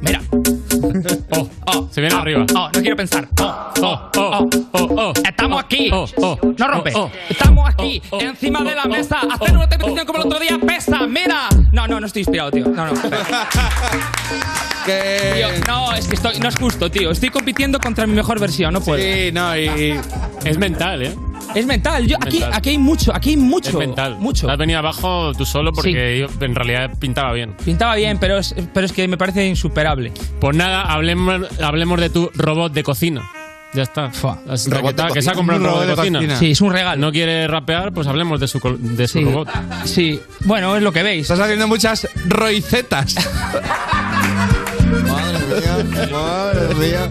Speaker 10: Mira.
Speaker 3: Oh, se viene arriba.
Speaker 10: Oh, no quiero pensar. Oh,
Speaker 3: oh, oh, oh, oh.
Speaker 10: Estamos aquí.
Speaker 3: Oh, oh,
Speaker 10: no rompes.
Speaker 3: oh, oh.
Speaker 10: Estamos aquí, encima de la mesa. Hacer una repetición como el
Speaker 3: oh.
Speaker 10: otro día pesa. Mira. No, no, no estoy inspirado, tío. No, no. espera. Tío, no, es que estoy, no es justo, tío. Estoy compitiendo contra mi mejor versión, no puedo.
Speaker 4: Sí, no, y.
Speaker 3: Es mental, ¿eh?
Speaker 10: Es mental. Yo,
Speaker 3: Es
Speaker 10: aquí,
Speaker 3: mental.
Speaker 10: aquí hay mucho, aquí hay mucho.
Speaker 3: Es mental. Mucho. Has venido abajo tú solo porque yo- en realidad pintaba bien.
Speaker 10: Pintaba Ah, bien, pero es, pero es que me parece insuperable.
Speaker 3: Pues nada, hablemos, hablemos de tu robot de cocina. Ya está. Así
Speaker 10: Robot
Speaker 3: que,
Speaker 10: de
Speaker 3: ta- que se ha
Speaker 10: cocina.
Speaker 3: comprado un robot de cocina.
Speaker 10: Sí, es un regalo.
Speaker 3: No quiere rapear, pues hablemos de su, col- de su
Speaker 10: Sí.
Speaker 3: robot.
Speaker 10: Sí, bueno, es lo que veis.
Speaker 4: Estás haciendo muchas roicetas.
Speaker 3: Madre mía.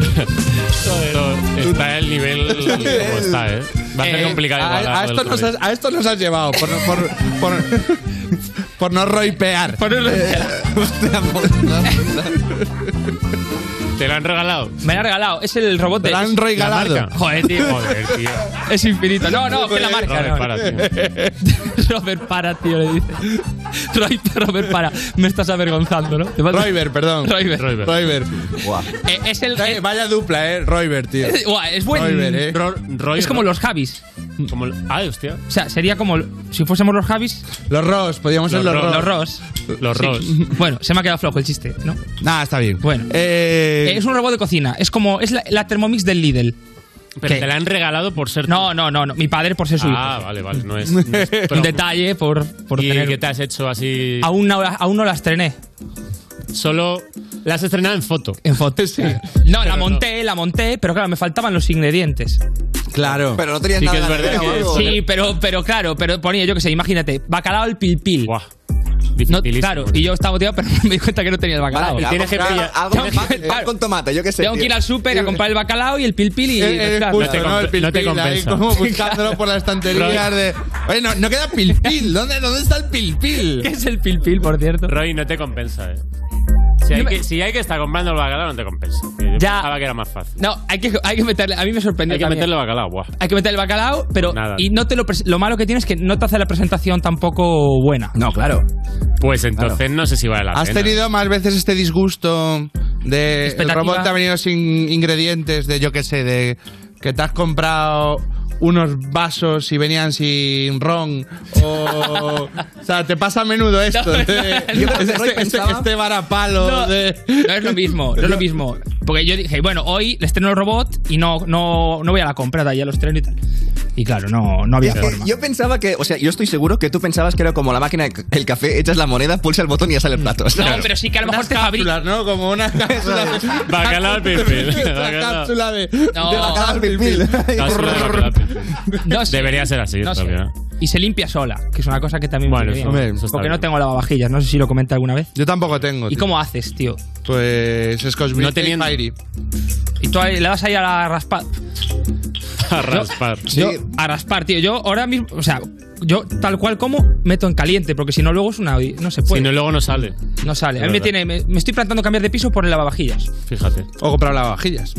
Speaker 3: Está el nivel como está, ¿eh? Va a ser
Speaker 4: Eh,
Speaker 3: complicado
Speaker 4: a-
Speaker 3: igualarlo
Speaker 4: A, esto
Speaker 3: el
Speaker 4: nos
Speaker 3: otro día.
Speaker 4: has, a esto nos has llevado, por, por, por, por no roipear.
Speaker 10: Por no
Speaker 4: Eh,
Speaker 10: roipear.
Speaker 3: ¿Te lo han regalado?
Speaker 10: Me lo han regalado, es el robot
Speaker 3: Te
Speaker 10: de.
Speaker 3: lo han
Speaker 10: es-
Speaker 3: regalado.
Speaker 10: la marca. Joder, tío.
Speaker 3: Joder, tío.
Speaker 10: Es infinito. No, no, que la marca.
Speaker 3: Robert,
Speaker 10: no.
Speaker 3: para,
Speaker 10: Robert para, tío, le dice. Roy- Robert para. Me estás avergonzando, ¿no? Te falta-
Speaker 4: Roiber, perdón.
Speaker 10: Roiber.
Speaker 4: Roiber.
Speaker 10: Eh, es el.
Speaker 4: Eh, Vaya dupla, eh. Roiber, tío.
Speaker 10: Buah, es buen-
Speaker 4: Roiber, eh.
Speaker 10: Ro- es como los Javis.
Speaker 3: Como ah, hostia.
Speaker 10: O sea, sería como. Si fuésemos los Javis.
Speaker 4: Los Ross, podríamos ser los Ross.
Speaker 10: Los Ross.
Speaker 3: Los
Speaker 10: Sí.
Speaker 3: Ross.
Speaker 10: Bueno, se me ha quedado flojo el chiste, ¿no?
Speaker 4: Nada, Ah, está bien.
Speaker 10: Bueno. Eh, es un robot de cocina. Es como. Es la, la Thermomix del Lidl.
Speaker 3: Pero te la han regalado por ser.
Speaker 10: No, no, no, no. Mi padre por ser su hijo.
Speaker 3: Ah, vale, vale. No es. no es
Speaker 10: Un detalle por, por
Speaker 3: ¿Y
Speaker 10: tener.
Speaker 3: qué te has hecho así?
Speaker 10: Aún no, la- aún no la estrené.
Speaker 3: Solo la has estrenado en foto.
Speaker 10: En foto, sí. No, la monté, la monté, pero claro, me faltaban los ingredientes.
Speaker 4: Claro.
Speaker 10: Pero
Speaker 17: no tenías Sí que nada es verdad ganado que- o algo.
Speaker 10: Sí, pero, pero claro, pero ponía, yo qué sé, imagínate, bacalao al pil pil. No, claro, y yo estaba motivado, pero me di cuenta que no tenía el bacalao.
Speaker 17: Vale, tienes que
Speaker 10: Tengo
Speaker 17: pillar- algo
Speaker 10: tengo
Speaker 17: más-
Speaker 10: que-
Speaker 17: pan con tomate, yo qué sé.
Speaker 10: tengo que
Speaker 17: tío.
Speaker 10: ir al súper a comprar el bacalao y el pil pil y.
Speaker 4: Eh, eh,
Speaker 10: mezclarlo.
Speaker 4: justo, ¿no? El pil pil ahí, como buscándolo por las estanterías
Speaker 3: Roy.
Speaker 4: de. Oye, no, no queda pil pil. ¿Dónde, ¿Dónde está el pil pil?
Speaker 10: ¿Qué es el pil pil, por cierto?
Speaker 3: Roy, no te compensa, eh. Si hay, que, si hay que estar comprando el bacalao, no te compensa. Yo
Speaker 10: Ya.
Speaker 3: pensaba que era más fácil.
Speaker 10: No, hay que, hay que meterle. A mí me sorprendió.
Speaker 3: Hay que
Speaker 10: también.
Speaker 3: meterle bacalao, guau.
Speaker 10: Hay que meter el bacalao, pero.
Speaker 3: Nada.
Speaker 10: Y no te lo, pres- lo malo que tiene es que no te hace la presentación tampoco buena.
Speaker 17: No, claro.
Speaker 3: Pues entonces no sé si vale la
Speaker 4: ¿Has
Speaker 3: pena.
Speaker 4: tenido más veces este disgusto de el
Speaker 3: Expectativa.
Speaker 4: robot te ha venido sin ingredientes de yo qué sé, de que te has comprado unos vasos y venían sin ron o, o sea, te pasa a menudo esto.
Speaker 10: No,
Speaker 4: de-
Speaker 10: no, yo creo que
Speaker 4: este,
Speaker 10: Roy
Speaker 4: este-
Speaker 10: pensaba-
Speaker 4: este varapalo
Speaker 10: No,
Speaker 3: eh.
Speaker 4: de
Speaker 10: no es lo mismo, no es lo mismo. Porque yo dije, bueno, hoy le estreno el robot y no, no, no voy a la comprada, ya los estreno y tal. Y claro, no, no había
Speaker 17: Es que
Speaker 10: forma.
Speaker 17: yo pensaba que, o sea, yo estoy seguro que tú pensabas que era como la máquina del café, echas la moneda, pulsa el botón y ya sale el plato.
Speaker 10: No, pero sí que a lo mejor te fabrica.
Speaker 4: ¿no? Como una cápsula de.
Speaker 3: Bacalao al pipil. Bacalao.
Speaker 4: cápsula de.
Speaker 10: No.
Speaker 4: de bacalao al pil-pil.
Speaker 3: Cápsula de bacalao al pipil.
Speaker 10: No sé.
Speaker 3: Debería ser así,
Speaker 10: No
Speaker 3: en
Speaker 10: sé.
Speaker 3: realidad.
Speaker 10: Y se limpia sola, que es una cosa que también
Speaker 3: Bueno,
Speaker 10: me viene
Speaker 3: eso-
Speaker 10: bien.
Speaker 3: eso está
Speaker 10: Porque no
Speaker 3: bien.
Speaker 10: tengo lavavajillas, no sé si lo comenté alguna vez.
Speaker 4: Yo tampoco tengo.
Speaker 10: ¿Y cómo haces, tío?
Speaker 4: Pues Scotch
Speaker 10: No
Speaker 4: no
Speaker 10: teniendo- Y tú ahí le vas ahí a la raspa.
Speaker 3: A raspar.
Speaker 10: Yo- a raspar, tío. Yo ahora mismo, o sea, yo tal cual como meto en caliente, porque si no luego es una no se puede.
Speaker 3: Si no, luego no sale.
Speaker 10: Pues
Speaker 3: Pues
Speaker 10: No sale. A mí me
Speaker 3: Es verdad.
Speaker 10: tiene me, me estoy plantando cambiar de piso por el lavavajillas.
Speaker 3: Fíjate.
Speaker 4: O comprar lavavajillas.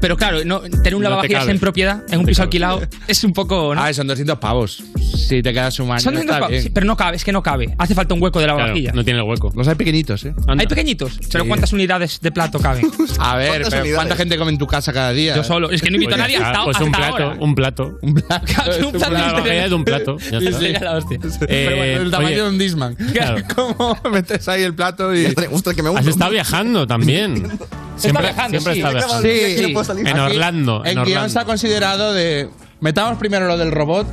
Speaker 10: Pero claro, no, tener un
Speaker 4: No te
Speaker 10: lavavajillas
Speaker 4: cabe.
Speaker 10: en propiedad, en
Speaker 4: No
Speaker 10: un
Speaker 4: te
Speaker 10: piso
Speaker 4: cabe.
Speaker 10: alquilado, es un poco. ¿no?
Speaker 4: Ah, son 200 pavos. Si te quedas un año,
Speaker 10: Son
Speaker 4: está
Speaker 10: lindos pa-
Speaker 4: bien.
Speaker 10: sí, pero no cabe, es que no cabe. Hace falta un hueco de lavavajillas.
Speaker 4: no
Speaker 3: tiene hueco.
Speaker 4: Los hay pequeñitos, ¿eh?
Speaker 10: Hay pequeñitos, pero
Speaker 4: Sí.
Speaker 10: ¿cuántas unidades de plato caben?
Speaker 4: A ver,
Speaker 10: ¿Cuántas
Speaker 4: pero
Speaker 10: unidades?
Speaker 4: ¿cuánta gente come en tu casa cada día?
Speaker 10: Yo solo. Es que no invito a
Speaker 4: Pues
Speaker 10: nadie
Speaker 4: ya
Speaker 10: hasta,
Speaker 4: está. Pues
Speaker 10: hasta
Speaker 4: un plato, Pues
Speaker 10: ahora.
Speaker 3: Un plato. Un plato.
Speaker 10: un plato
Speaker 3: La
Speaker 10: interior.
Speaker 3: variedad de un plato. Ya está.
Speaker 10: Sería la hostia.
Speaker 3: Eh,
Speaker 4: Pero bueno, el tamaño
Speaker 3: oye,
Speaker 4: de un Disman.
Speaker 3: Claro.
Speaker 4: ¿Cómo metes ahí el plato y. que me
Speaker 3: Has estado viajando también. Siempre, siempre está viajando. En Orlando. en
Speaker 4: El guión
Speaker 3: Orlando.
Speaker 4: se ha considerado de. Metamos primero lo del robot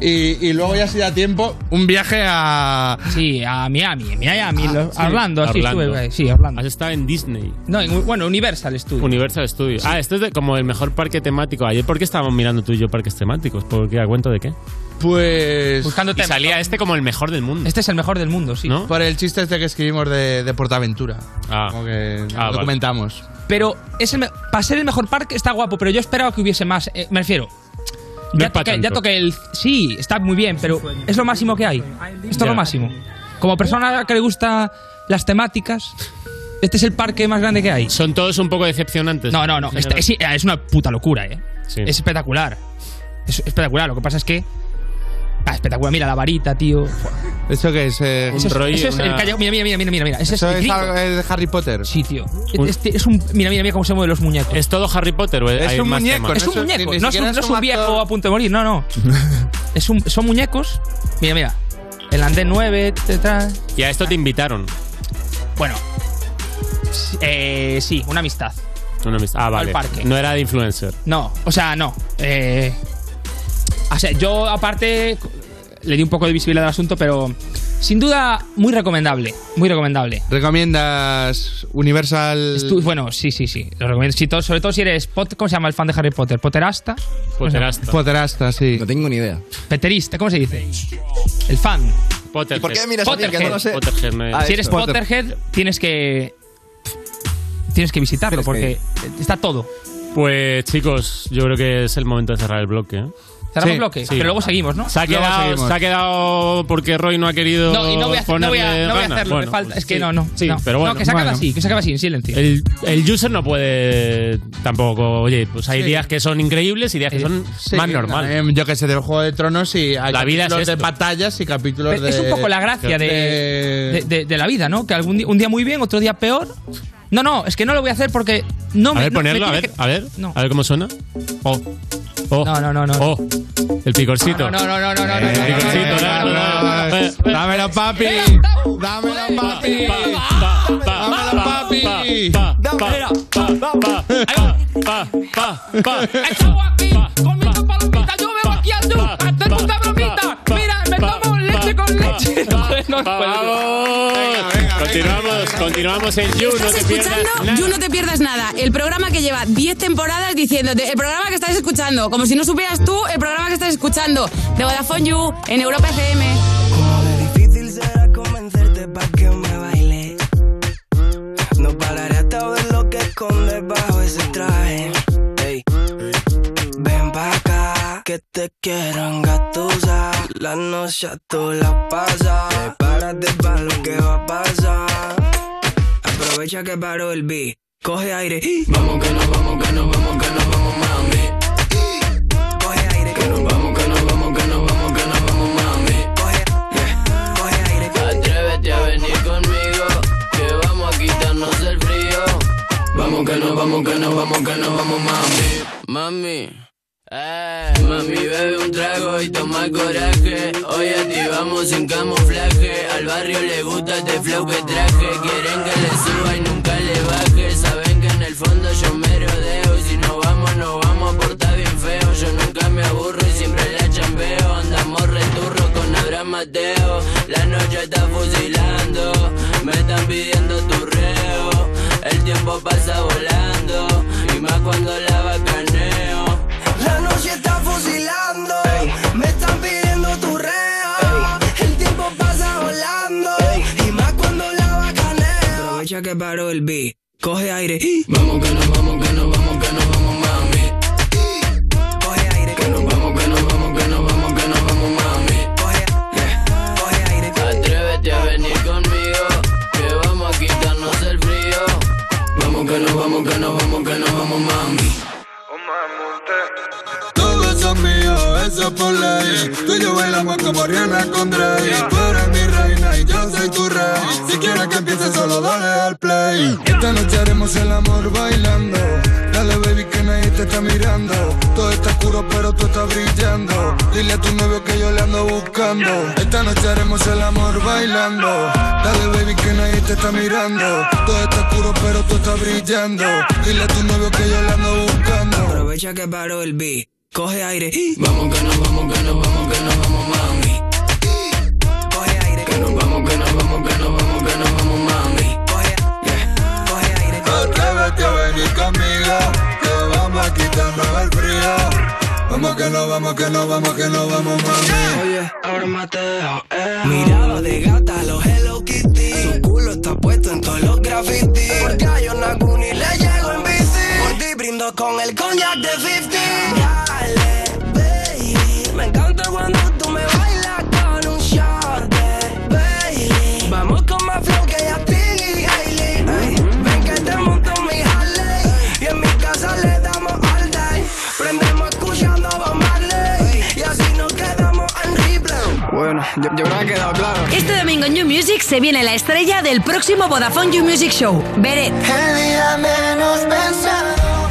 Speaker 4: y, y luego, ya si da tiempo, un viaje a.
Speaker 10: Sí, a Miami.
Speaker 4: Ah,
Speaker 10: Miami, lo-
Speaker 3: sí.
Speaker 10: Orlando, así
Speaker 3: Orlando.
Speaker 10: estuve, güey, Sí, Orlando.
Speaker 3: Has estado en Disney.
Speaker 10: No, en- bueno, Universal Studios.
Speaker 3: Universal Studios. Ah, esto es de- como el mejor parque temático. Ayer, ¿por qué estábamos mirando tú y yo parques temáticos? ¿Por qué? ¿A cuento de qué?
Speaker 4: Pues.
Speaker 3: Buscándote. salía este como el mejor del mundo.
Speaker 10: Este es el mejor del mundo, sí.
Speaker 4: Por el chiste este que escribimos de, de Portaventura.
Speaker 3: Ah.
Speaker 4: Como que
Speaker 3: Ah,
Speaker 4: lo
Speaker 3: vale.
Speaker 4: comentamos.
Speaker 10: Pero es el me- para ser el mejor parque está guapo, pero yo esperaba que hubiese más. Eh, me refiero.
Speaker 3: No
Speaker 10: Ya
Speaker 3: es pa'
Speaker 10: toqué,
Speaker 3: tanto.
Speaker 10: ya toqué el. Sí, está muy bien, pero es lo máximo que hay. Esto es
Speaker 3: Ya.
Speaker 10: lo máximo. Como persona que le gusta las temáticas, este es el parque más grande que hay.
Speaker 3: Son todos un poco decepcionantes.
Speaker 10: No, no, no.
Speaker 3: En
Speaker 10: este-
Speaker 3: general.
Speaker 10: es, es una puta locura, eh.
Speaker 3: Sí.
Speaker 10: Es espectacular. Es espectacular. Lo que pasa es que. Ah, espectacular. Mira la varita, tío.
Speaker 4: ¿Eso qué es? Eh,
Speaker 10: Eso es, eso es el calle- Mira, mira, mira, mira, mira, mira. Ese
Speaker 4: ¿Eso
Speaker 10: es, el
Speaker 4: es
Speaker 10: gringo.
Speaker 4: algo de Harry Potter?
Speaker 10: Sí, tío. Este es un, mira, mira, mira cómo se mueven los muñecos.
Speaker 3: ¿Es todo Harry Potter o
Speaker 4: Es
Speaker 3: hay
Speaker 4: un
Speaker 3: más
Speaker 4: muñeco,
Speaker 3: temas?
Speaker 4: ¿no?
Speaker 10: Es un
Speaker 4: Eso ni-
Speaker 10: muñeco, no
Speaker 4: ni
Speaker 10: es un,
Speaker 4: siquiera
Speaker 10: no
Speaker 4: es
Speaker 10: es un
Speaker 4: un
Speaker 10: viejo a punto de morir, no, no. es un, son muñecos. Mira, mira. El andén 9, te tra-
Speaker 3: Y a esto te invitaron.
Speaker 10: Bueno. Eh, sí, una amistad.
Speaker 3: Una amistad. Ah, vale.
Speaker 10: parque.
Speaker 3: No era de influencer.
Speaker 10: No, o sea, no. Eh, o sea, yo aparte le di un poco de visibilidad al asunto, pero sin duda muy recomendable, muy recomendable.
Speaker 4: ¿Recomiendas Universal?
Speaker 10: Estu- bueno, sí, sí, sí. Lo recomiendo. Si to- sobre todo si eres pot, ¿cómo se llama el fan de Harry Potter? Potterasta. ¿Cómo se llama?
Speaker 4: Poterasta, sí.
Speaker 17: No tengo ni idea.
Speaker 10: Peterista, ¿cómo se dice? El fan.
Speaker 3: Potter.
Speaker 17: por qué miras a mí, que no lo sé?
Speaker 3: Potterhead, no es.
Speaker 10: si eres Potterhead, tienes que. Tienes que visitarlo porque está todo.
Speaker 3: Pues chicos, yo creo que es el momento de cerrar el bloque. ¿eh?
Speaker 10: Cerramos
Speaker 3: Sí.
Speaker 10: bloque,
Speaker 3: Sí.
Speaker 10: pero luego seguimos, ¿no?
Speaker 3: Se ha,
Speaker 10: Luego
Speaker 3: quedado,
Speaker 10: seguimos.
Speaker 3: se ha quedado porque Roy no ha querido.
Speaker 10: No, y no voy a, hacer- no voy a-
Speaker 3: ponerle
Speaker 10: no voy a
Speaker 3: ganas.
Speaker 10: hacerlo,
Speaker 3: Bueno,
Speaker 10: me falta. Es que
Speaker 3: sí.
Speaker 10: no, no.
Speaker 3: Sí,
Speaker 10: no.
Speaker 3: pero bueno.
Speaker 10: No, que se acabe
Speaker 3: Bueno.
Speaker 10: así, que se acabe así, en silencio.
Speaker 3: El, el user no puede tampoco. Oye, pues hay
Speaker 4: Sí.
Speaker 3: días que son increíbles y días que son
Speaker 4: Sí,
Speaker 3: más normales.
Speaker 4: eh, Yo que sé, del Juego de Tronos y hay
Speaker 3: La vida es
Speaker 4: capítulos de
Speaker 3: esto.
Speaker 4: batallas y capítulos
Speaker 10: Pero
Speaker 4: de.
Speaker 10: es un poco la gracia de, de, de- de la vida, ¿no? Que algún día, un día muy bien, otro día peor. No, no, es que no lo voy a hacer porque no
Speaker 3: a
Speaker 10: me.
Speaker 3: ver,
Speaker 10: no, me
Speaker 3: ponerlo, a
Speaker 10: tiene
Speaker 3: ver,
Speaker 10: que-
Speaker 3: a ver.
Speaker 10: No.
Speaker 3: A ver cómo suena. Oh. Oh. No,
Speaker 10: no, no, no.
Speaker 3: Oh. El picorcito.
Speaker 10: No, no, no, no, no, no,
Speaker 3: El picorcito, dale, dale, dale.
Speaker 4: Dámelo, papi. Dámelo, papi. Dámelo, papi.
Speaker 10: Dámelo, Mira, me tomo leche con leche. No,
Speaker 3: Continuamos, continuamos en You, no
Speaker 1: Estás
Speaker 3: te
Speaker 1: escuchando
Speaker 3: pierdas. nada.
Speaker 1: You No Te Pierdas Nada, el programa que lleva 10 temporadas diciéndote, el programa que estás escuchando, como si no supieras tú el programa que estás escuchando, de Vodafone You, en Europa FM.
Speaker 6: difícil será convencerte para que me baile. No pararé hasta ver lo que escondes bajo ese traje. Ey. Ven pa' acá, que te quiero engatusar. La noche tú la pasas. Prepárate para lo que va a pasar. Aprovecha que paró el beat. Coge aire. Vamos que nos vamos, que nos vamos, que nos vamos, mami. Coge aire. Que nos vamos, que nos vamos, que nos vamos, que nos vamos, mami.
Speaker 22: Atrévete a venir conmigo, que vamos a quitarnos el frío.
Speaker 6: Vamos que nos vamos, que nos vamos, que nos vamos, mami.
Speaker 22: Mami, eh, mami, bebe un trago y toma coraje. Hoy activamos sin camuflaje. Al barrio le gusta este flow que traje. Quieren que le suba y nunca le baje. Saben que en el fondo yo me rodeo. Y si nos vamos, nos vamos a portar bien feo. Yo nunca me aburro y siempre la chambeo. Andamos returro con Abraham Mateo. La noche está fusilando. Me están pidiendo tu reo. El tiempo pasa volando. Y más cuando la bacaneo.
Speaker 6: La noche está fusilando, me están pidiendo tu reo. El tiempo pasa volando, y más cuando la bacaneo. Aprovecha que paró el beat, coge aire. Vamos que nos vamos, que nos vamos, que nos vamos, mami. Coge aire. Que nos vamos, que nos vamos, que nos vamos, que nos vamos, mami.
Speaker 22: Atrévete a venir conmigo, que vamos a quitarnos el frío.
Speaker 6: Vamos que nos vamos, que nos vamos, que nos vamos, mami. hecho por ley. Tú y yo bailamos como Rihanna con Drake. Tú eres mi reina y yo soy tu rey. Si quieres que empiece, solo dale al play. Esta noche haremos el amor bailando. Dale, baby, que nadie te está mirando. Todo está oscuro, pero tú estás brillando. Dile a tu novio que yo le ando buscando. Esta noche haremos el amor bailando. Dale, baby, que nadie te está mirando. Todo está oscuro, pero tú estás brillando. Dile a tu novio que yo le ando buscando.
Speaker 31: Aprovecha que paro el beat. Coge aire.
Speaker 6: Vamos que nos vamos, que nos vamos, que nos vamos, mami.
Speaker 31: Coge aire.
Speaker 6: Que nos vamos, que nos vamos, que nos vamos, que nos vamos, mami.
Speaker 31: Coge aire.
Speaker 6: Atrévete a venir conmigo. Te vamos a quitarnos el frío. Vamos que nos vamos, que nos vamos, que nos vamos, mami. Oye, ahora más te dejo. eh.
Speaker 31: Mirada de gata, los Hello Kitty. Su culo está puesto en todos los graffiti. Porque hay una Kuni le llego en bici. Por ti brindo con el cognac de 50. Dale, baby. Me encanta cuando tú me bailas con un shot de Bailey. Vamos con más flow que ya Tilly Hailey. Ay, Ven que te monto en mi Harley. Y en mi casa le damos all day. Prendemos escuchando a Bob Marley. Y así nos quedamos en replay.
Speaker 32: Bueno, yo, yo creo que ha quedado claro.
Speaker 9: Este domingo en You Music se viene la estrella del próximo Vodafone You Music Show, Beret.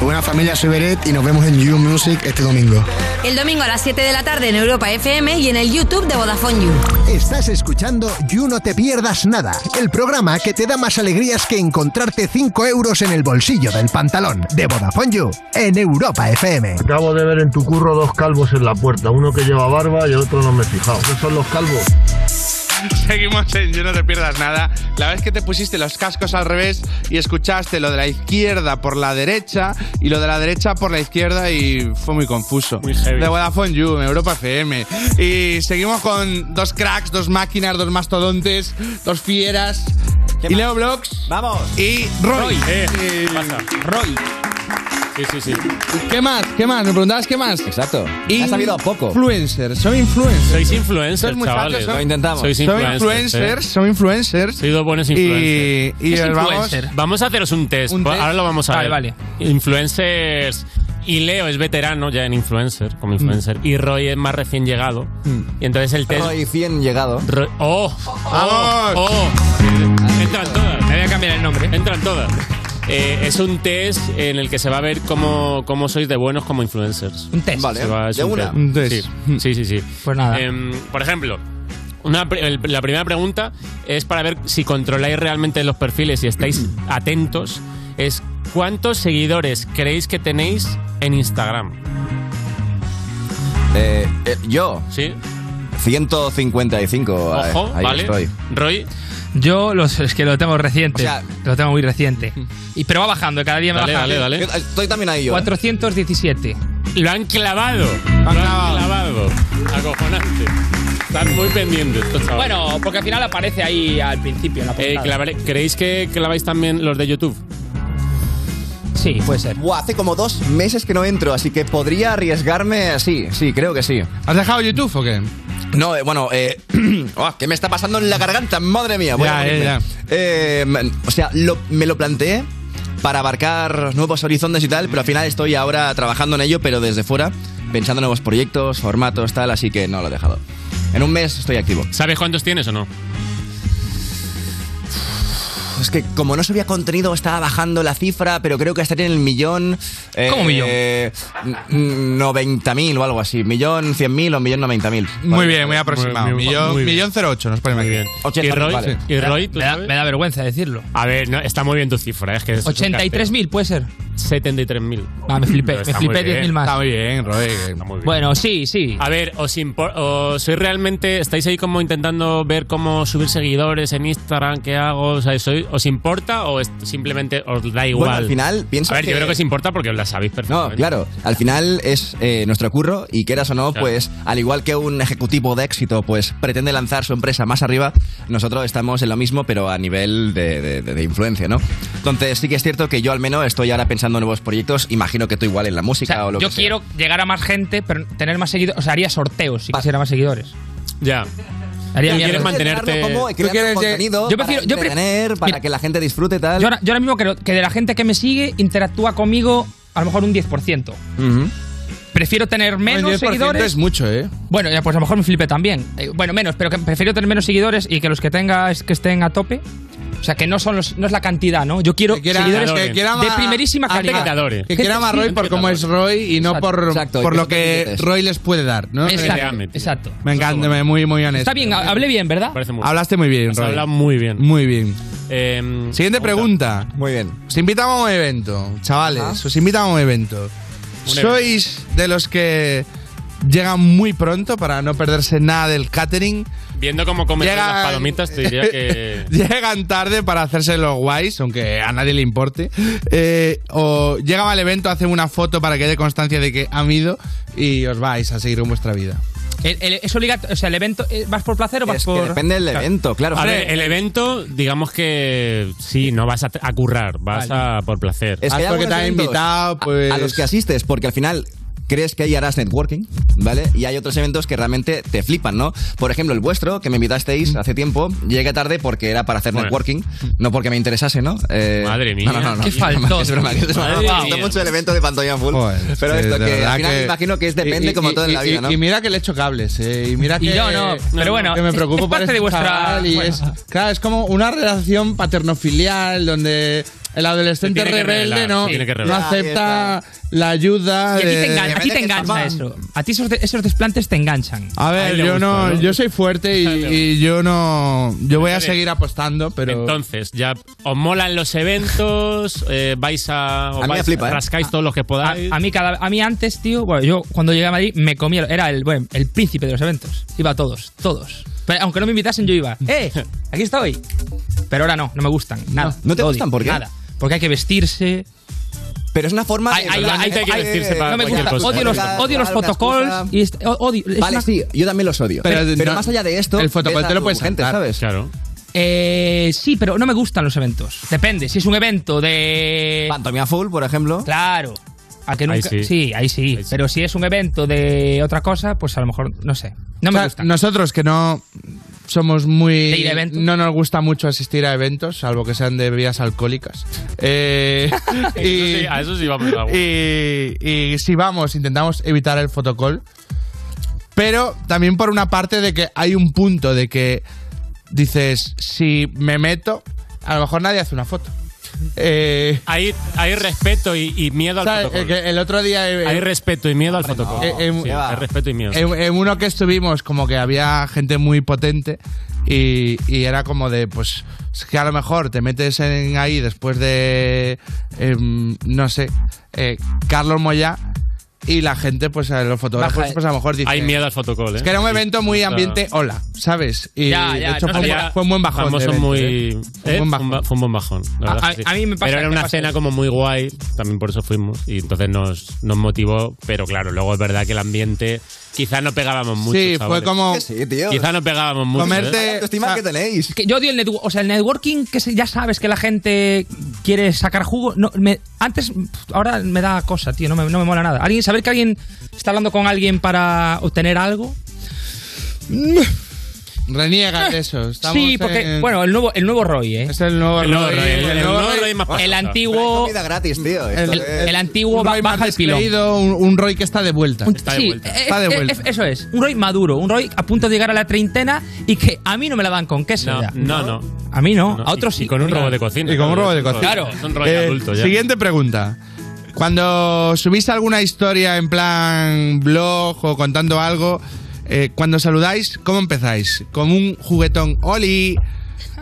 Speaker 33: Buena familia, soy Beret y nos vemos en You Music este domingo.
Speaker 9: El domingo a las 7 de la tarde en Europa FM y en el YouTube de Vodafone You.
Speaker 7: Estás escuchando You No Te Pierdas Nada, el programa que te da más alegrías que encontrarte 5 euros en el bolsillo del pantalón de Vodafone You en Europa FM.
Speaker 13: Acabo de ver en tu curro dos calvos en la puerta, uno que lleva barba y el otro no me he fijado. ¿Qué son los calvos?
Speaker 4: Seguimos en You No Te Pierdas Nada. La vez que te pusiste los cascos al revés y escuchaste lo de la izquierda por la derecha y lo de la derecha por la izquierda y fue muy confuso. Muy heavy. De Vodafone You, en Europa FM. Y seguimos con dos cracks, dos máquinas, dos mastodontes, dos fieras. Y Leo Blox. Vamos. Y Roy.
Speaker 3: Roy. Eh,
Speaker 4: Y- Roy.
Speaker 3: Sí, sí, sí.
Speaker 4: ¿Qué más? ¿Qué más? ¿Me preguntabas qué más? Exacto. Y
Speaker 3: Ha sabido poco.
Speaker 4: Influencers. Son influencers.
Speaker 3: Sois influencers,
Speaker 4: muchachos,
Speaker 3: chavales.
Speaker 4: son-
Speaker 3: Sois
Speaker 4: son
Speaker 3: influencers.
Speaker 4: influencers, son influencers.
Speaker 3: Soy dos buenos
Speaker 4: Y-
Speaker 3: influencers.
Speaker 4: y Es vamos- influencer.
Speaker 3: Vamos a haceros un test.
Speaker 4: Un test.
Speaker 3: Ahora lo vamos a
Speaker 4: Vale,
Speaker 3: ver. Influencers. Y Leo es veterano ya en influencer, como influencer. Y Roy es más recién llegado. Y entonces el test.
Speaker 17: Roy 100 llegado.
Speaker 3: Roy- ¡Oh! ¡Oh! ¡Oh! Entran todas. Me voy a cambiar el nombre. Entran todas. Eh, es un test en el que se va a ver cómo, cómo sois de buenos como influencers.
Speaker 10: Un test.
Speaker 3: Se va- es
Speaker 10: de una.
Speaker 3: test. Sí, sí, sí. sí.
Speaker 10: Pues nada.
Speaker 3: Em, por ejemplo, una pre- el- la primera pregunta es para ver si controláis realmente los perfiles y estáis atentos. Es ¿cuántos seguidores creéis que tenéis en Instagram?
Speaker 17: Eh, eh, yo.
Speaker 3: Sí.
Speaker 17: 155. eh,
Speaker 3: Ojo,
Speaker 17: ahí
Speaker 3: ¿vale?
Speaker 17: estoy.
Speaker 3: Roy.
Speaker 10: Yo los, es que lo tengo reciente. lo tengo muy reciente. Y, pero va bajando, cada día me
Speaker 3: Dale,
Speaker 10: baja.
Speaker 3: dale, dale.
Speaker 17: Estoy también ahí
Speaker 10: 417.
Speaker 3: Lo han clavado. Lo han clavado. Acojonante. Están muy pendientes estos chavales.
Speaker 10: Bueno, porque al final aparece ahí al principio. en la
Speaker 3: Eh,
Speaker 10: portada.
Speaker 3: clavaré- ¿Creéis que claváis también los de YouTube?
Speaker 10: Sí, puede ser.
Speaker 17: Buah, hace como dos meses que no entro, así que podría arriesgarme. Sí, sí, creo que sí.
Speaker 4: ¿Has dejado YouTube o qué?
Speaker 17: No, eh, bueno, eh, ah, ¿qué me está pasando en la garganta? Madre mía, voy a
Speaker 4: Ya,
Speaker 17: morirme.
Speaker 4: ya, ya.
Speaker 17: Eh, man, o sea, lo- me lo planteé para abarcar nuevos horizontes y tal, pero al final estoy ahora trabajando en ello, pero desde fuera, pensando en nuevos proyectos, formatos, tal, así que no lo he dejado. En un mes estoy activo.
Speaker 3: ¿Sabes cuántos tienes o no?
Speaker 17: Es que como no subía contenido estaba bajando la cifra, pero creo que estaría en el millón... eh,
Speaker 10: ¿Cómo millón?
Speaker 17: eh, n- 90.000 o algo así. Millón 100.000 o millón 90.000.
Speaker 4: Muy bien, muy aproximado.
Speaker 17: Muy bien,
Speaker 4: millón,
Speaker 17: muy bien.
Speaker 4: millón 08 nos ponemos bien.
Speaker 17: ¿Y Roy?
Speaker 3: vale. ¿Y Roy?
Speaker 10: Me da, me da vergüenza decirlo.
Speaker 3: A ver, no, está muy bien tu cifra. Es que es
Speaker 10: 83.000 puede ser.
Speaker 3: 73.000.
Speaker 10: Ah, me flipé,
Speaker 3: Pero
Speaker 10: me
Speaker 3: está
Speaker 10: flipé
Speaker 3: muy bien.
Speaker 10: 10.000 más. Está muy
Speaker 4: bien, Roy.
Speaker 10: Bueno, sí, sí.
Speaker 3: A ver, os, impor- os sois realmente, estáis ahí como intentando ver cómo subir seguidores en Instagram, qué hago, o sea, sois- ¿os importa o es- simplemente os da igual?
Speaker 17: al final pienso
Speaker 3: A ver, yo
Speaker 17: que-
Speaker 3: creo que os importa porque os la sabéis perfectamente.
Speaker 17: No, claro, al final es eh, nuestro curro y quieras o no,
Speaker 3: Claro.
Speaker 17: pues al igual que un ejecutivo de éxito pues pretende lanzar su empresa más arriba, nosotros estamos en lo mismo pero a nivel de, de- de- de influencia, ¿no? Entonces sí que es cierto que yo al menos estoy ahora pensando en nuevos proyectos, imagino que tú igual en la música o lo
Speaker 10: Yo
Speaker 17: que sea.
Speaker 10: quiero llegar a más gente, pero tener más seguidores. O sea, haría sorteos si quisiera más seguidores.
Speaker 3: Ya.
Speaker 10: Haría
Speaker 17: Tú
Speaker 10: mierda.
Speaker 17: quieres mantenerte- Como creando contenido
Speaker 10: yo
Speaker 17: para
Speaker 10: prefiero, yo pre-
Speaker 17: entretener, para
Speaker 10: Mira,
Speaker 17: que la gente disfrute tal.
Speaker 10: yo ahora, yo ahora mismo creo que de la gente que me sigue interactúa conmigo a lo mejor un 10%.
Speaker 17: Ujú.
Speaker 10: prefiero tener menos
Speaker 4: 10%
Speaker 10: seguidores.
Speaker 4: es mucho, ¿eh?
Speaker 10: Bueno, ya, pues a lo mejor me flipe también. Eh, bueno, menos, pero que prefiero tener menos seguidores y que los que tenga es que estén a tope. O sea, que no, son los, no es la cantidad, ¿no? Yo quiero
Speaker 4: quiera-
Speaker 10: seguidores
Speaker 4: que quiera
Speaker 10: de
Speaker 4: más-
Speaker 10: primerísima
Speaker 4: gente
Speaker 10: calidad.
Speaker 4: que te adore. Que quiera más Roy por cómo es Roy y no por,
Speaker 10: Exacto, y
Speaker 4: por
Speaker 10: que
Speaker 4: lo
Speaker 10: no te
Speaker 4: que
Speaker 10: limites.
Speaker 4: Roy les puede dar, ¿no?
Speaker 10: Exacto,
Speaker 4: Me-
Speaker 10: exacto.
Speaker 4: Me encanta, me- muy, muy honesto.
Speaker 10: Está bien, ha- hablé bien, ¿verdad?
Speaker 4: Hablaste muy bien,
Speaker 10: Has
Speaker 4: Roy.
Speaker 10: hablado
Speaker 3: muy bien.
Speaker 4: Muy bien. Em, Siguiente
Speaker 3: otra.
Speaker 4: pregunta. Muy bien. Os invitamos a un evento, chavales. Os invitamos a un evento. ¿Sois de los que llegan muy pronto para no perderse nada del catering?
Speaker 3: Viendo cómo comen
Speaker 4: Llegan-
Speaker 3: las palomitas, te diría que.
Speaker 4: Llegan tarde para hacerse los guays, aunque a nadie le importe. Eh, o llegan al evento, hacen una foto para que dé constancia de que han ido y os vais a seguir con vuestra vida.
Speaker 10: El- el- es obligatorio, o sea, el evento, eh, ¿vas por placer o vas por...?
Speaker 3: A ver, el evento, digamos que sí, no vas a, a currar, vas a por placer.
Speaker 17: Es que hay algunos eventos a-
Speaker 10: pues.
Speaker 17: a, los que asistes, porque al final crees que ahí harás networking, ¿vale? Y hay otros eventos que realmente te flipan, ¿no? Por ejemplo, el vuestro, que me
Speaker 10: Mm.
Speaker 17: invitasteis hace tiempo, llegué tarde porque era para hacer networking, no porque me interesase, ¿no? Eh,
Speaker 3: Madre mía.
Speaker 17: No, no, no.
Speaker 3: Qué
Speaker 17: Es broma, Es broma, es broma.
Speaker 3: Madre
Speaker 17: Me
Speaker 3: mía.
Speaker 17: gustó mucho el evento de pantalla full. pero esto
Speaker 4: de
Speaker 17: que
Speaker 4: verdad
Speaker 17: al final
Speaker 4: que-
Speaker 17: me imagino que es depende
Speaker 4: y- y-
Speaker 17: como todo en la
Speaker 4: y-
Speaker 17: vida, ¿no?
Speaker 4: Y mira que le echo cables, eh, y mira
Speaker 17: Y
Speaker 4: que
Speaker 17: yo no, pero bueno,
Speaker 4: que me
Speaker 17: es-
Speaker 4: preocupo por
Speaker 17: es parte
Speaker 4: este
Speaker 17: de vuestra-
Speaker 4: chaval y
Speaker 17: bueno.
Speaker 4: es- claro, es como una relación paterno-filial donde el adolescente
Speaker 10: tiene que
Speaker 4: rebelde
Speaker 10: revelar,
Speaker 4: no,
Speaker 10: se tiene que
Speaker 4: no
Speaker 10: revelar.
Speaker 4: acepta la ayuda
Speaker 10: Y a ti te
Speaker 4: de-
Speaker 10: engan- a ti te engancha eso. A ti esos, de- esos desplantes te enganchan.
Speaker 4: A ver, yo no, yo soy fuerte y, y yo no, yo voy a seguir apostando, pero
Speaker 3: Entonces, ya os molan los eventos, eh, vais a. os
Speaker 10: A mí me
Speaker 3: vais-
Speaker 10: flipa, ¿eh?
Speaker 4: Ah.
Speaker 3: Rascáis todos los que podáis.
Speaker 10: A mí, cada, a mí antes, tío, bueno, yo cuando llegué a Madrid me comía, era el, bueno, el príncipe de los eventos. Iba a todos, todos. Pero aunque no me invitasen, yo iba, ¡eh! Aquí estoy. Pero ahora no, no me gustan, nada.
Speaker 17: No, ¿no te
Speaker 10: Odio,
Speaker 17: gustan? ¿Por qué?
Speaker 10: Nada. Porque hay que vestirse.
Speaker 17: Pero es una forma
Speaker 10: Hay, hay-
Speaker 17: ¿eh?
Speaker 10: hay- hay- No me gusta. Odio los, odio los protocolos. y est- o- odio. es
Speaker 17: Vale,
Speaker 10: una-
Speaker 17: sí, yo también los odio. Pero,
Speaker 10: Pero-
Speaker 17: pero
Speaker 10: no-
Speaker 17: más allá de esto,
Speaker 10: el fotocall
Speaker 17: ves a
Speaker 10: te lo
Speaker 17: tu
Speaker 10: puedes
Speaker 17: gente,
Speaker 10: saltar.
Speaker 17: ¿sabes?
Speaker 3: Claro.
Speaker 10: Eh, sí, pero no me gustan los eventos. Depende. Si es un evento de.
Speaker 17: Pantomia Full, por ejemplo.
Speaker 10: Claro. A que
Speaker 17: Ahí
Speaker 10: nunca-
Speaker 17: sí.
Speaker 10: sí, ahí sí. Pero si es un evento de otra cosa, pues a lo mejor, no sé. No me
Speaker 4: O sea,
Speaker 10: gusta.
Speaker 4: Nosotros que no somos muy.
Speaker 10: ¿De ir a eventos?
Speaker 4: No nos gusta mucho asistir a eventos, salvo que sean de bebidas alcohólicas. Eh,
Speaker 3: Eso sí, a eso sí vamos a
Speaker 4: y, y si vamos, intentamos evitar el fotocall. Pero también por una parte de que hay un punto de que dices, si me meto, a lo mejor nadie hace una foto. Eh,
Speaker 3: Hay, hay respeto y, y miedo al
Speaker 4: ¿Sabes?
Speaker 3: protocolo.
Speaker 4: Eh, que el otro día. eh,
Speaker 3: hay
Speaker 4: eh,
Speaker 3: respeto y miedo al protocolo.
Speaker 4: Eh, eh,
Speaker 3: Sí,
Speaker 4: va.
Speaker 3: hay respeto y miedo.
Speaker 4: En, en uno que estuvimos, como que había gente muy potente y, y era como de, pues, es que a lo mejor te metes en ahí después de, em, no sé, eh, Carlos Moya y la gente, pues, a los fotógrafos,
Speaker 3: Baja, eh.
Speaker 4: pues a lo mejor dicen...
Speaker 3: Hay miedo al fotocall, ¿eh?
Speaker 4: Es que era un
Speaker 3: Sí,
Speaker 4: evento muy
Speaker 3: está-
Speaker 4: ambiente hola, ¿sabes? Y
Speaker 3: Ya, ya,
Speaker 4: de hecho
Speaker 3: no
Speaker 4: fue, un,
Speaker 3: sabía-
Speaker 4: ba- fue un buen bajón.
Speaker 3: Ambos
Speaker 4: de
Speaker 3: son
Speaker 4: evento,
Speaker 3: muy-
Speaker 4: ¿eh? Fue
Speaker 3: ¿eh? Fue
Speaker 4: un buen
Speaker 3: un
Speaker 4: bajón.
Speaker 3: ba- fue un buen bajón. la
Speaker 10: A-
Speaker 3: verdad
Speaker 10: a-
Speaker 3: que sí.
Speaker 10: a mí me pasa-
Speaker 3: Pero era
Speaker 10: me
Speaker 3: una
Speaker 10: pasa
Speaker 3: cena
Speaker 10: eso.
Speaker 3: como muy guay, también por eso fuimos. Y entonces nos, nos motivó, pero claro, luego es verdad que el ambiente. Quizás no pegábamos mucho.
Speaker 4: Sí, fue
Speaker 3: chavales.
Speaker 4: como-
Speaker 3: Quizás no pegábamos mucho. ¿eh?
Speaker 17: que tenéis.
Speaker 10: Que yo odio el networking. O sea, el networking que se- ya sabes que la gente quiere sacar jugo. No, me- antes, pf, ahora me da cosa, tío. No me, no me mola nada. Alguien, saber que alguien está hablando con alguien para obtener algo.
Speaker 4: Reniegas de eso. estamos
Speaker 10: sí, porque,
Speaker 4: en-
Speaker 10: bueno, el nuevo, el nuevo Roy, ¿eh?
Speaker 4: Es el nuevo
Speaker 10: El nuevo Roy, Roy, el- el el nuevo nuevo Roy Roy más pasado.
Speaker 17: Pero hay
Speaker 10: antiguo-
Speaker 17: comida gratis, tío. esto
Speaker 10: El,
Speaker 17: es-
Speaker 10: el antiguo
Speaker 4: un
Speaker 10: ba-
Speaker 4: Roy más
Speaker 10: baja el pilón.
Speaker 4: descreído, un, un Roy que está de vuelta.
Speaker 10: Sí, eh,
Speaker 4: Está de
Speaker 10: eh,
Speaker 4: vuelta.
Speaker 10: eh, eso es. Un Roy maduro, un Roy a punto de llegar a la treintena y que a mí no me la dan con queso.
Speaker 3: No,
Speaker 10: ya.
Speaker 3: no, no.
Speaker 10: A mí no, a otros sí.
Speaker 3: Y con un robo de
Speaker 10: eh,
Speaker 3: cocina.
Speaker 4: Y como un robo de cocina.
Speaker 3: Claro. Es un rollo
Speaker 4: Eh,
Speaker 3: adulto ya.
Speaker 4: Siguiente pregunta. Cuando subís alguna historia en plan blog o contando algo, eh, cuando saludáis, ¿cómo empezáis? ¿Como un juguetón Oli?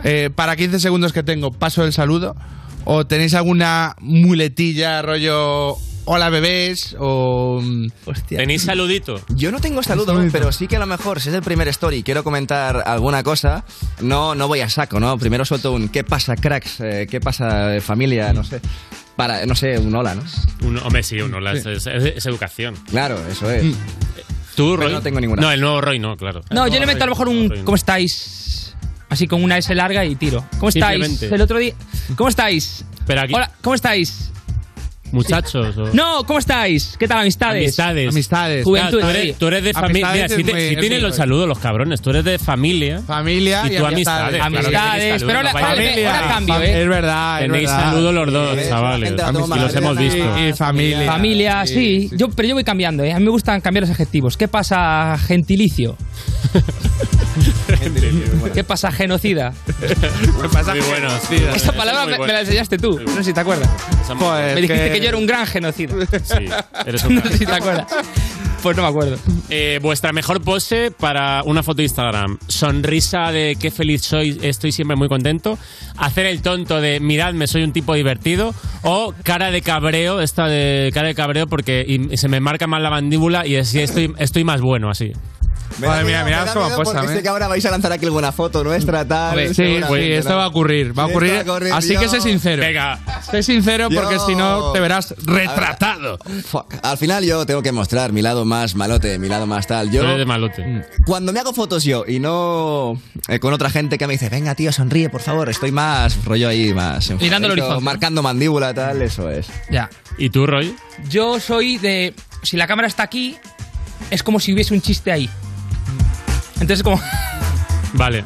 Speaker 4: Eh, para 15 segundos que tengo, paso el saludo. ¿O tenéis alguna muletilla rollo hola bebés? O. Hostia.
Speaker 3: ¿Tenéis saludito?
Speaker 17: Mm. Yo no tengo saludo, pero sí que a lo mejor, si es el primer story y quiero comentar alguna cosa, no, no voy a saco, ¿no? Primero suelto un ¿qué pasa, cracks? Eh, ¿Qué pasa, eh, familia? No sé. Para, no sé, un hola, ¿no?
Speaker 3: Un, hombre, sí, uno. la- es, es- es educación.
Speaker 17: Claro, eso es.
Speaker 3: ¿Tú,
Speaker 17: Pero
Speaker 3: Roy?
Speaker 17: no tengo ninguna.
Speaker 3: No, el nuevo Roy no, claro.
Speaker 10: No, yo le meto a lo mejor un ¿Cómo estáis? Así con una S larga y tiro. ¿Cómo estáis?
Speaker 3: Simplemente.
Speaker 10: El otro día. ¿Cómo estáis?
Speaker 3: Pero aquí-
Speaker 10: Hola, ¿cómo estáis?
Speaker 3: muchachos. o-
Speaker 10: No, ¿cómo estáis? ¿Qué tal, amistades?
Speaker 3: Amistades. Amistades.
Speaker 10: Juventud,
Speaker 3: tú, eres, tú eres de familia. Mira, si, te- si tienen los saludos, los cabrones, tú eres de familia.
Speaker 4: Familia
Speaker 3: Y
Speaker 4: y
Speaker 3: tú amistades.
Speaker 4: amistades.
Speaker 3: claro que
Speaker 4: Amistades,
Speaker 3: tenéis
Speaker 4: pero
Speaker 3: saludos,
Speaker 4: la-
Speaker 3: vaya
Speaker 4: familia.
Speaker 3: mierda.
Speaker 4: Ahora cambio, ¿eh? Es verdad, es
Speaker 3: Tenéis
Speaker 4: verdad.
Speaker 3: saludos los dos,
Speaker 4: Sí,
Speaker 3: chavales.
Speaker 4: la gente la
Speaker 3: Amis-
Speaker 4: toma
Speaker 3: Y los
Speaker 4: de
Speaker 3: hemos
Speaker 4: la-
Speaker 3: visto.
Speaker 4: Y- y familia.
Speaker 10: Familia, sí. Yo, pero yo voy cambiando, ¿eh? A mí me gustan cambiar los adjetivos. ¿Qué pasa, gentilicio? ¿Qué pasa, genocida?
Speaker 4: ¿Qué pasa?
Speaker 3: Muy buenos, sí.
Speaker 10: Esa palabra me, me la enseñaste tú. No sé si te acuerdas.
Speaker 3: Pues
Speaker 10: me dijiste que...
Speaker 3: que
Speaker 10: yo era un gran genocida.
Speaker 3: Sí, eres un
Speaker 10: No sé si te acuerdas. Pues no me acuerdo.
Speaker 3: Eh, vuestra mejor pose para una foto de Instagram. Sonrisa de qué feliz soy, estoy siempre muy contento. Hacer el tonto de miradme, soy un tipo divertido. O cara de cabreo, esta de cara de cabreo porque y- y se me marca más la mandíbula y así estoy, estoy más bueno así.
Speaker 4: Madre mía, mira
Speaker 17: Miedo
Speaker 4: cómo posa,
Speaker 17: porque
Speaker 4: ¿eh?
Speaker 17: sé que ahora vais a lanzar aquí alguna foto nuestra, tal.
Speaker 4: Sí, sí, esto va a ocurrir, va a ocurrir. Así que sé sincero.
Speaker 3: Venga.
Speaker 4: Sé sincero porque si no te verás retratado.
Speaker 17: Al final yo tengo que mostrar mi lado más malote, mi lado más tal. Yo,
Speaker 3: Tú eres de
Speaker 10: Mm.
Speaker 3: malote.
Speaker 17: Cuando me hago fotos yo y no eh, con otra gente que me dice, venga tío, sonríe, por favor, estoy más rollo ahí, más...
Speaker 10: Y dándole
Speaker 17: enfadadito,
Speaker 10: horizonte.
Speaker 17: Marcando mandíbula, tal, eso es.
Speaker 10: Ya.
Speaker 3: ¿Y tú, Roy?
Speaker 10: Yo soy de. Si la cámara está aquí, es como si hubiese un chiste ahí. Entonces, como.
Speaker 3: Vale.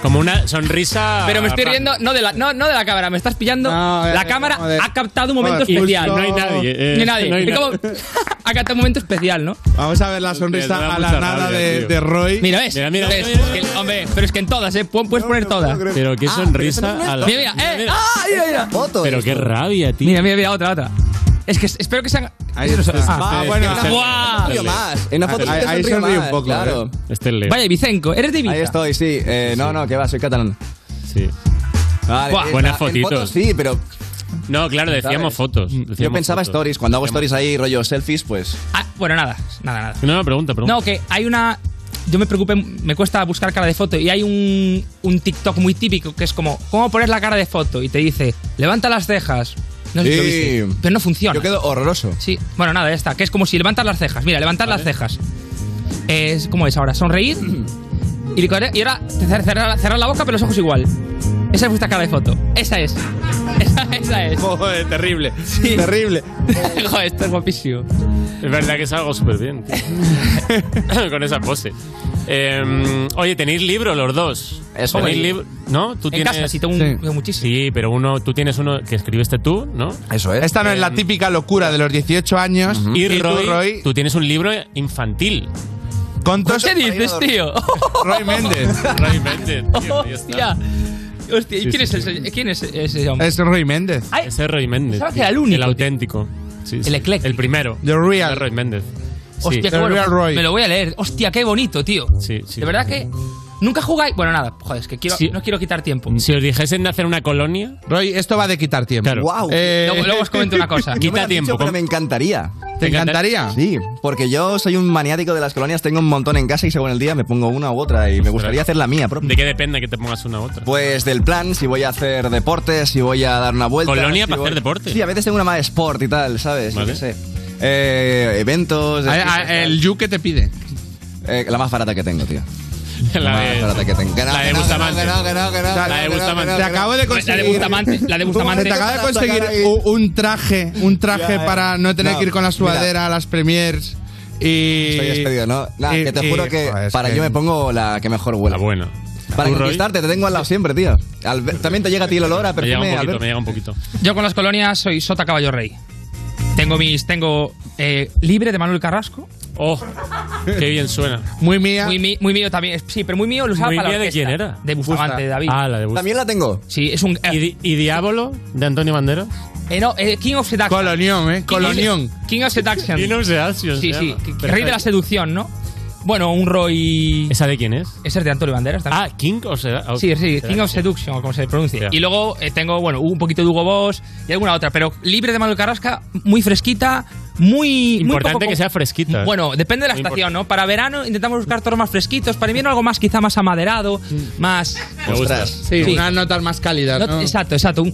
Speaker 3: Como una sonrisa.
Speaker 10: Pero me estoy
Speaker 3: random.
Speaker 10: riendo, no de la, no, no de la cámara, me estás pillando.
Speaker 3: eh,
Speaker 10: la cámara
Speaker 3: joder.
Speaker 10: ha captado un momento
Speaker 3: Joder,
Speaker 10: especial.
Speaker 3: justo- No hay nadie, eh,
Speaker 10: Ni nadie.
Speaker 3: no hay
Speaker 10: Es como- ha captado un momento especial, ¿no?
Speaker 4: Vamos a ver la
Speaker 10: Me
Speaker 4: sonrisa
Speaker 10: da
Speaker 4: a la
Speaker 10: mucha
Speaker 4: nada
Speaker 10: rabia,
Speaker 4: de,
Speaker 10: tío.
Speaker 4: de Roy.
Speaker 10: Mira, ¿ves? ¿Ves? Que- hombre, pero es que en todas, ¿eh? Pu- Puedes poner todas.
Speaker 3: Pero qué sonrisa a la-
Speaker 10: Mira, mira, eh. ¡Ah, mira, mira!
Speaker 3: Pero qué rabia, tío.
Speaker 10: Mira, mira, mira, otra, otra. Es que es- espero que sean.
Speaker 3: Ahí está.
Speaker 10: Ah,
Speaker 3: Ah,
Speaker 10: bueno.
Speaker 3: este-
Speaker 10: ¡Guau!
Speaker 3: este-
Speaker 17: más. En una foto
Speaker 3: Ahí-
Speaker 17: sí te
Speaker 3: ahí
Speaker 17: sonríe
Speaker 3: sonríe
Speaker 17: más,
Speaker 3: un poco,
Speaker 17: claro.
Speaker 3: ¿eh? Este es Leo.
Speaker 10: Vaya, Vicenco, ¿eres de Ibiza?
Speaker 17: Ahí estoy, sí. Eh, No, no, que va, soy catalán.
Speaker 3: Sí.
Speaker 17: Vale,
Speaker 3: Buah,
Speaker 17: eh,
Speaker 3: buenas
Speaker 17: en
Speaker 3: fotitos.
Speaker 17: sí, pero...
Speaker 3: No, claro, decíamos
Speaker 17: ¿Sabes?
Speaker 3: fotos.
Speaker 10: Mm.
Speaker 17: Yo
Speaker 3: decíamos
Speaker 17: pensaba
Speaker 3: fotos.
Speaker 17: stories. Cuando hago
Speaker 3: Decíamos-
Speaker 17: stories ahí, rollo selfies, pues...
Speaker 10: Ah, bueno, nada, nada, nada.
Speaker 3: No, no, pregunta, pregunta.
Speaker 10: No, que hay una. Yo me preocupé, me cuesta buscar cara de foto. Y hay un, un TikTok muy típico que es como, ¿cómo poner la cara de foto? Y te dice, levanta las cejas. No sé si lo
Speaker 17: Sí.
Speaker 10: viste, pero no funciona.
Speaker 17: Yo quedo horroroso.
Speaker 10: Sí, bueno, nada, ya está. Que es como si levantas las cejas. Mira, levantar las cejas. Es, ¿Cómo es ahora? Sonreír. Y, licor- y ahora te cer- cerrar, cerrar la boca, pero los ojos igual. Esa es vuestra cara de foto. Esa es. Esa, esa es.
Speaker 4: Joder, terrible. Terrible.
Speaker 10: Joder, esto es guapísimo.
Speaker 3: Es verdad que salgo súper bien. tío. Con esa pose. Eh, oye, tenéis libro los dos.
Speaker 10: Eso,
Speaker 3: ¿Tenéis
Speaker 10: sí.
Speaker 3: libro? ¿No? Tú
Speaker 10: En
Speaker 3: tienes...
Speaker 10: casa, sí, tengo un- Sí. tengo muchísimo.
Speaker 3: Sí, pero uno, tú tienes uno que escribiste tú, ¿no?
Speaker 17: Eso es.
Speaker 4: Esta no
Speaker 10: Em,
Speaker 4: es la típica locura de los 18 años.
Speaker 3: Em. Y
Speaker 4: tú,
Speaker 3: Roy, tú tienes un libro infantil.
Speaker 4: Contos.
Speaker 10: ¿Qué dices, tío?
Speaker 4: Roy Méndez.
Speaker 3: Roy Méndez. tío, ahí está.
Speaker 10: Hostia. Hostia, ¿y
Speaker 3: Sí,
Speaker 10: quién,
Speaker 3: sí,
Speaker 10: es ese, quién es ese hombre?
Speaker 4: Es Roy Méndez.
Speaker 10: Ay,
Speaker 3: Ese es Roy Méndez.
Speaker 10: Pensaba que
Speaker 3: tío.
Speaker 10: era el único,
Speaker 3: auténtico. Sí, sí.
Speaker 10: El ecléctico.
Speaker 3: El primero.
Speaker 4: The
Speaker 3: real. Roy Méndez. Sí.
Speaker 10: Hostia, qué bueno. Me lo voy a leer. Hostia, qué bonito, tío.
Speaker 3: Sí, sí.
Speaker 10: De verdad que nunca jugáis. Bueno, nada, joder, es que quiero,
Speaker 3: Sí.
Speaker 10: no quiero quitar tiempo.
Speaker 3: Si os dijesen de hacer una colonia...
Speaker 4: Roy, esto va de quitar tiempo. Eh,
Speaker 3: Claro.
Speaker 17: Guau.
Speaker 10: Luego, luego os comento una cosa.
Speaker 17: No me lo han dicho, pero me encantaría.
Speaker 4: ¿Te encantaría?
Speaker 17: Sí, porque yo soy un maniático de las colonias, tengo un montón en casa y según el día me pongo una u otra y me gustaría hacer la mía propia.
Speaker 3: ¿De qué depende que te pongas una u otra?
Speaker 17: Pues del plan, si voy a hacer deporte, si voy a dar una vuelta.
Speaker 3: Colonia
Speaker 17: si
Speaker 3: para
Speaker 17: voy-
Speaker 3: hacer deporte.
Speaker 17: Sí, a veces tengo una más de sport y tal, ¿sabes? Yo
Speaker 3: Vale.
Speaker 17: qué sé. Eh, eventos. Eh,
Speaker 4: A- a- el you que te pide.
Speaker 17: la más barata que tengo, tío.
Speaker 3: La
Speaker 17: más barata que tengo. Que no,
Speaker 3: la de
Speaker 17: que no, que no,
Speaker 3: Bustamante.
Speaker 17: que no, que no, que
Speaker 3: La
Speaker 17: no,
Speaker 3: de
Speaker 17: que no, que no,
Speaker 3: Bustamante.
Speaker 17: que no,
Speaker 4: Te
Speaker 17: que no.
Speaker 4: acabo de conseguir. Te acabo de conseguir un, un traje, un traje
Speaker 17: Ya, eh.
Speaker 4: para no tener
Speaker 17: No,
Speaker 4: que ir con la sudadera a las premiers. Y.
Speaker 17: Estoy despedido, ¿no? Nah,
Speaker 4: y-
Speaker 17: que te
Speaker 4: y-
Speaker 17: juro que
Speaker 4: joder, es
Speaker 17: para
Speaker 4: que-
Speaker 17: yo me pongo la que mejor huele.
Speaker 3: La buena.
Speaker 17: Para
Speaker 3: ¿Tú, Roy?
Speaker 17: conquistarte, te tengo al lado siempre, tío. Al- también te llega a ti el olor a
Speaker 3: Me llega
Speaker 17: perfume.
Speaker 3: un poquito,
Speaker 17: Albert.
Speaker 3: me llega un poquito.
Speaker 10: Yo con las colonias soy Sota Caballo Rey. Tengo mis. Tengo eh, Libre de Manuel Carrasco.
Speaker 3: Oh, qué bien suena.
Speaker 4: Muy mía.
Speaker 10: Muy, mí- muy mío también. Sí, pero muy mío lo usaba
Speaker 3: ¿Muy
Speaker 10: para la
Speaker 3: mía de
Speaker 10: orquesta.
Speaker 3: quién era?
Speaker 10: De Bustamante, de David.
Speaker 3: Ah, la de Bustamante.
Speaker 17: la tengo.
Speaker 10: Sí, es un.
Speaker 3: ¿Y, Di- y Diabolo de Antonio Banderas?
Speaker 10: Eh, no, eh, King of Seduction.
Speaker 4: Colonión, ¿eh? Colonión.
Speaker 10: King of Seduction.
Speaker 3: Y no sé, así os
Speaker 10: Sí,
Speaker 3: llama.
Speaker 10: sí. que- que
Speaker 3: Perfecto.
Speaker 10: Rey de la seducción, ¿no? Bueno, un Roy.
Speaker 3: ¿Esa de quién es?
Speaker 10: Ese es de Antonio Banderas también.
Speaker 3: Ah, King o sea. o-
Speaker 10: Sí, sí,
Speaker 3: será.
Speaker 10: King of Seduction, o como se pronuncia. Y luego eh, tengo, bueno, un poquito de Hugo Boss y alguna otra, pero libre de Manuel Carrasca, muy fresquita, muy.
Speaker 3: Importante
Speaker 10: muy poco-
Speaker 3: que sea fresquita.
Speaker 10: Bueno, depende de la
Speaker 3: Muy
Speaker 10: estación, ¿no? Para verano intentamos buscar tonos más fresquitos, para invierno algo más, quizá más amaderado, más.
Speaker 3: Me gusta.
Speaker 4: Sí, Mm. unas notas más cálidas.
Speaker 10: No-
Speaker 4: ¿no?
Speaker 10: Exacto, exacto. un-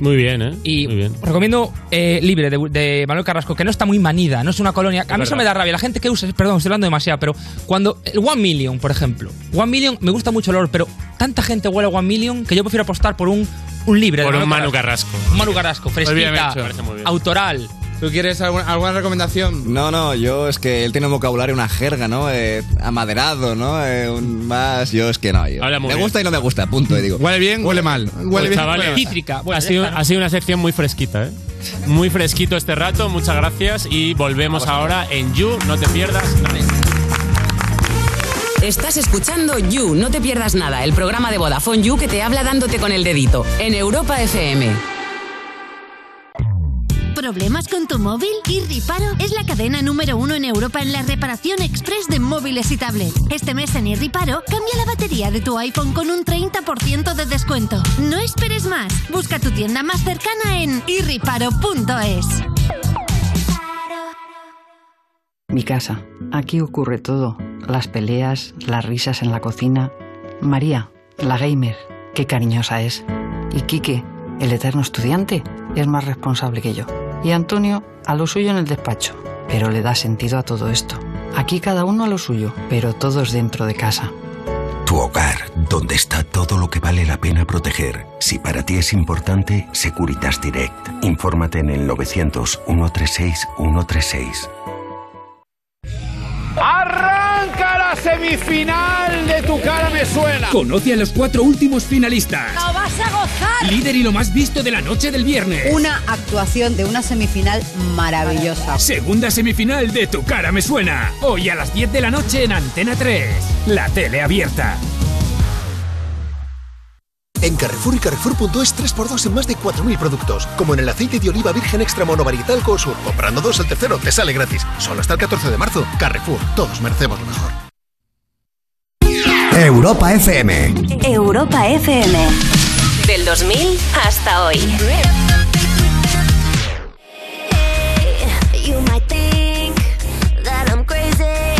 Speaker 3: Muy bien, ¿eh? Muy bien.
Speaker 10: Recomiendo eh, Libre de, de Manuel Carrasco, que no está muy manida, no es una colonia. A mí eso
Speaker 3: verdad.
Speaker 10: me da rabia. La gente que usa, perdón, estoy hablando demasiado, pero cuando. El One Million, por ejemplo. One Million, me gusta mucho el olor, pero tanta gente huele a One Million que yo prefiero apostar por un
Speaker 34: un libro. de
Speaker 3: Por un Manu Carrasco.
Speaker 34: Manu Carrasco,
Speaker 3: bien
Speaker 34: fresquita,
Speaker 3: hecho. Parece muy bien.
Speaker 34: autoral.
Speaker 17: ¿Tú quieres alguna, recomendación? No, no, yo es que él tiene un vocabulario, una jerga, ¿no? Eh, amaderado, ¿no? Eh, un más. Yo es que no. yo-
Speaker 3: Habla muy
Speaker 17: me
Speaker 3: bien.
Speaker 17: gusta y no me gusta, punto. y digo.
Speaker 35: Huele bien, huele mal. Huele bien,
Speaker 3: Pues, Chavales,
Speaker 35: huele mal.
Speaker 3: ha, sido, ha sido una sección muy fresquita, ¿eh? Muy fresquito este rato, muchas gracias y volvemos ahora en You, no te pierdas.
Speaker 1: Estás escuchando You, no te pierdas nada, el programa de Vodafone You que te habla dándote con el dedito en Europa FM.
Speaker 36: ¿Problemas con tu móvil? Irriparo es la cadena número uno en Europa en la reparación express de móviles y tablet. Este mes en Irriparo, cambia la batería de tu iPhone con un 30% de descuento. No esperes más. Busca tu tienda más cercana en irriparo.es.
Speaker 26: Mi casa. Aquí ocurre todo. Las peleas, las risas en la cocina. María, la gamer, qué cariñosa es. Y Quique, el eterno estudiante, es más responsable que yo. Y Antonio, a lo suyo en el despacho. Pero le da sentido a todo esto. Aquí cada uno a lo suyo, pero todos dentro de casa.
Speaker 23: Tu hogar, donde está todo lo que vale la pena proteger. Si para ti es importante, Securitas Direct. Infórmate en el 900 136 136.
Speaker 21: ¡Arranca la semifinal de Tu Cara Me Suena!
Speaker 10: Conoce a los cuatro últimos finalistas.
Speaker 9: ¡Lo vas a gozar!
Speaker 10: Líder y lo más visto de la noche del viernes.
Speaker 9: Una actuación de una semifinal maravillosa.
Speaker 10: Segunda semifinal de Tu cara me suena. Hoy a las 10 de la noche en Antena 3. La tele abierta.
Speaker 13: En Carrefour y Carrefour.es 3x2 en más de 4.000 productos, como en el aceite de oliva virgen extra monovarietal con sur. Comprando dos, el tercero te sale gratis. Solo hasta el 14 de marzo. Carrefour, todos merecemos lo mejor.
Speaker 37: Europa FM.
Speaker 8: Europa FM. Del 2000 hasta hoy.
Speaker 14: You might think that I'm crazy,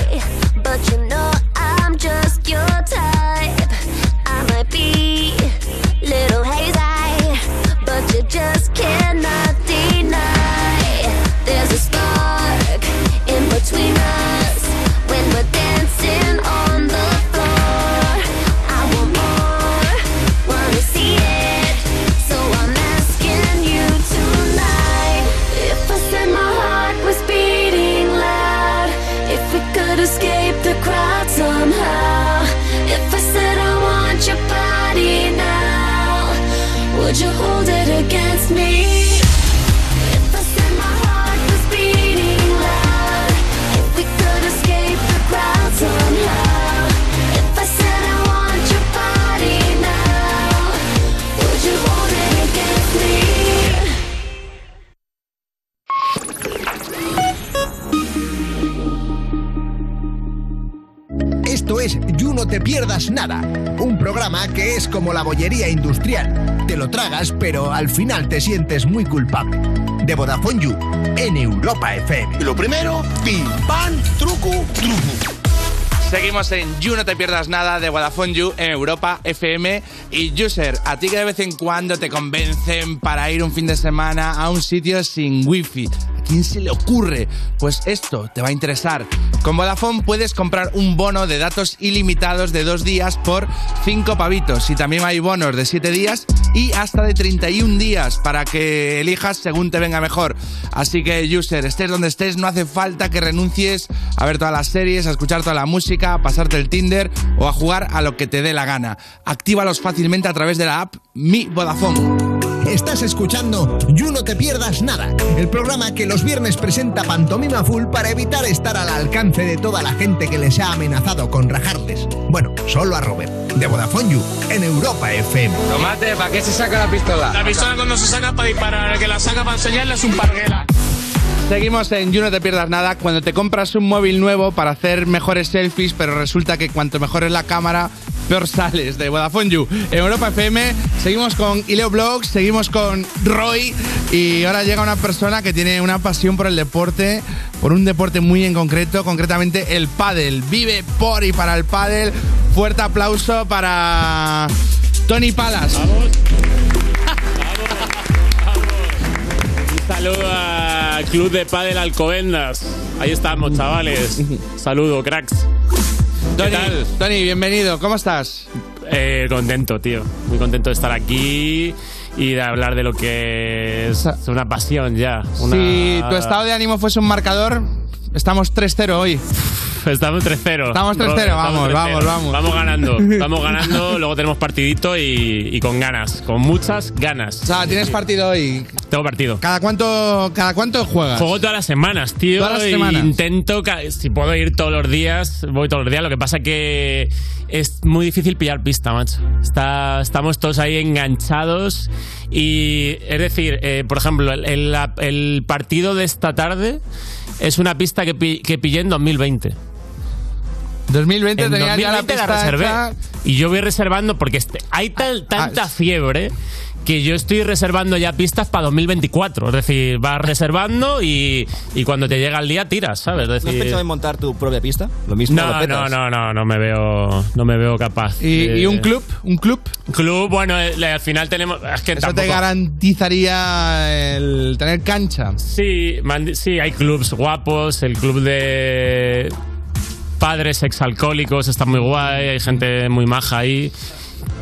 Speaker 14: but you know I'm just your type. I might be little hazy, but you just cannot deny. There's a spark in between us when we're dancing on the floor. I want more, wanna see it, so I'm asking you tonight. If I said my heart was beating loud, if we could escape the crowd somehow, if I said I want your body now, would you hold it against me? If I said my heart was beating loud, if we could escape the crowd somehow, if I said I want your body now, would you hold it against me?
Speaker 7: Esto es You No Te Pierdas Nada, un programa que es como la bollería industrial. Te lo tragas, pero al final te sientes muy culpable. De Vodafone You, en Europa FM.
Speaker 37: Lo primero, pim, pan, truco, truco.
Speaker 4: Seguimos en You, no te pierdas nada de Vodafone You en Europa FM. Y User, a ti que de vez en cuando te convencen para ir un fin de semana a un sitio sin wifi. ¿A quién se le ocurre? Pues esto te va a interesar. Con Vodafone puedes comprar un bono de datos ilimitados de dos días por 5 pavitos. Y también hay bonos de 7 días y hasta de 31 días para que elijas según te venga mejor. Así que, user, estés donde estés, no hace falta que renuncies a ver todas las series, a escuchar toda la música, a pasarte el Tinder o a jugar a lo que te dé la gana. Actívalos fácilmente a través de la app Mi Vodafone.
Speaker 7: Estás escuchando You No Te Pierdas Nada, el programa que los viernes presenta Pantomima Full para evitar estar al alcance de toda la gente que les ha amenazado con rajarles. Bueno, solo a Robert, de Vodafone You, en Europa FM.
Speaker 4: Tomate, ¿para qué se saca la pistola?
Speaker 3: La pistola cuando se saca para disparar, el que la saca para enseñarle es un parguela.
Speaker 4: Seguimos en You No Te Pierdas Nada. Cuando te compras un móvil nuevo para hacer mejores selfies, pero resulta que cuanto mejor es la cámara, peor sales. De Vodafone You en Europa FM. Seguimos con Ileo Blogs, seguimos con Roy. Y ahora llega una persona que tiene una pasión por el deporte, por un deporte muy en concreto, concretamente el pádel. Vive por y para el pádel. Fuerte aplauso para Tony Palas.
Speaker 3: Un saludo a Club de Padel Alcobendas. Ahí estamos, chavales. Saludo, cracks.
Speaker 4: Tony, Tony, bienvenido. ¿Cómo estás?
Speaker 3: Eh, contento, tío. Muy contento de estar aquí y de hablar de lo que es una pasión ya. Una...
Speaker 4: Si tu estado de ánimo fuese un marcador, estamos 3-0 hoy.
Speaker 3: Estamos 3-0. Estamos
Speaker 4: Estamos 3-0, vamos,
Speaker 3: 3-0.
Speaker 4: vamos, vamos.
Speaker 3: Vamos ganando, estamos ganando, luego tenemos partidito y, y con ganas, con muchas ganas.
Speaker 4: O sea, tienes partido hoy.
Speaker 3: Tengo partido.
Speaker 4: ¿Cada cuánto, cada cuánto juegas?
Speaker 3: Juego todas las semanas, tío.
Speaker 4: Todas las
Speaker 3: e
Speaker 4: semanas.
Speaker 3: Intento, ca- si puedo ir todos los días, voy todos los días. Lo que pasa que es muy difícil pillar pista, macho. Está, estamos todos ahí enganchados. Y es decir, eh, por ejemplo, el, el- la- el partido de esta tarde es una pista que, pi- que pillé en 2020.
Speaker 4: 2020
Speaker 3: En
Speaker 4: tenía ya la
Speaker 3: 2020
Speaker 4: pista
Speaker 3: reservé.
Speaker 4: hecha.
Speaker 3: Y yo voy reservando porque este- hay tal- tanta fiebre que yo estoy reservando ya pistas para 2024. Es decir, vas reservando y, y cuando te llega el día tiras, ¿sabes? Es
Speaker 17: ¿No has
Speaker 3: decir,
Speaker 17: pensado en montar tu propia pista? Lo mismo. lo
Speaker 3: no,
Speaker 17: petas.
Speaker 3: no, no, no, no me veo, no me veo capaz.
Speaker 4: ¿Y, y un club? ¿Un club?
Speaker 3: Club, bueno, eh, le- al final tenemos. Es que
Speaker 4: Eso
Speaker 3: tampoco-
Speaker 4: te garantizaría el tener cancha.
Speaker 3: Sí, me han di- sí, hay clubs guapos, el club de padres exalcohólicos está muy guay, hay gente muy maja ahí.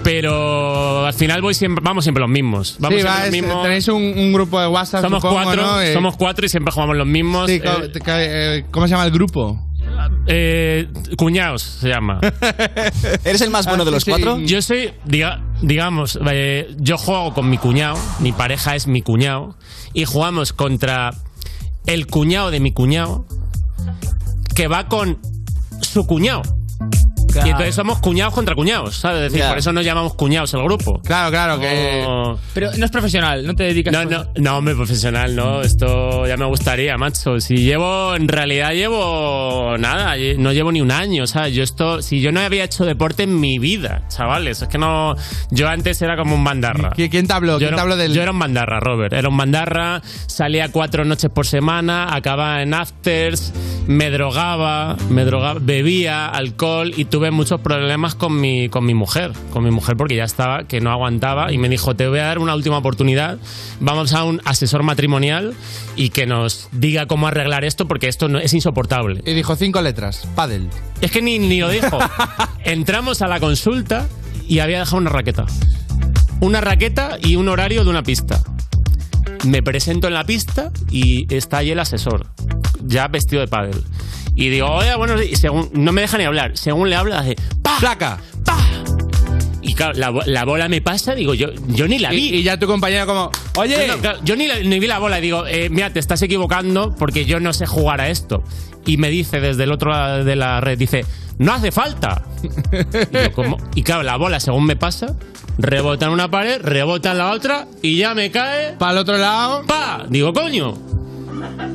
Speaker 3: Pero al final voy siempre, vamos siempre los mismos. Vamos
Speaker 4: sí,
Speaker 3: siempre
Speaker 4: va,
Speaker 3: los
Speaker 4: es-
Speaker 3: mismos.
Speaker 4: tenéis un, un grupo de WhatsApp.
Speaker 3: somos
Speaker 4: supongo,
Speaker 3: cuatro,
Speaker 4: ¿no? Eh,
Speaker 3: somos cuatro y siempre jugamos los mismos.
Speaker 4: sí, co-
Speaker 3: Eh,
Speaker 4: te- ca- eh, ¿Cómo se llama el grupo?
Speaker 3: eh, cuñados se llama.
Speaker 17: ¿Eres el más bueno de los cuatro?
Speaker 3: Yo soy, diga- digamos, eh, yo juego con mi cuñado, mi pareja es mi cuñado, y jugamos contra el cuñado de mi cuñado, que va con su cuñado. Y entonces somos cuñados contra cuñados, ¿sabes? Es decir,
Speaker 10: Ya.
Speaker 3: por eso nos llamamos cuñados el grupo.
Speaker 4: Claro, claro,
Speaker 3: que.
Speaker 10: Pero no es profesional, no te dedicas
Speaker 3: No, no, no, hombre, profesional, no. Esto ya me gustaría, macho. Si llevo, en realidad llevo nada, lle- no llevo ni un año, ¿sabes? Yo esto, si yo no había hecho deporte en mi vida, chavales, es que no. Yo antes era como un bandarra.
Speaker 4: ¿Qui- ¿Quién te habló?
Speaker 3: Yo
Speaker 4: ¿Quién te
Speaker 3: era,
Speaker 4: habló del-
Speaker 3: yo era un bandarra, Robert. Era un bandarra, salía cuatro noches por semana, acababa en afters, me drogaba, me drogaba, bebía alcohol y tuve muchos problemas con mi, con mi mujer. Con mi mujer porque ya estaba, que no aguantaba y me dijo, te voy a dar una última oportunidad, vamos a un asesor matrimonial y que nos diga cómo arreglar esto porque esto no, es insoportable.
Speaker 4: Y dijo cinco letras, pádel.
Speaker 3: Es que ni, ni lo dijo. Entramos a la consulta y había dejado una raqueta. Una raqueta y un horario de una pista. Me presento en la pista y está allí el asesor, ya vestido de pádel. Y digo, oye, bueno, y según, no me deja ni hablar. Según le habla, hace ¡pa!
Speaker 4: ¡Placa!
Speaker 3: Y claro, la, bo- la bola me pasa, digo, yo, yo ni la vi.
Speaker 4: Y, y ya tu compañero como, oye,
Speaker 3: No, no, claro, yo ni, la- ni vi la bola y digo, eh, mira, te estás equivocando porque yo no sé jugar a esto. Y me dice desde el otro lado de la red, dice, no hace falta. Y, yo, ¿cómo? Y claro, la bola, según me pasa, rebota en una pared, rebota en la otra y ya me cae...
Speaker 4: Para el otro lado.
Speaker 3: ¡Pa! Digo, coño.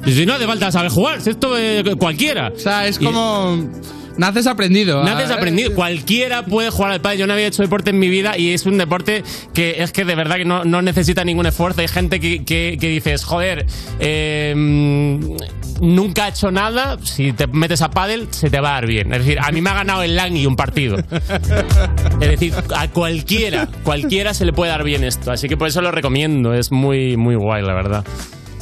Speaker 3: Y Si no hace falta saber jugar, si esto eh, cualquiera.
Speaker 4: o sea, es como... Naces aprendido.
Speaker 3: Naces
Speaker 4: Ah,
Speaker 3: aprendido. Cualquiera puede jugar al pádel. Yo no había hecho deporte en mi vida y es un deporte que es que de verdad que no, no necesita ningún esfuerzo. Hay gente que, que- que dices, joder, eh, mm, nunca ha hecho nada. Si te metes a pádel, se te va a dar bien. Es decir, a mí me ha ganado el Langui un partido. Es decir, a cualquiera, cualquiera se le puede dar bien esto. Así que por eso lo recomiendo. Es muy, muy guay, la verdad.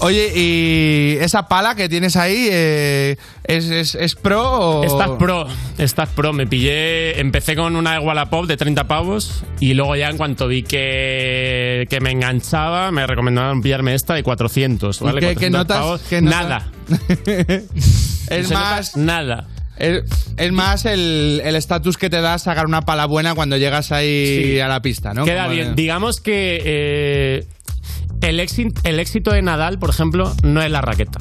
Speaker 4: Oye, ¿y esa pala que tienes ahí eh, ¿es, es, es pro o...?
Speaker 3: Estás pro, estás pro. Me pillé, empecé con una de Wallapop de 30 pavos y luego ya en cuanto vi que, que me enganchaba, me recomendaron pillarme esta de 400,
Speaker 4: ¿Y
Speaker 3: ¿vale?
Speaker 4: qué- qué
Speaker 3: 400
Speaker 4: notas?
Speaker 3: pavos.
Speaker 4: ¿Qué notas?
Speaker 3: Nada.
Speaker 4: Es
Speaker 3: Se nota
Speaker 4: más...
Speaker 3: Nada.
Speaker 4: Es, es más el el estatus que te da sacar una pala buena cuando llegas ahí
Speaker 3: Sí.
Speaker 4: a la pista, ¿no?
Speaker 3: Queda
Speaker 4: Como
Speaker 3: bien.
Speaker 4: de-
Speaker 3: Digamos que eh, el, éxito, el éxito de Nadal, por ejemplo, no es la raqueta.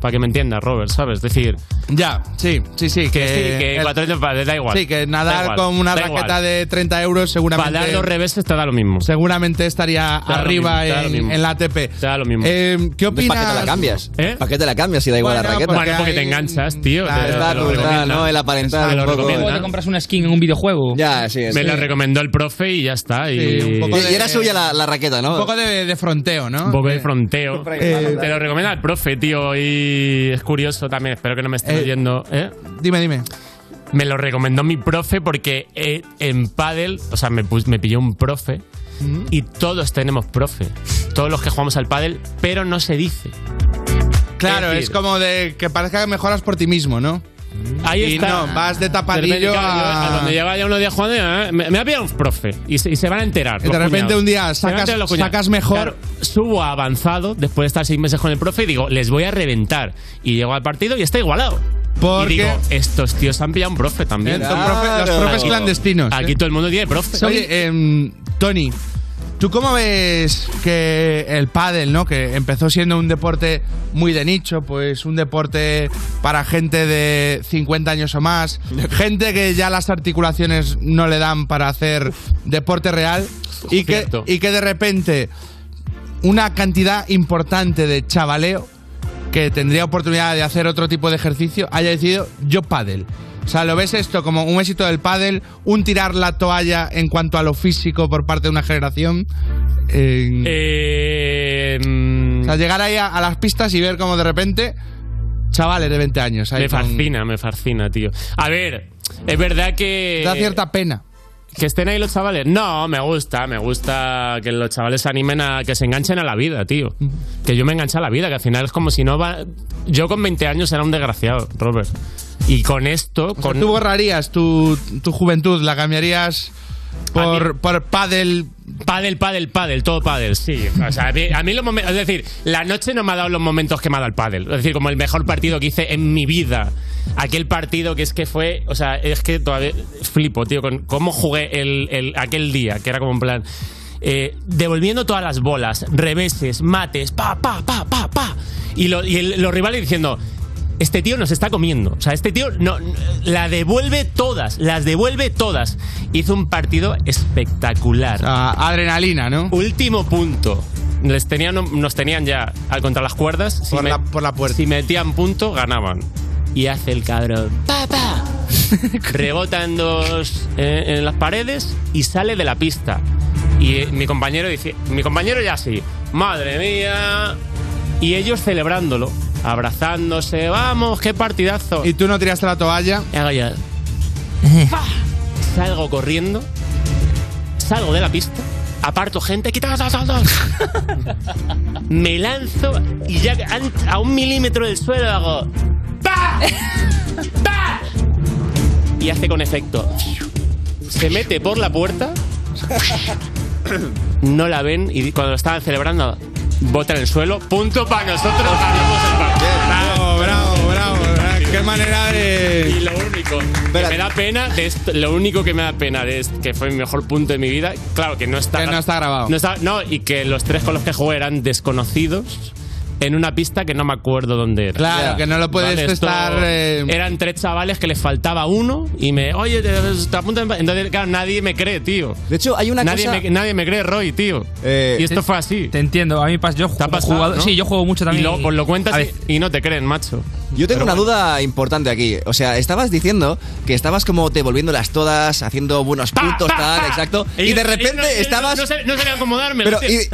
Speaker 3: Para que me entiendas, Robert, ¿sabes? Es decir...
Speaker 4: Ya, sí, sí, sí. Que,
Speaker 3: sí, que
Speaker 4: el-
Speaker 3: 400 pavos, da igual.
Speaker 4: Sí, que
Speaker 3: Da
Speaker 4: nadar
Speaker 3: igual,
Speaker 4: con una
Speaker 3: da igual.
Speaker 4: raqueta de 30 euros seguramente.
Speaker 3: Para dar los reveses te da lo mismo.
Speaker 4: Seguramente estaría
Speaker 3: Te da lo
Speaker 4: arriba
Speaker 3: mismo, te da lo
Speaker 4: en,
Speaker 3: mismo.
Speaker 4: en la ATP.
Speaker 3: lo mismo. ¿Eh?
Speaker 4: Eh, ¿Qué
Speaker 17: ¿Para
Speaker 4: opinas?
Speaker 17: qué te la cambias? ¿Para qué te la cambias si da igual
Speaker 4: Bueno,
Speaker 17: la raqueta?
Speaker 4: porque Bueno,
Speaker 3: porque te hay- enganchas, tío.
Speaker 17: Claro,
Speaker 3: Te-
Speaker 17: está
Speaker 3: te lo
Speaker 17: tu- está,
Speaker 3: recomiendan.
Speaker 17: ¿no? El aparentar
Speaker 3: Te lo
Speaker 17: un poco.
Speaker 3: recomiendan.
Speaker 10: te compras una skin en un videojuego.
Speaker 17: Ya, sí,
Speaker 3: Me la recomendó el profe y ya está. Y,
Speaker 4: Sí, un poco de- Y era suya
Speaker 17: la, raqueta, ¿no?
Speaker 4: Un poco de, de fronteo, ¿no?
Speaker 3: Un poco de fronteo.
Speaker 4: Eh,
Speaker 3: Te lo recomienda el profe, tío. Y es curioso también. Espero que no me esté oyendo. ¿eh?
Speaker 4: Dime, dime.
Speaker 3: Me lo recomendó mi profe porque eh, en pádel, o sea, me, pus- me pilló un profe
Speaker 4: Mm.
Speaker 3: y todos tenemos profe. Todos los que jugamos al pádel, pero no se dice.
Speaker 4: Claro,
Speaker 3: Es
Speaker 4: es,
Speaker 3: decir-
Speaker 4: como de que parezca que mejoras por ti mismo, ¿no?
Speaker 3: Ahí
Speaker 4: Y
Speaker 3: está.
Speaker 4: no, vas de tapadillo
Speaker 3: repente, claro, yo-
Speaker 4: a-
Speaker 3: Donde llega ya uno de Juan, eh, me, me ha pillado un profe. Y se, y se van a enterar.
Speaker 4: Y de
Speaker 3: los
Speaker 4: repente
Speaker 3: cuñados.
Speaker 4: un día
Speaker 3: Se van a
Speaker 4: sacas-
Speaker 3: enterar los cuñados.
Speaker 4: sacas mejor.
Speaker 3: Claro, subo a avanzado después de estar seis meses con el profe y digo, les voy a reventar. Y llego al partido y está igualado.
Speaker 4: Porque-
Speaker 3: Y digo, estos tíos han pillado un profe también.
Speaker 4: Entonces, profe- los profes
Speaker 3: Aquí-
Speaker 4: clandestinos,
Speaker 3: Aquí
Speaker 4: ¿eh?
Speaker 3: todo el mundo tiene profe.
Speaker 4: Oye, em, Tony, ¿tú cómo ves que el pádel, ¿no? que empezó siendo un deporte muy de nicho, pues un deporte para gente de 50 años o más, gente que ya las articulaciones no le dan para hacer deporte real y que,
Speaker 3: Cierto.
Speaker 4: y que de repente una cantidad importante de chavaleo que tendría oportunidad de hacer otro tipo de ejercicio haya decidido yo pádel. O sea, ¿lo ves esto como un éxito del pádel, un tirar la toalla en cuanto a lo físico por parte de una generación? En-
Speaker 3: Eh,
Speaker 4: o sea, llegar ahí a, a las pistas y ver como de repente chavales de 20 años. ahí
Speaker 3: me
Speaker 4: con-
Speaker 3: fascina, me fascina, tío. A ver, es verdad que.
Speaker 4: Da cierta pena.
Speaker 3: ¿Que estén ahí los chavales? No, me gusta, me gusta que los chavales se animen a que se enganchen a la vida, tío. Que yo me enganche a la vida, que al final es como si no va. Yo con 20 años era un desgraciado, Robert. Y con esto.
Speaker 4: O sea,
Speaker 3: con...
Speaker 4: ¿Tú borrarías tu, tu juventud? ¿La cambiarías por, por pádel?
Speaker 3: Pádel, pádel, pádel, todo pádel, sí. O sea, a mí, a mí los momentos. Es decir, la noche no me ha dado los momentos que me ha dado el pádel. Es decir, como el mejor partido que hice en mi vida. Aquel partido que es que fue. O sea, es que todavía flipo, tío, con cómo jugué el, el- aquel día, que era como en plan. eh, devolviendo todas las bolas, reveses, mates, pa, pa, pa, pa, pa. Y, lo- y el- los rivales diciendo. Este tío nos está comiendo. O sea, este tío no, la devuelve todas, las devuelve todas. Hizo un partido espectacular.
Speaker 4: adrenalina, ¿no?
Speaker 3: Último punto. Les tenían, nos tenían ya al contra las cuerdas. Si por, la, puerta. Si metían punto, ganaban. Y hace el cabrón. ¡Papá! Rebota en, dos, eh, en las paredes y sale de la pista. Y eh, mi compañero dice, mi compañero ya así, madre mía. Y ellos celebrándolo, abrazándose, vamos, qué partidazo.
Speaker 4: ¿Y tú no tiraste la toalla?
Speaker 3: Y hago yo, ¡fa! Salgo corriendo, salgo de la pista, aparto gente, quita, ta, ta, ta. me lanzo y ya an- a un milímetro del suelo hago ¡pa! ¡pa! Y hace con efecto. Se mete por la puerta, no la ven y cuando lo estaban celebrando, bota en el suelo, punto para nosotros. ganamos el partido.
Speaker 4: bravo, bravo, Qué manera de.
Speaker 3: Y lo único que me da pena, de esto- lo único que me da pena de esto- que fue mi mejor punto de mi vida, claro que no está,
Speaker 4: Que no está grabado.
Speaker 3: No, está- no, y que los tres con los que jugué eran desconocidos en una pista que no me acuerdo dónde era.
Speaker 4: Claro, que no lo puedes
Speaker 3: esto-
Speaker 4: estar, eh,
Speaker 3: Eran tres chavales que les faltaba uno y me, oye, te, te apuntan pa-". Entonces, claro, nadie me cree, tío.
Speaker 17: De hecho, hay una
Speaker 3: nadie
Speaker 17: cosa-
Speaker 3: Me, nadie me cree, Roy, tío.
Speaker 17: Eh,
Speaker 3: y esto fue así.
Speaker 10: Te entiendo, a mí pas- yo juego,
Speaker 3: pasado,
Speaker 10: jugador-
Speaker 3: no?
Speaker 10: Sí, yo juego mucho
Speaker 3: Y
Speaker 10: también.
Speaker 3: luego, pues, lo cuentas
Speaker 10: A
Speaker 3: y-
Speaker 10: ver,
Speaker 3: y no te creen, macho.
Speaker 17: Yo tengo una duda importante aquí. O sea, estabas diciendo que estabas como devolviéndolas todas, haciendo buenos puntos, tal, exacto. Y de repente estabas.
Speaker 3: No, sé- no sabía acomodarme.
Speaker 17: Pero,
Speaker 3: hostia.
Speaker 17: y-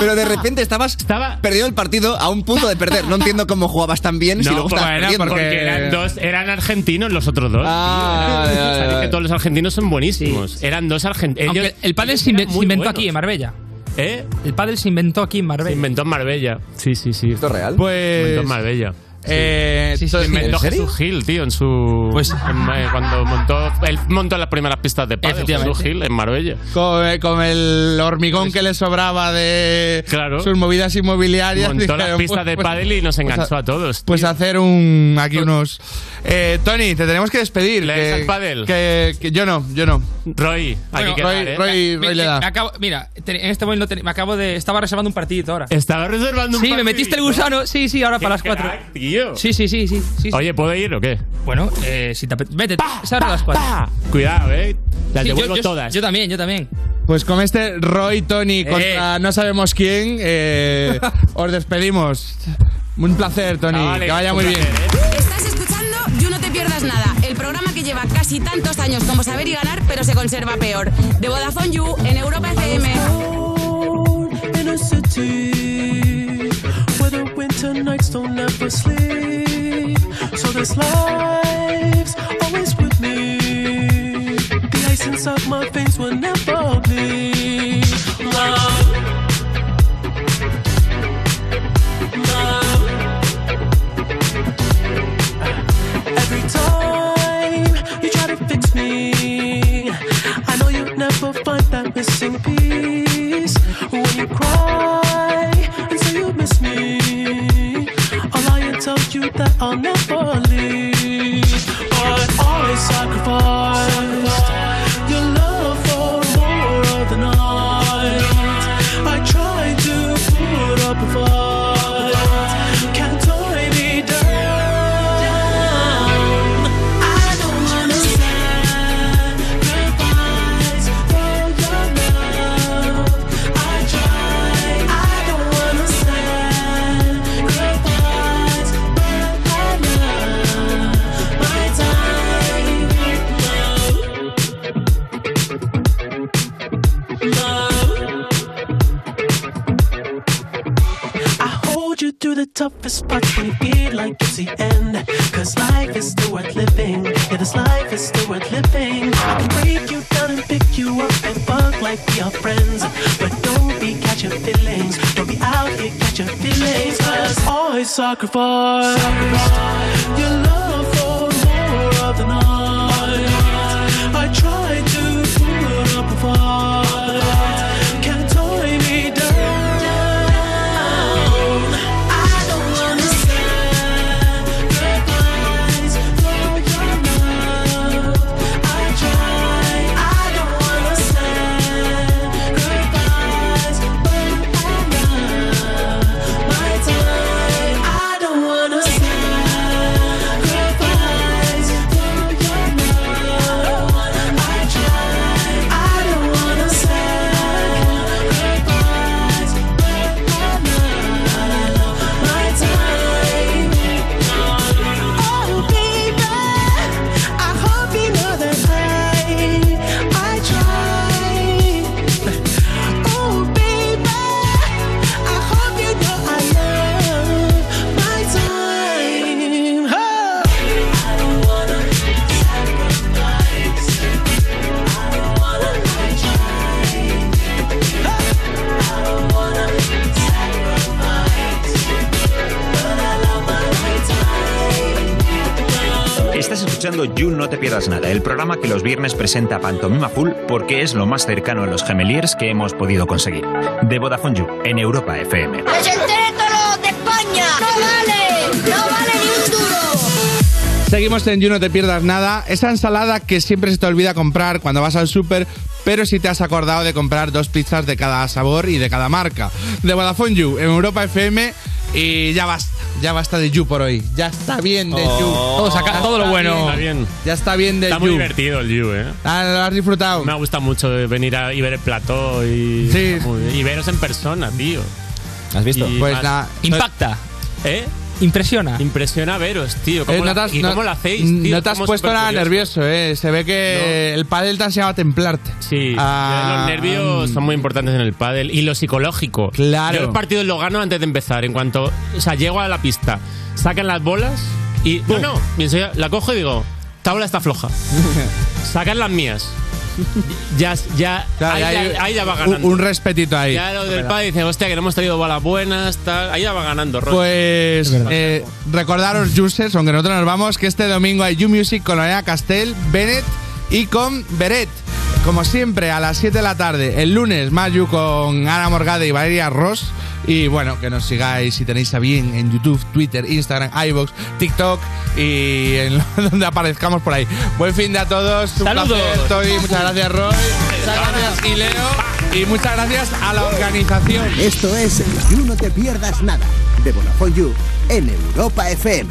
Speaker 17: pero de repente estabas perdiendo el partido a un punto de perder. No entiendo cómo jugabas tan bien si
Speaker 3: No,
Speaker 17: luego estabas
Speaker 3: bueno,
Speaker 17: perdiendo.
Speaker 3: porque... eran dos, eran argentinos los otros dos.
Speaker 17: Ah,
Speaker 3: tío, eran-
Speaker 17: ya,
Speaker 3: o sea,
Speaker 17: ya,
Speaker 3: es que
Speaker 17: ya.
Speaker 3: todos los argentinos son buenísimos. Eran dos argentinos.
Speaker 10: Aunque el pádel se, inven- se inventó aquí, en Marbella.
Speaker 3: ¿Eh?
Speaker 10: El pádel se inventó aquí en Marbella. Se
Speaker 3: inventó en Marbella. Sí, sí, sí. ¿Esto
Speaker 17: es real?
Speaker 4: Pues-
Speaker 3: Montó en Marbella.
Speaker 4: Eh,
Speaker 3: Sí,
Speaker 4: entonces-
Speaker 3: inventó
Speaker 4: ¿En serio?
Speaker 3: Jesús Gil, tío, en su. Pues. cuando montó. Él montó las primeras pistas de pádel,
Speaker 4: Efectivamente.
Speaker 3: Jesús Gil, en Marbella.
Speaker 4: Con, eh, con el hormigón que le sobraba de sus movidas inmobiliarias.
Speaker 3: Montó las
Speaker 4: dijeron,
Speaker 3: pistas
Speaker 4: pues,
Speaker 3: de
Speaker 4: pues,
Speaker 3: pádel y nos
Speaker 4: pues,
Speaker 3: enganchó a todos. Pues-
Speaker 4: Pues hacer un aquí unos. Eh, Tony, te tenemos que despedir. ¿Le
Speaker 3: das al pádel?
Speaker 4: Que, que yo no, yo no.
Speaker 3: Roy,
Speaker 4: Bueno,
Speaker 3: que
Speaker 4: Roy-
Speaker 3: dar, ¿eh?
Speaker 4: Roy- Roy le da.
Speaker 10: Me acabo- mira, te- en este momento te- me acabo de. Estaba reservando un partidito ahora.
Speaker 3: Estaba reservando un
Speaker 10: Sí, me metiste el gusano. Sí, sí, ahora
Speaker 3: Qué
Speaker 10: para las
Speaker 3: crack,
Speaker 10: cuatro.
Speaker 3: tío.
Speaker 10: Sí, sí, sí, sí. sí, sí.
Speaker 3: Oye, ¿puedo ir o qué?
Speaker 10: Bueno, eh, si te apetece. Vete, es ahora las cuatro.
Speaker 3: Cuidado, eh. Las
Speaker 10: Sí, yo-
Speaker 3: devuelvo
Speaker 10: yo-
Speaker 3: todas.
Speaker 10: Yo también, yo también.
Speaker 4: Pues con este Roy Tony
Speaker 10: Eh.
Speaker 4: contra no sabemos quién, eh, os despedimos. Un placer, Tony.
Speaker 3: Chavales,
Speaker 4: que vaya
Speaker 3: Ah, un
Speaker 4: muy
Speaker 3: placer, ¿eh?
Speaker 4: bien.
Speaker 1: Estás escuchando You No Te Pierdas Nada, el programa que lleva casi tantos años como saber y ganar, pero se conserva peor. De Vodafone You en Europa FM.
Speaker 5: in a city where the winter nights don't ever sleep. So this life's always with me. The ice inside my veins will never bleed. Love. Love. Every time. that I'll never leave. But always sacrificed your love for more of the night. I try to put up a fight, can't tie me down. I don't wanna stand goodbyes for your love. I try. I don't wanna stand goodbyes for your love. My time, love, love. I hold you through the toughest parts, baby, like it's the end. Cause life is still worth living. Yeah, this life is still worth living. I can break you down and pick you up and fuck like we are friends. But don't be catch your feelings. Don't be out here catch your feelings. Cause always sacrifice your love for more of the night. I try to put up a fight. Can't tie me down. I don't wanna stand goodbyes for your love. I try. I don't wanna stand goodbyes for your love. My time. I don't wanna stand goodbyes for your love. I try. I don't wanna stand goodbyes Oh, Oh,
Speaker 6: Estás escuchando You No Te Pierdas Nada, el programa que los viernes presenta Pantomima Full porque es lo más cercano a los gemeliers que hemos podido conseguir. De Vodafone You, en Europa FM.
Speaker 5: ¡Es el telétono de España! ¡No vale! ¡No vale ni un duro!
Speaker 4: Seguimos en You No Te Pierdas Nada, esa ensalada que siempre se te olvida comprar cuando vas al súper, pero si te has acordado de comprar dos pizzas de cada sabor y de cada marca. De Vodafone You, en Europa FM, y ya basta, ya basta de You por hoy. Ya está bien de You.
Speaker 3: Todo saca-
Speaker 4: Ya
Speaker 3: todo lo
Speaker 4: está
Speaker 3: bueno.
Speaker 4: bien.
Speaker 3: Oh. Está bien.
Speaker 4: Ya está bien de
Speaker 3: Está
Speaker 4: You.
Speaker 3: muy divertido el You, ¿eh?
Speaker 4: Ah, ¿Lo has disfrutado?
Speaker 3: Me ha gustado mucho de venir a, y ver el plató y, está muy bien. y veros en persona, tío.
Speaker 4: ¿Has visto?
Speaker 3: Y
Speaker 4: Pues
Speaker 3: más-
Speaker 4: nada.
Speaker 3: Impacta. ¿Eh?
Speaker 10: Impresiona.
Speaker 3: Impresiona veros, tío. ¿Cómo
Speaker 4: Eh,
Speaker 3: la-
Speaker 4: no te has-
Speaker 3: ¿Y
Speaker 4: no-
Speaker 3: cómo lo hacéis, tío?
Speaker 4: No te has
Speaker 3: Somos
Speaker 4: puesto nada
Speaker 3: supercuriosos.
Speaker 4: nervioso, eh. Se ve que el pádel te ha enseñado a templarte. Ah,
Speaker 3: Sí, los nervios son muy importantes en el pádel y lo psicológico.
Speaker 4: Mm. Claro.
Speaker 3: Yo los partidos los gano antes de empezar. En cuanto, o sea, llego a la pista, sacan las bolas y no, no, y enseguida la cojo y digo, esta bola está floja. Sacan las mías. Ya, ya, ahí,
Speaker 4: ya
Speaker 3: ya,
Speaker 4: hay
Speaker 3: ahí ya va
Speaker 4: un-
Speaker 3: ganando.
Speaker 4: Un, respetito ahí.
Speaker 3: Ya lo del pádel dice, hostia, que no hemos traído bolas buenas, tal. Ahí ya va ganando, Ross.
Speaker 4: Pues eh, recordaros, Jusers, aunque nosotros nos vamos, que este domingo hay You Music con Lorena Castell, Bennett y con Beret. Como siempre, a las 7 de la tarde. El lunes, Mayu con Ana Morgade y Valeria Ross. Y bueno, que nos sigáis si tenéis a bien en YouTube, Twitter, Instagram, iBox, TikTok y en lo- donde aparezcamos por ahí. Buen fin de a todos. Un
Speaker 2: Saludos.
Speaker 4: placer, Toby. Muchas gracias, Roy. Muchas gracias, y Leo. Y muchas gracias a la organización.
Speaker 13: Esto es el You No Te Pierdas Nada de Vodafone You en Europa FM.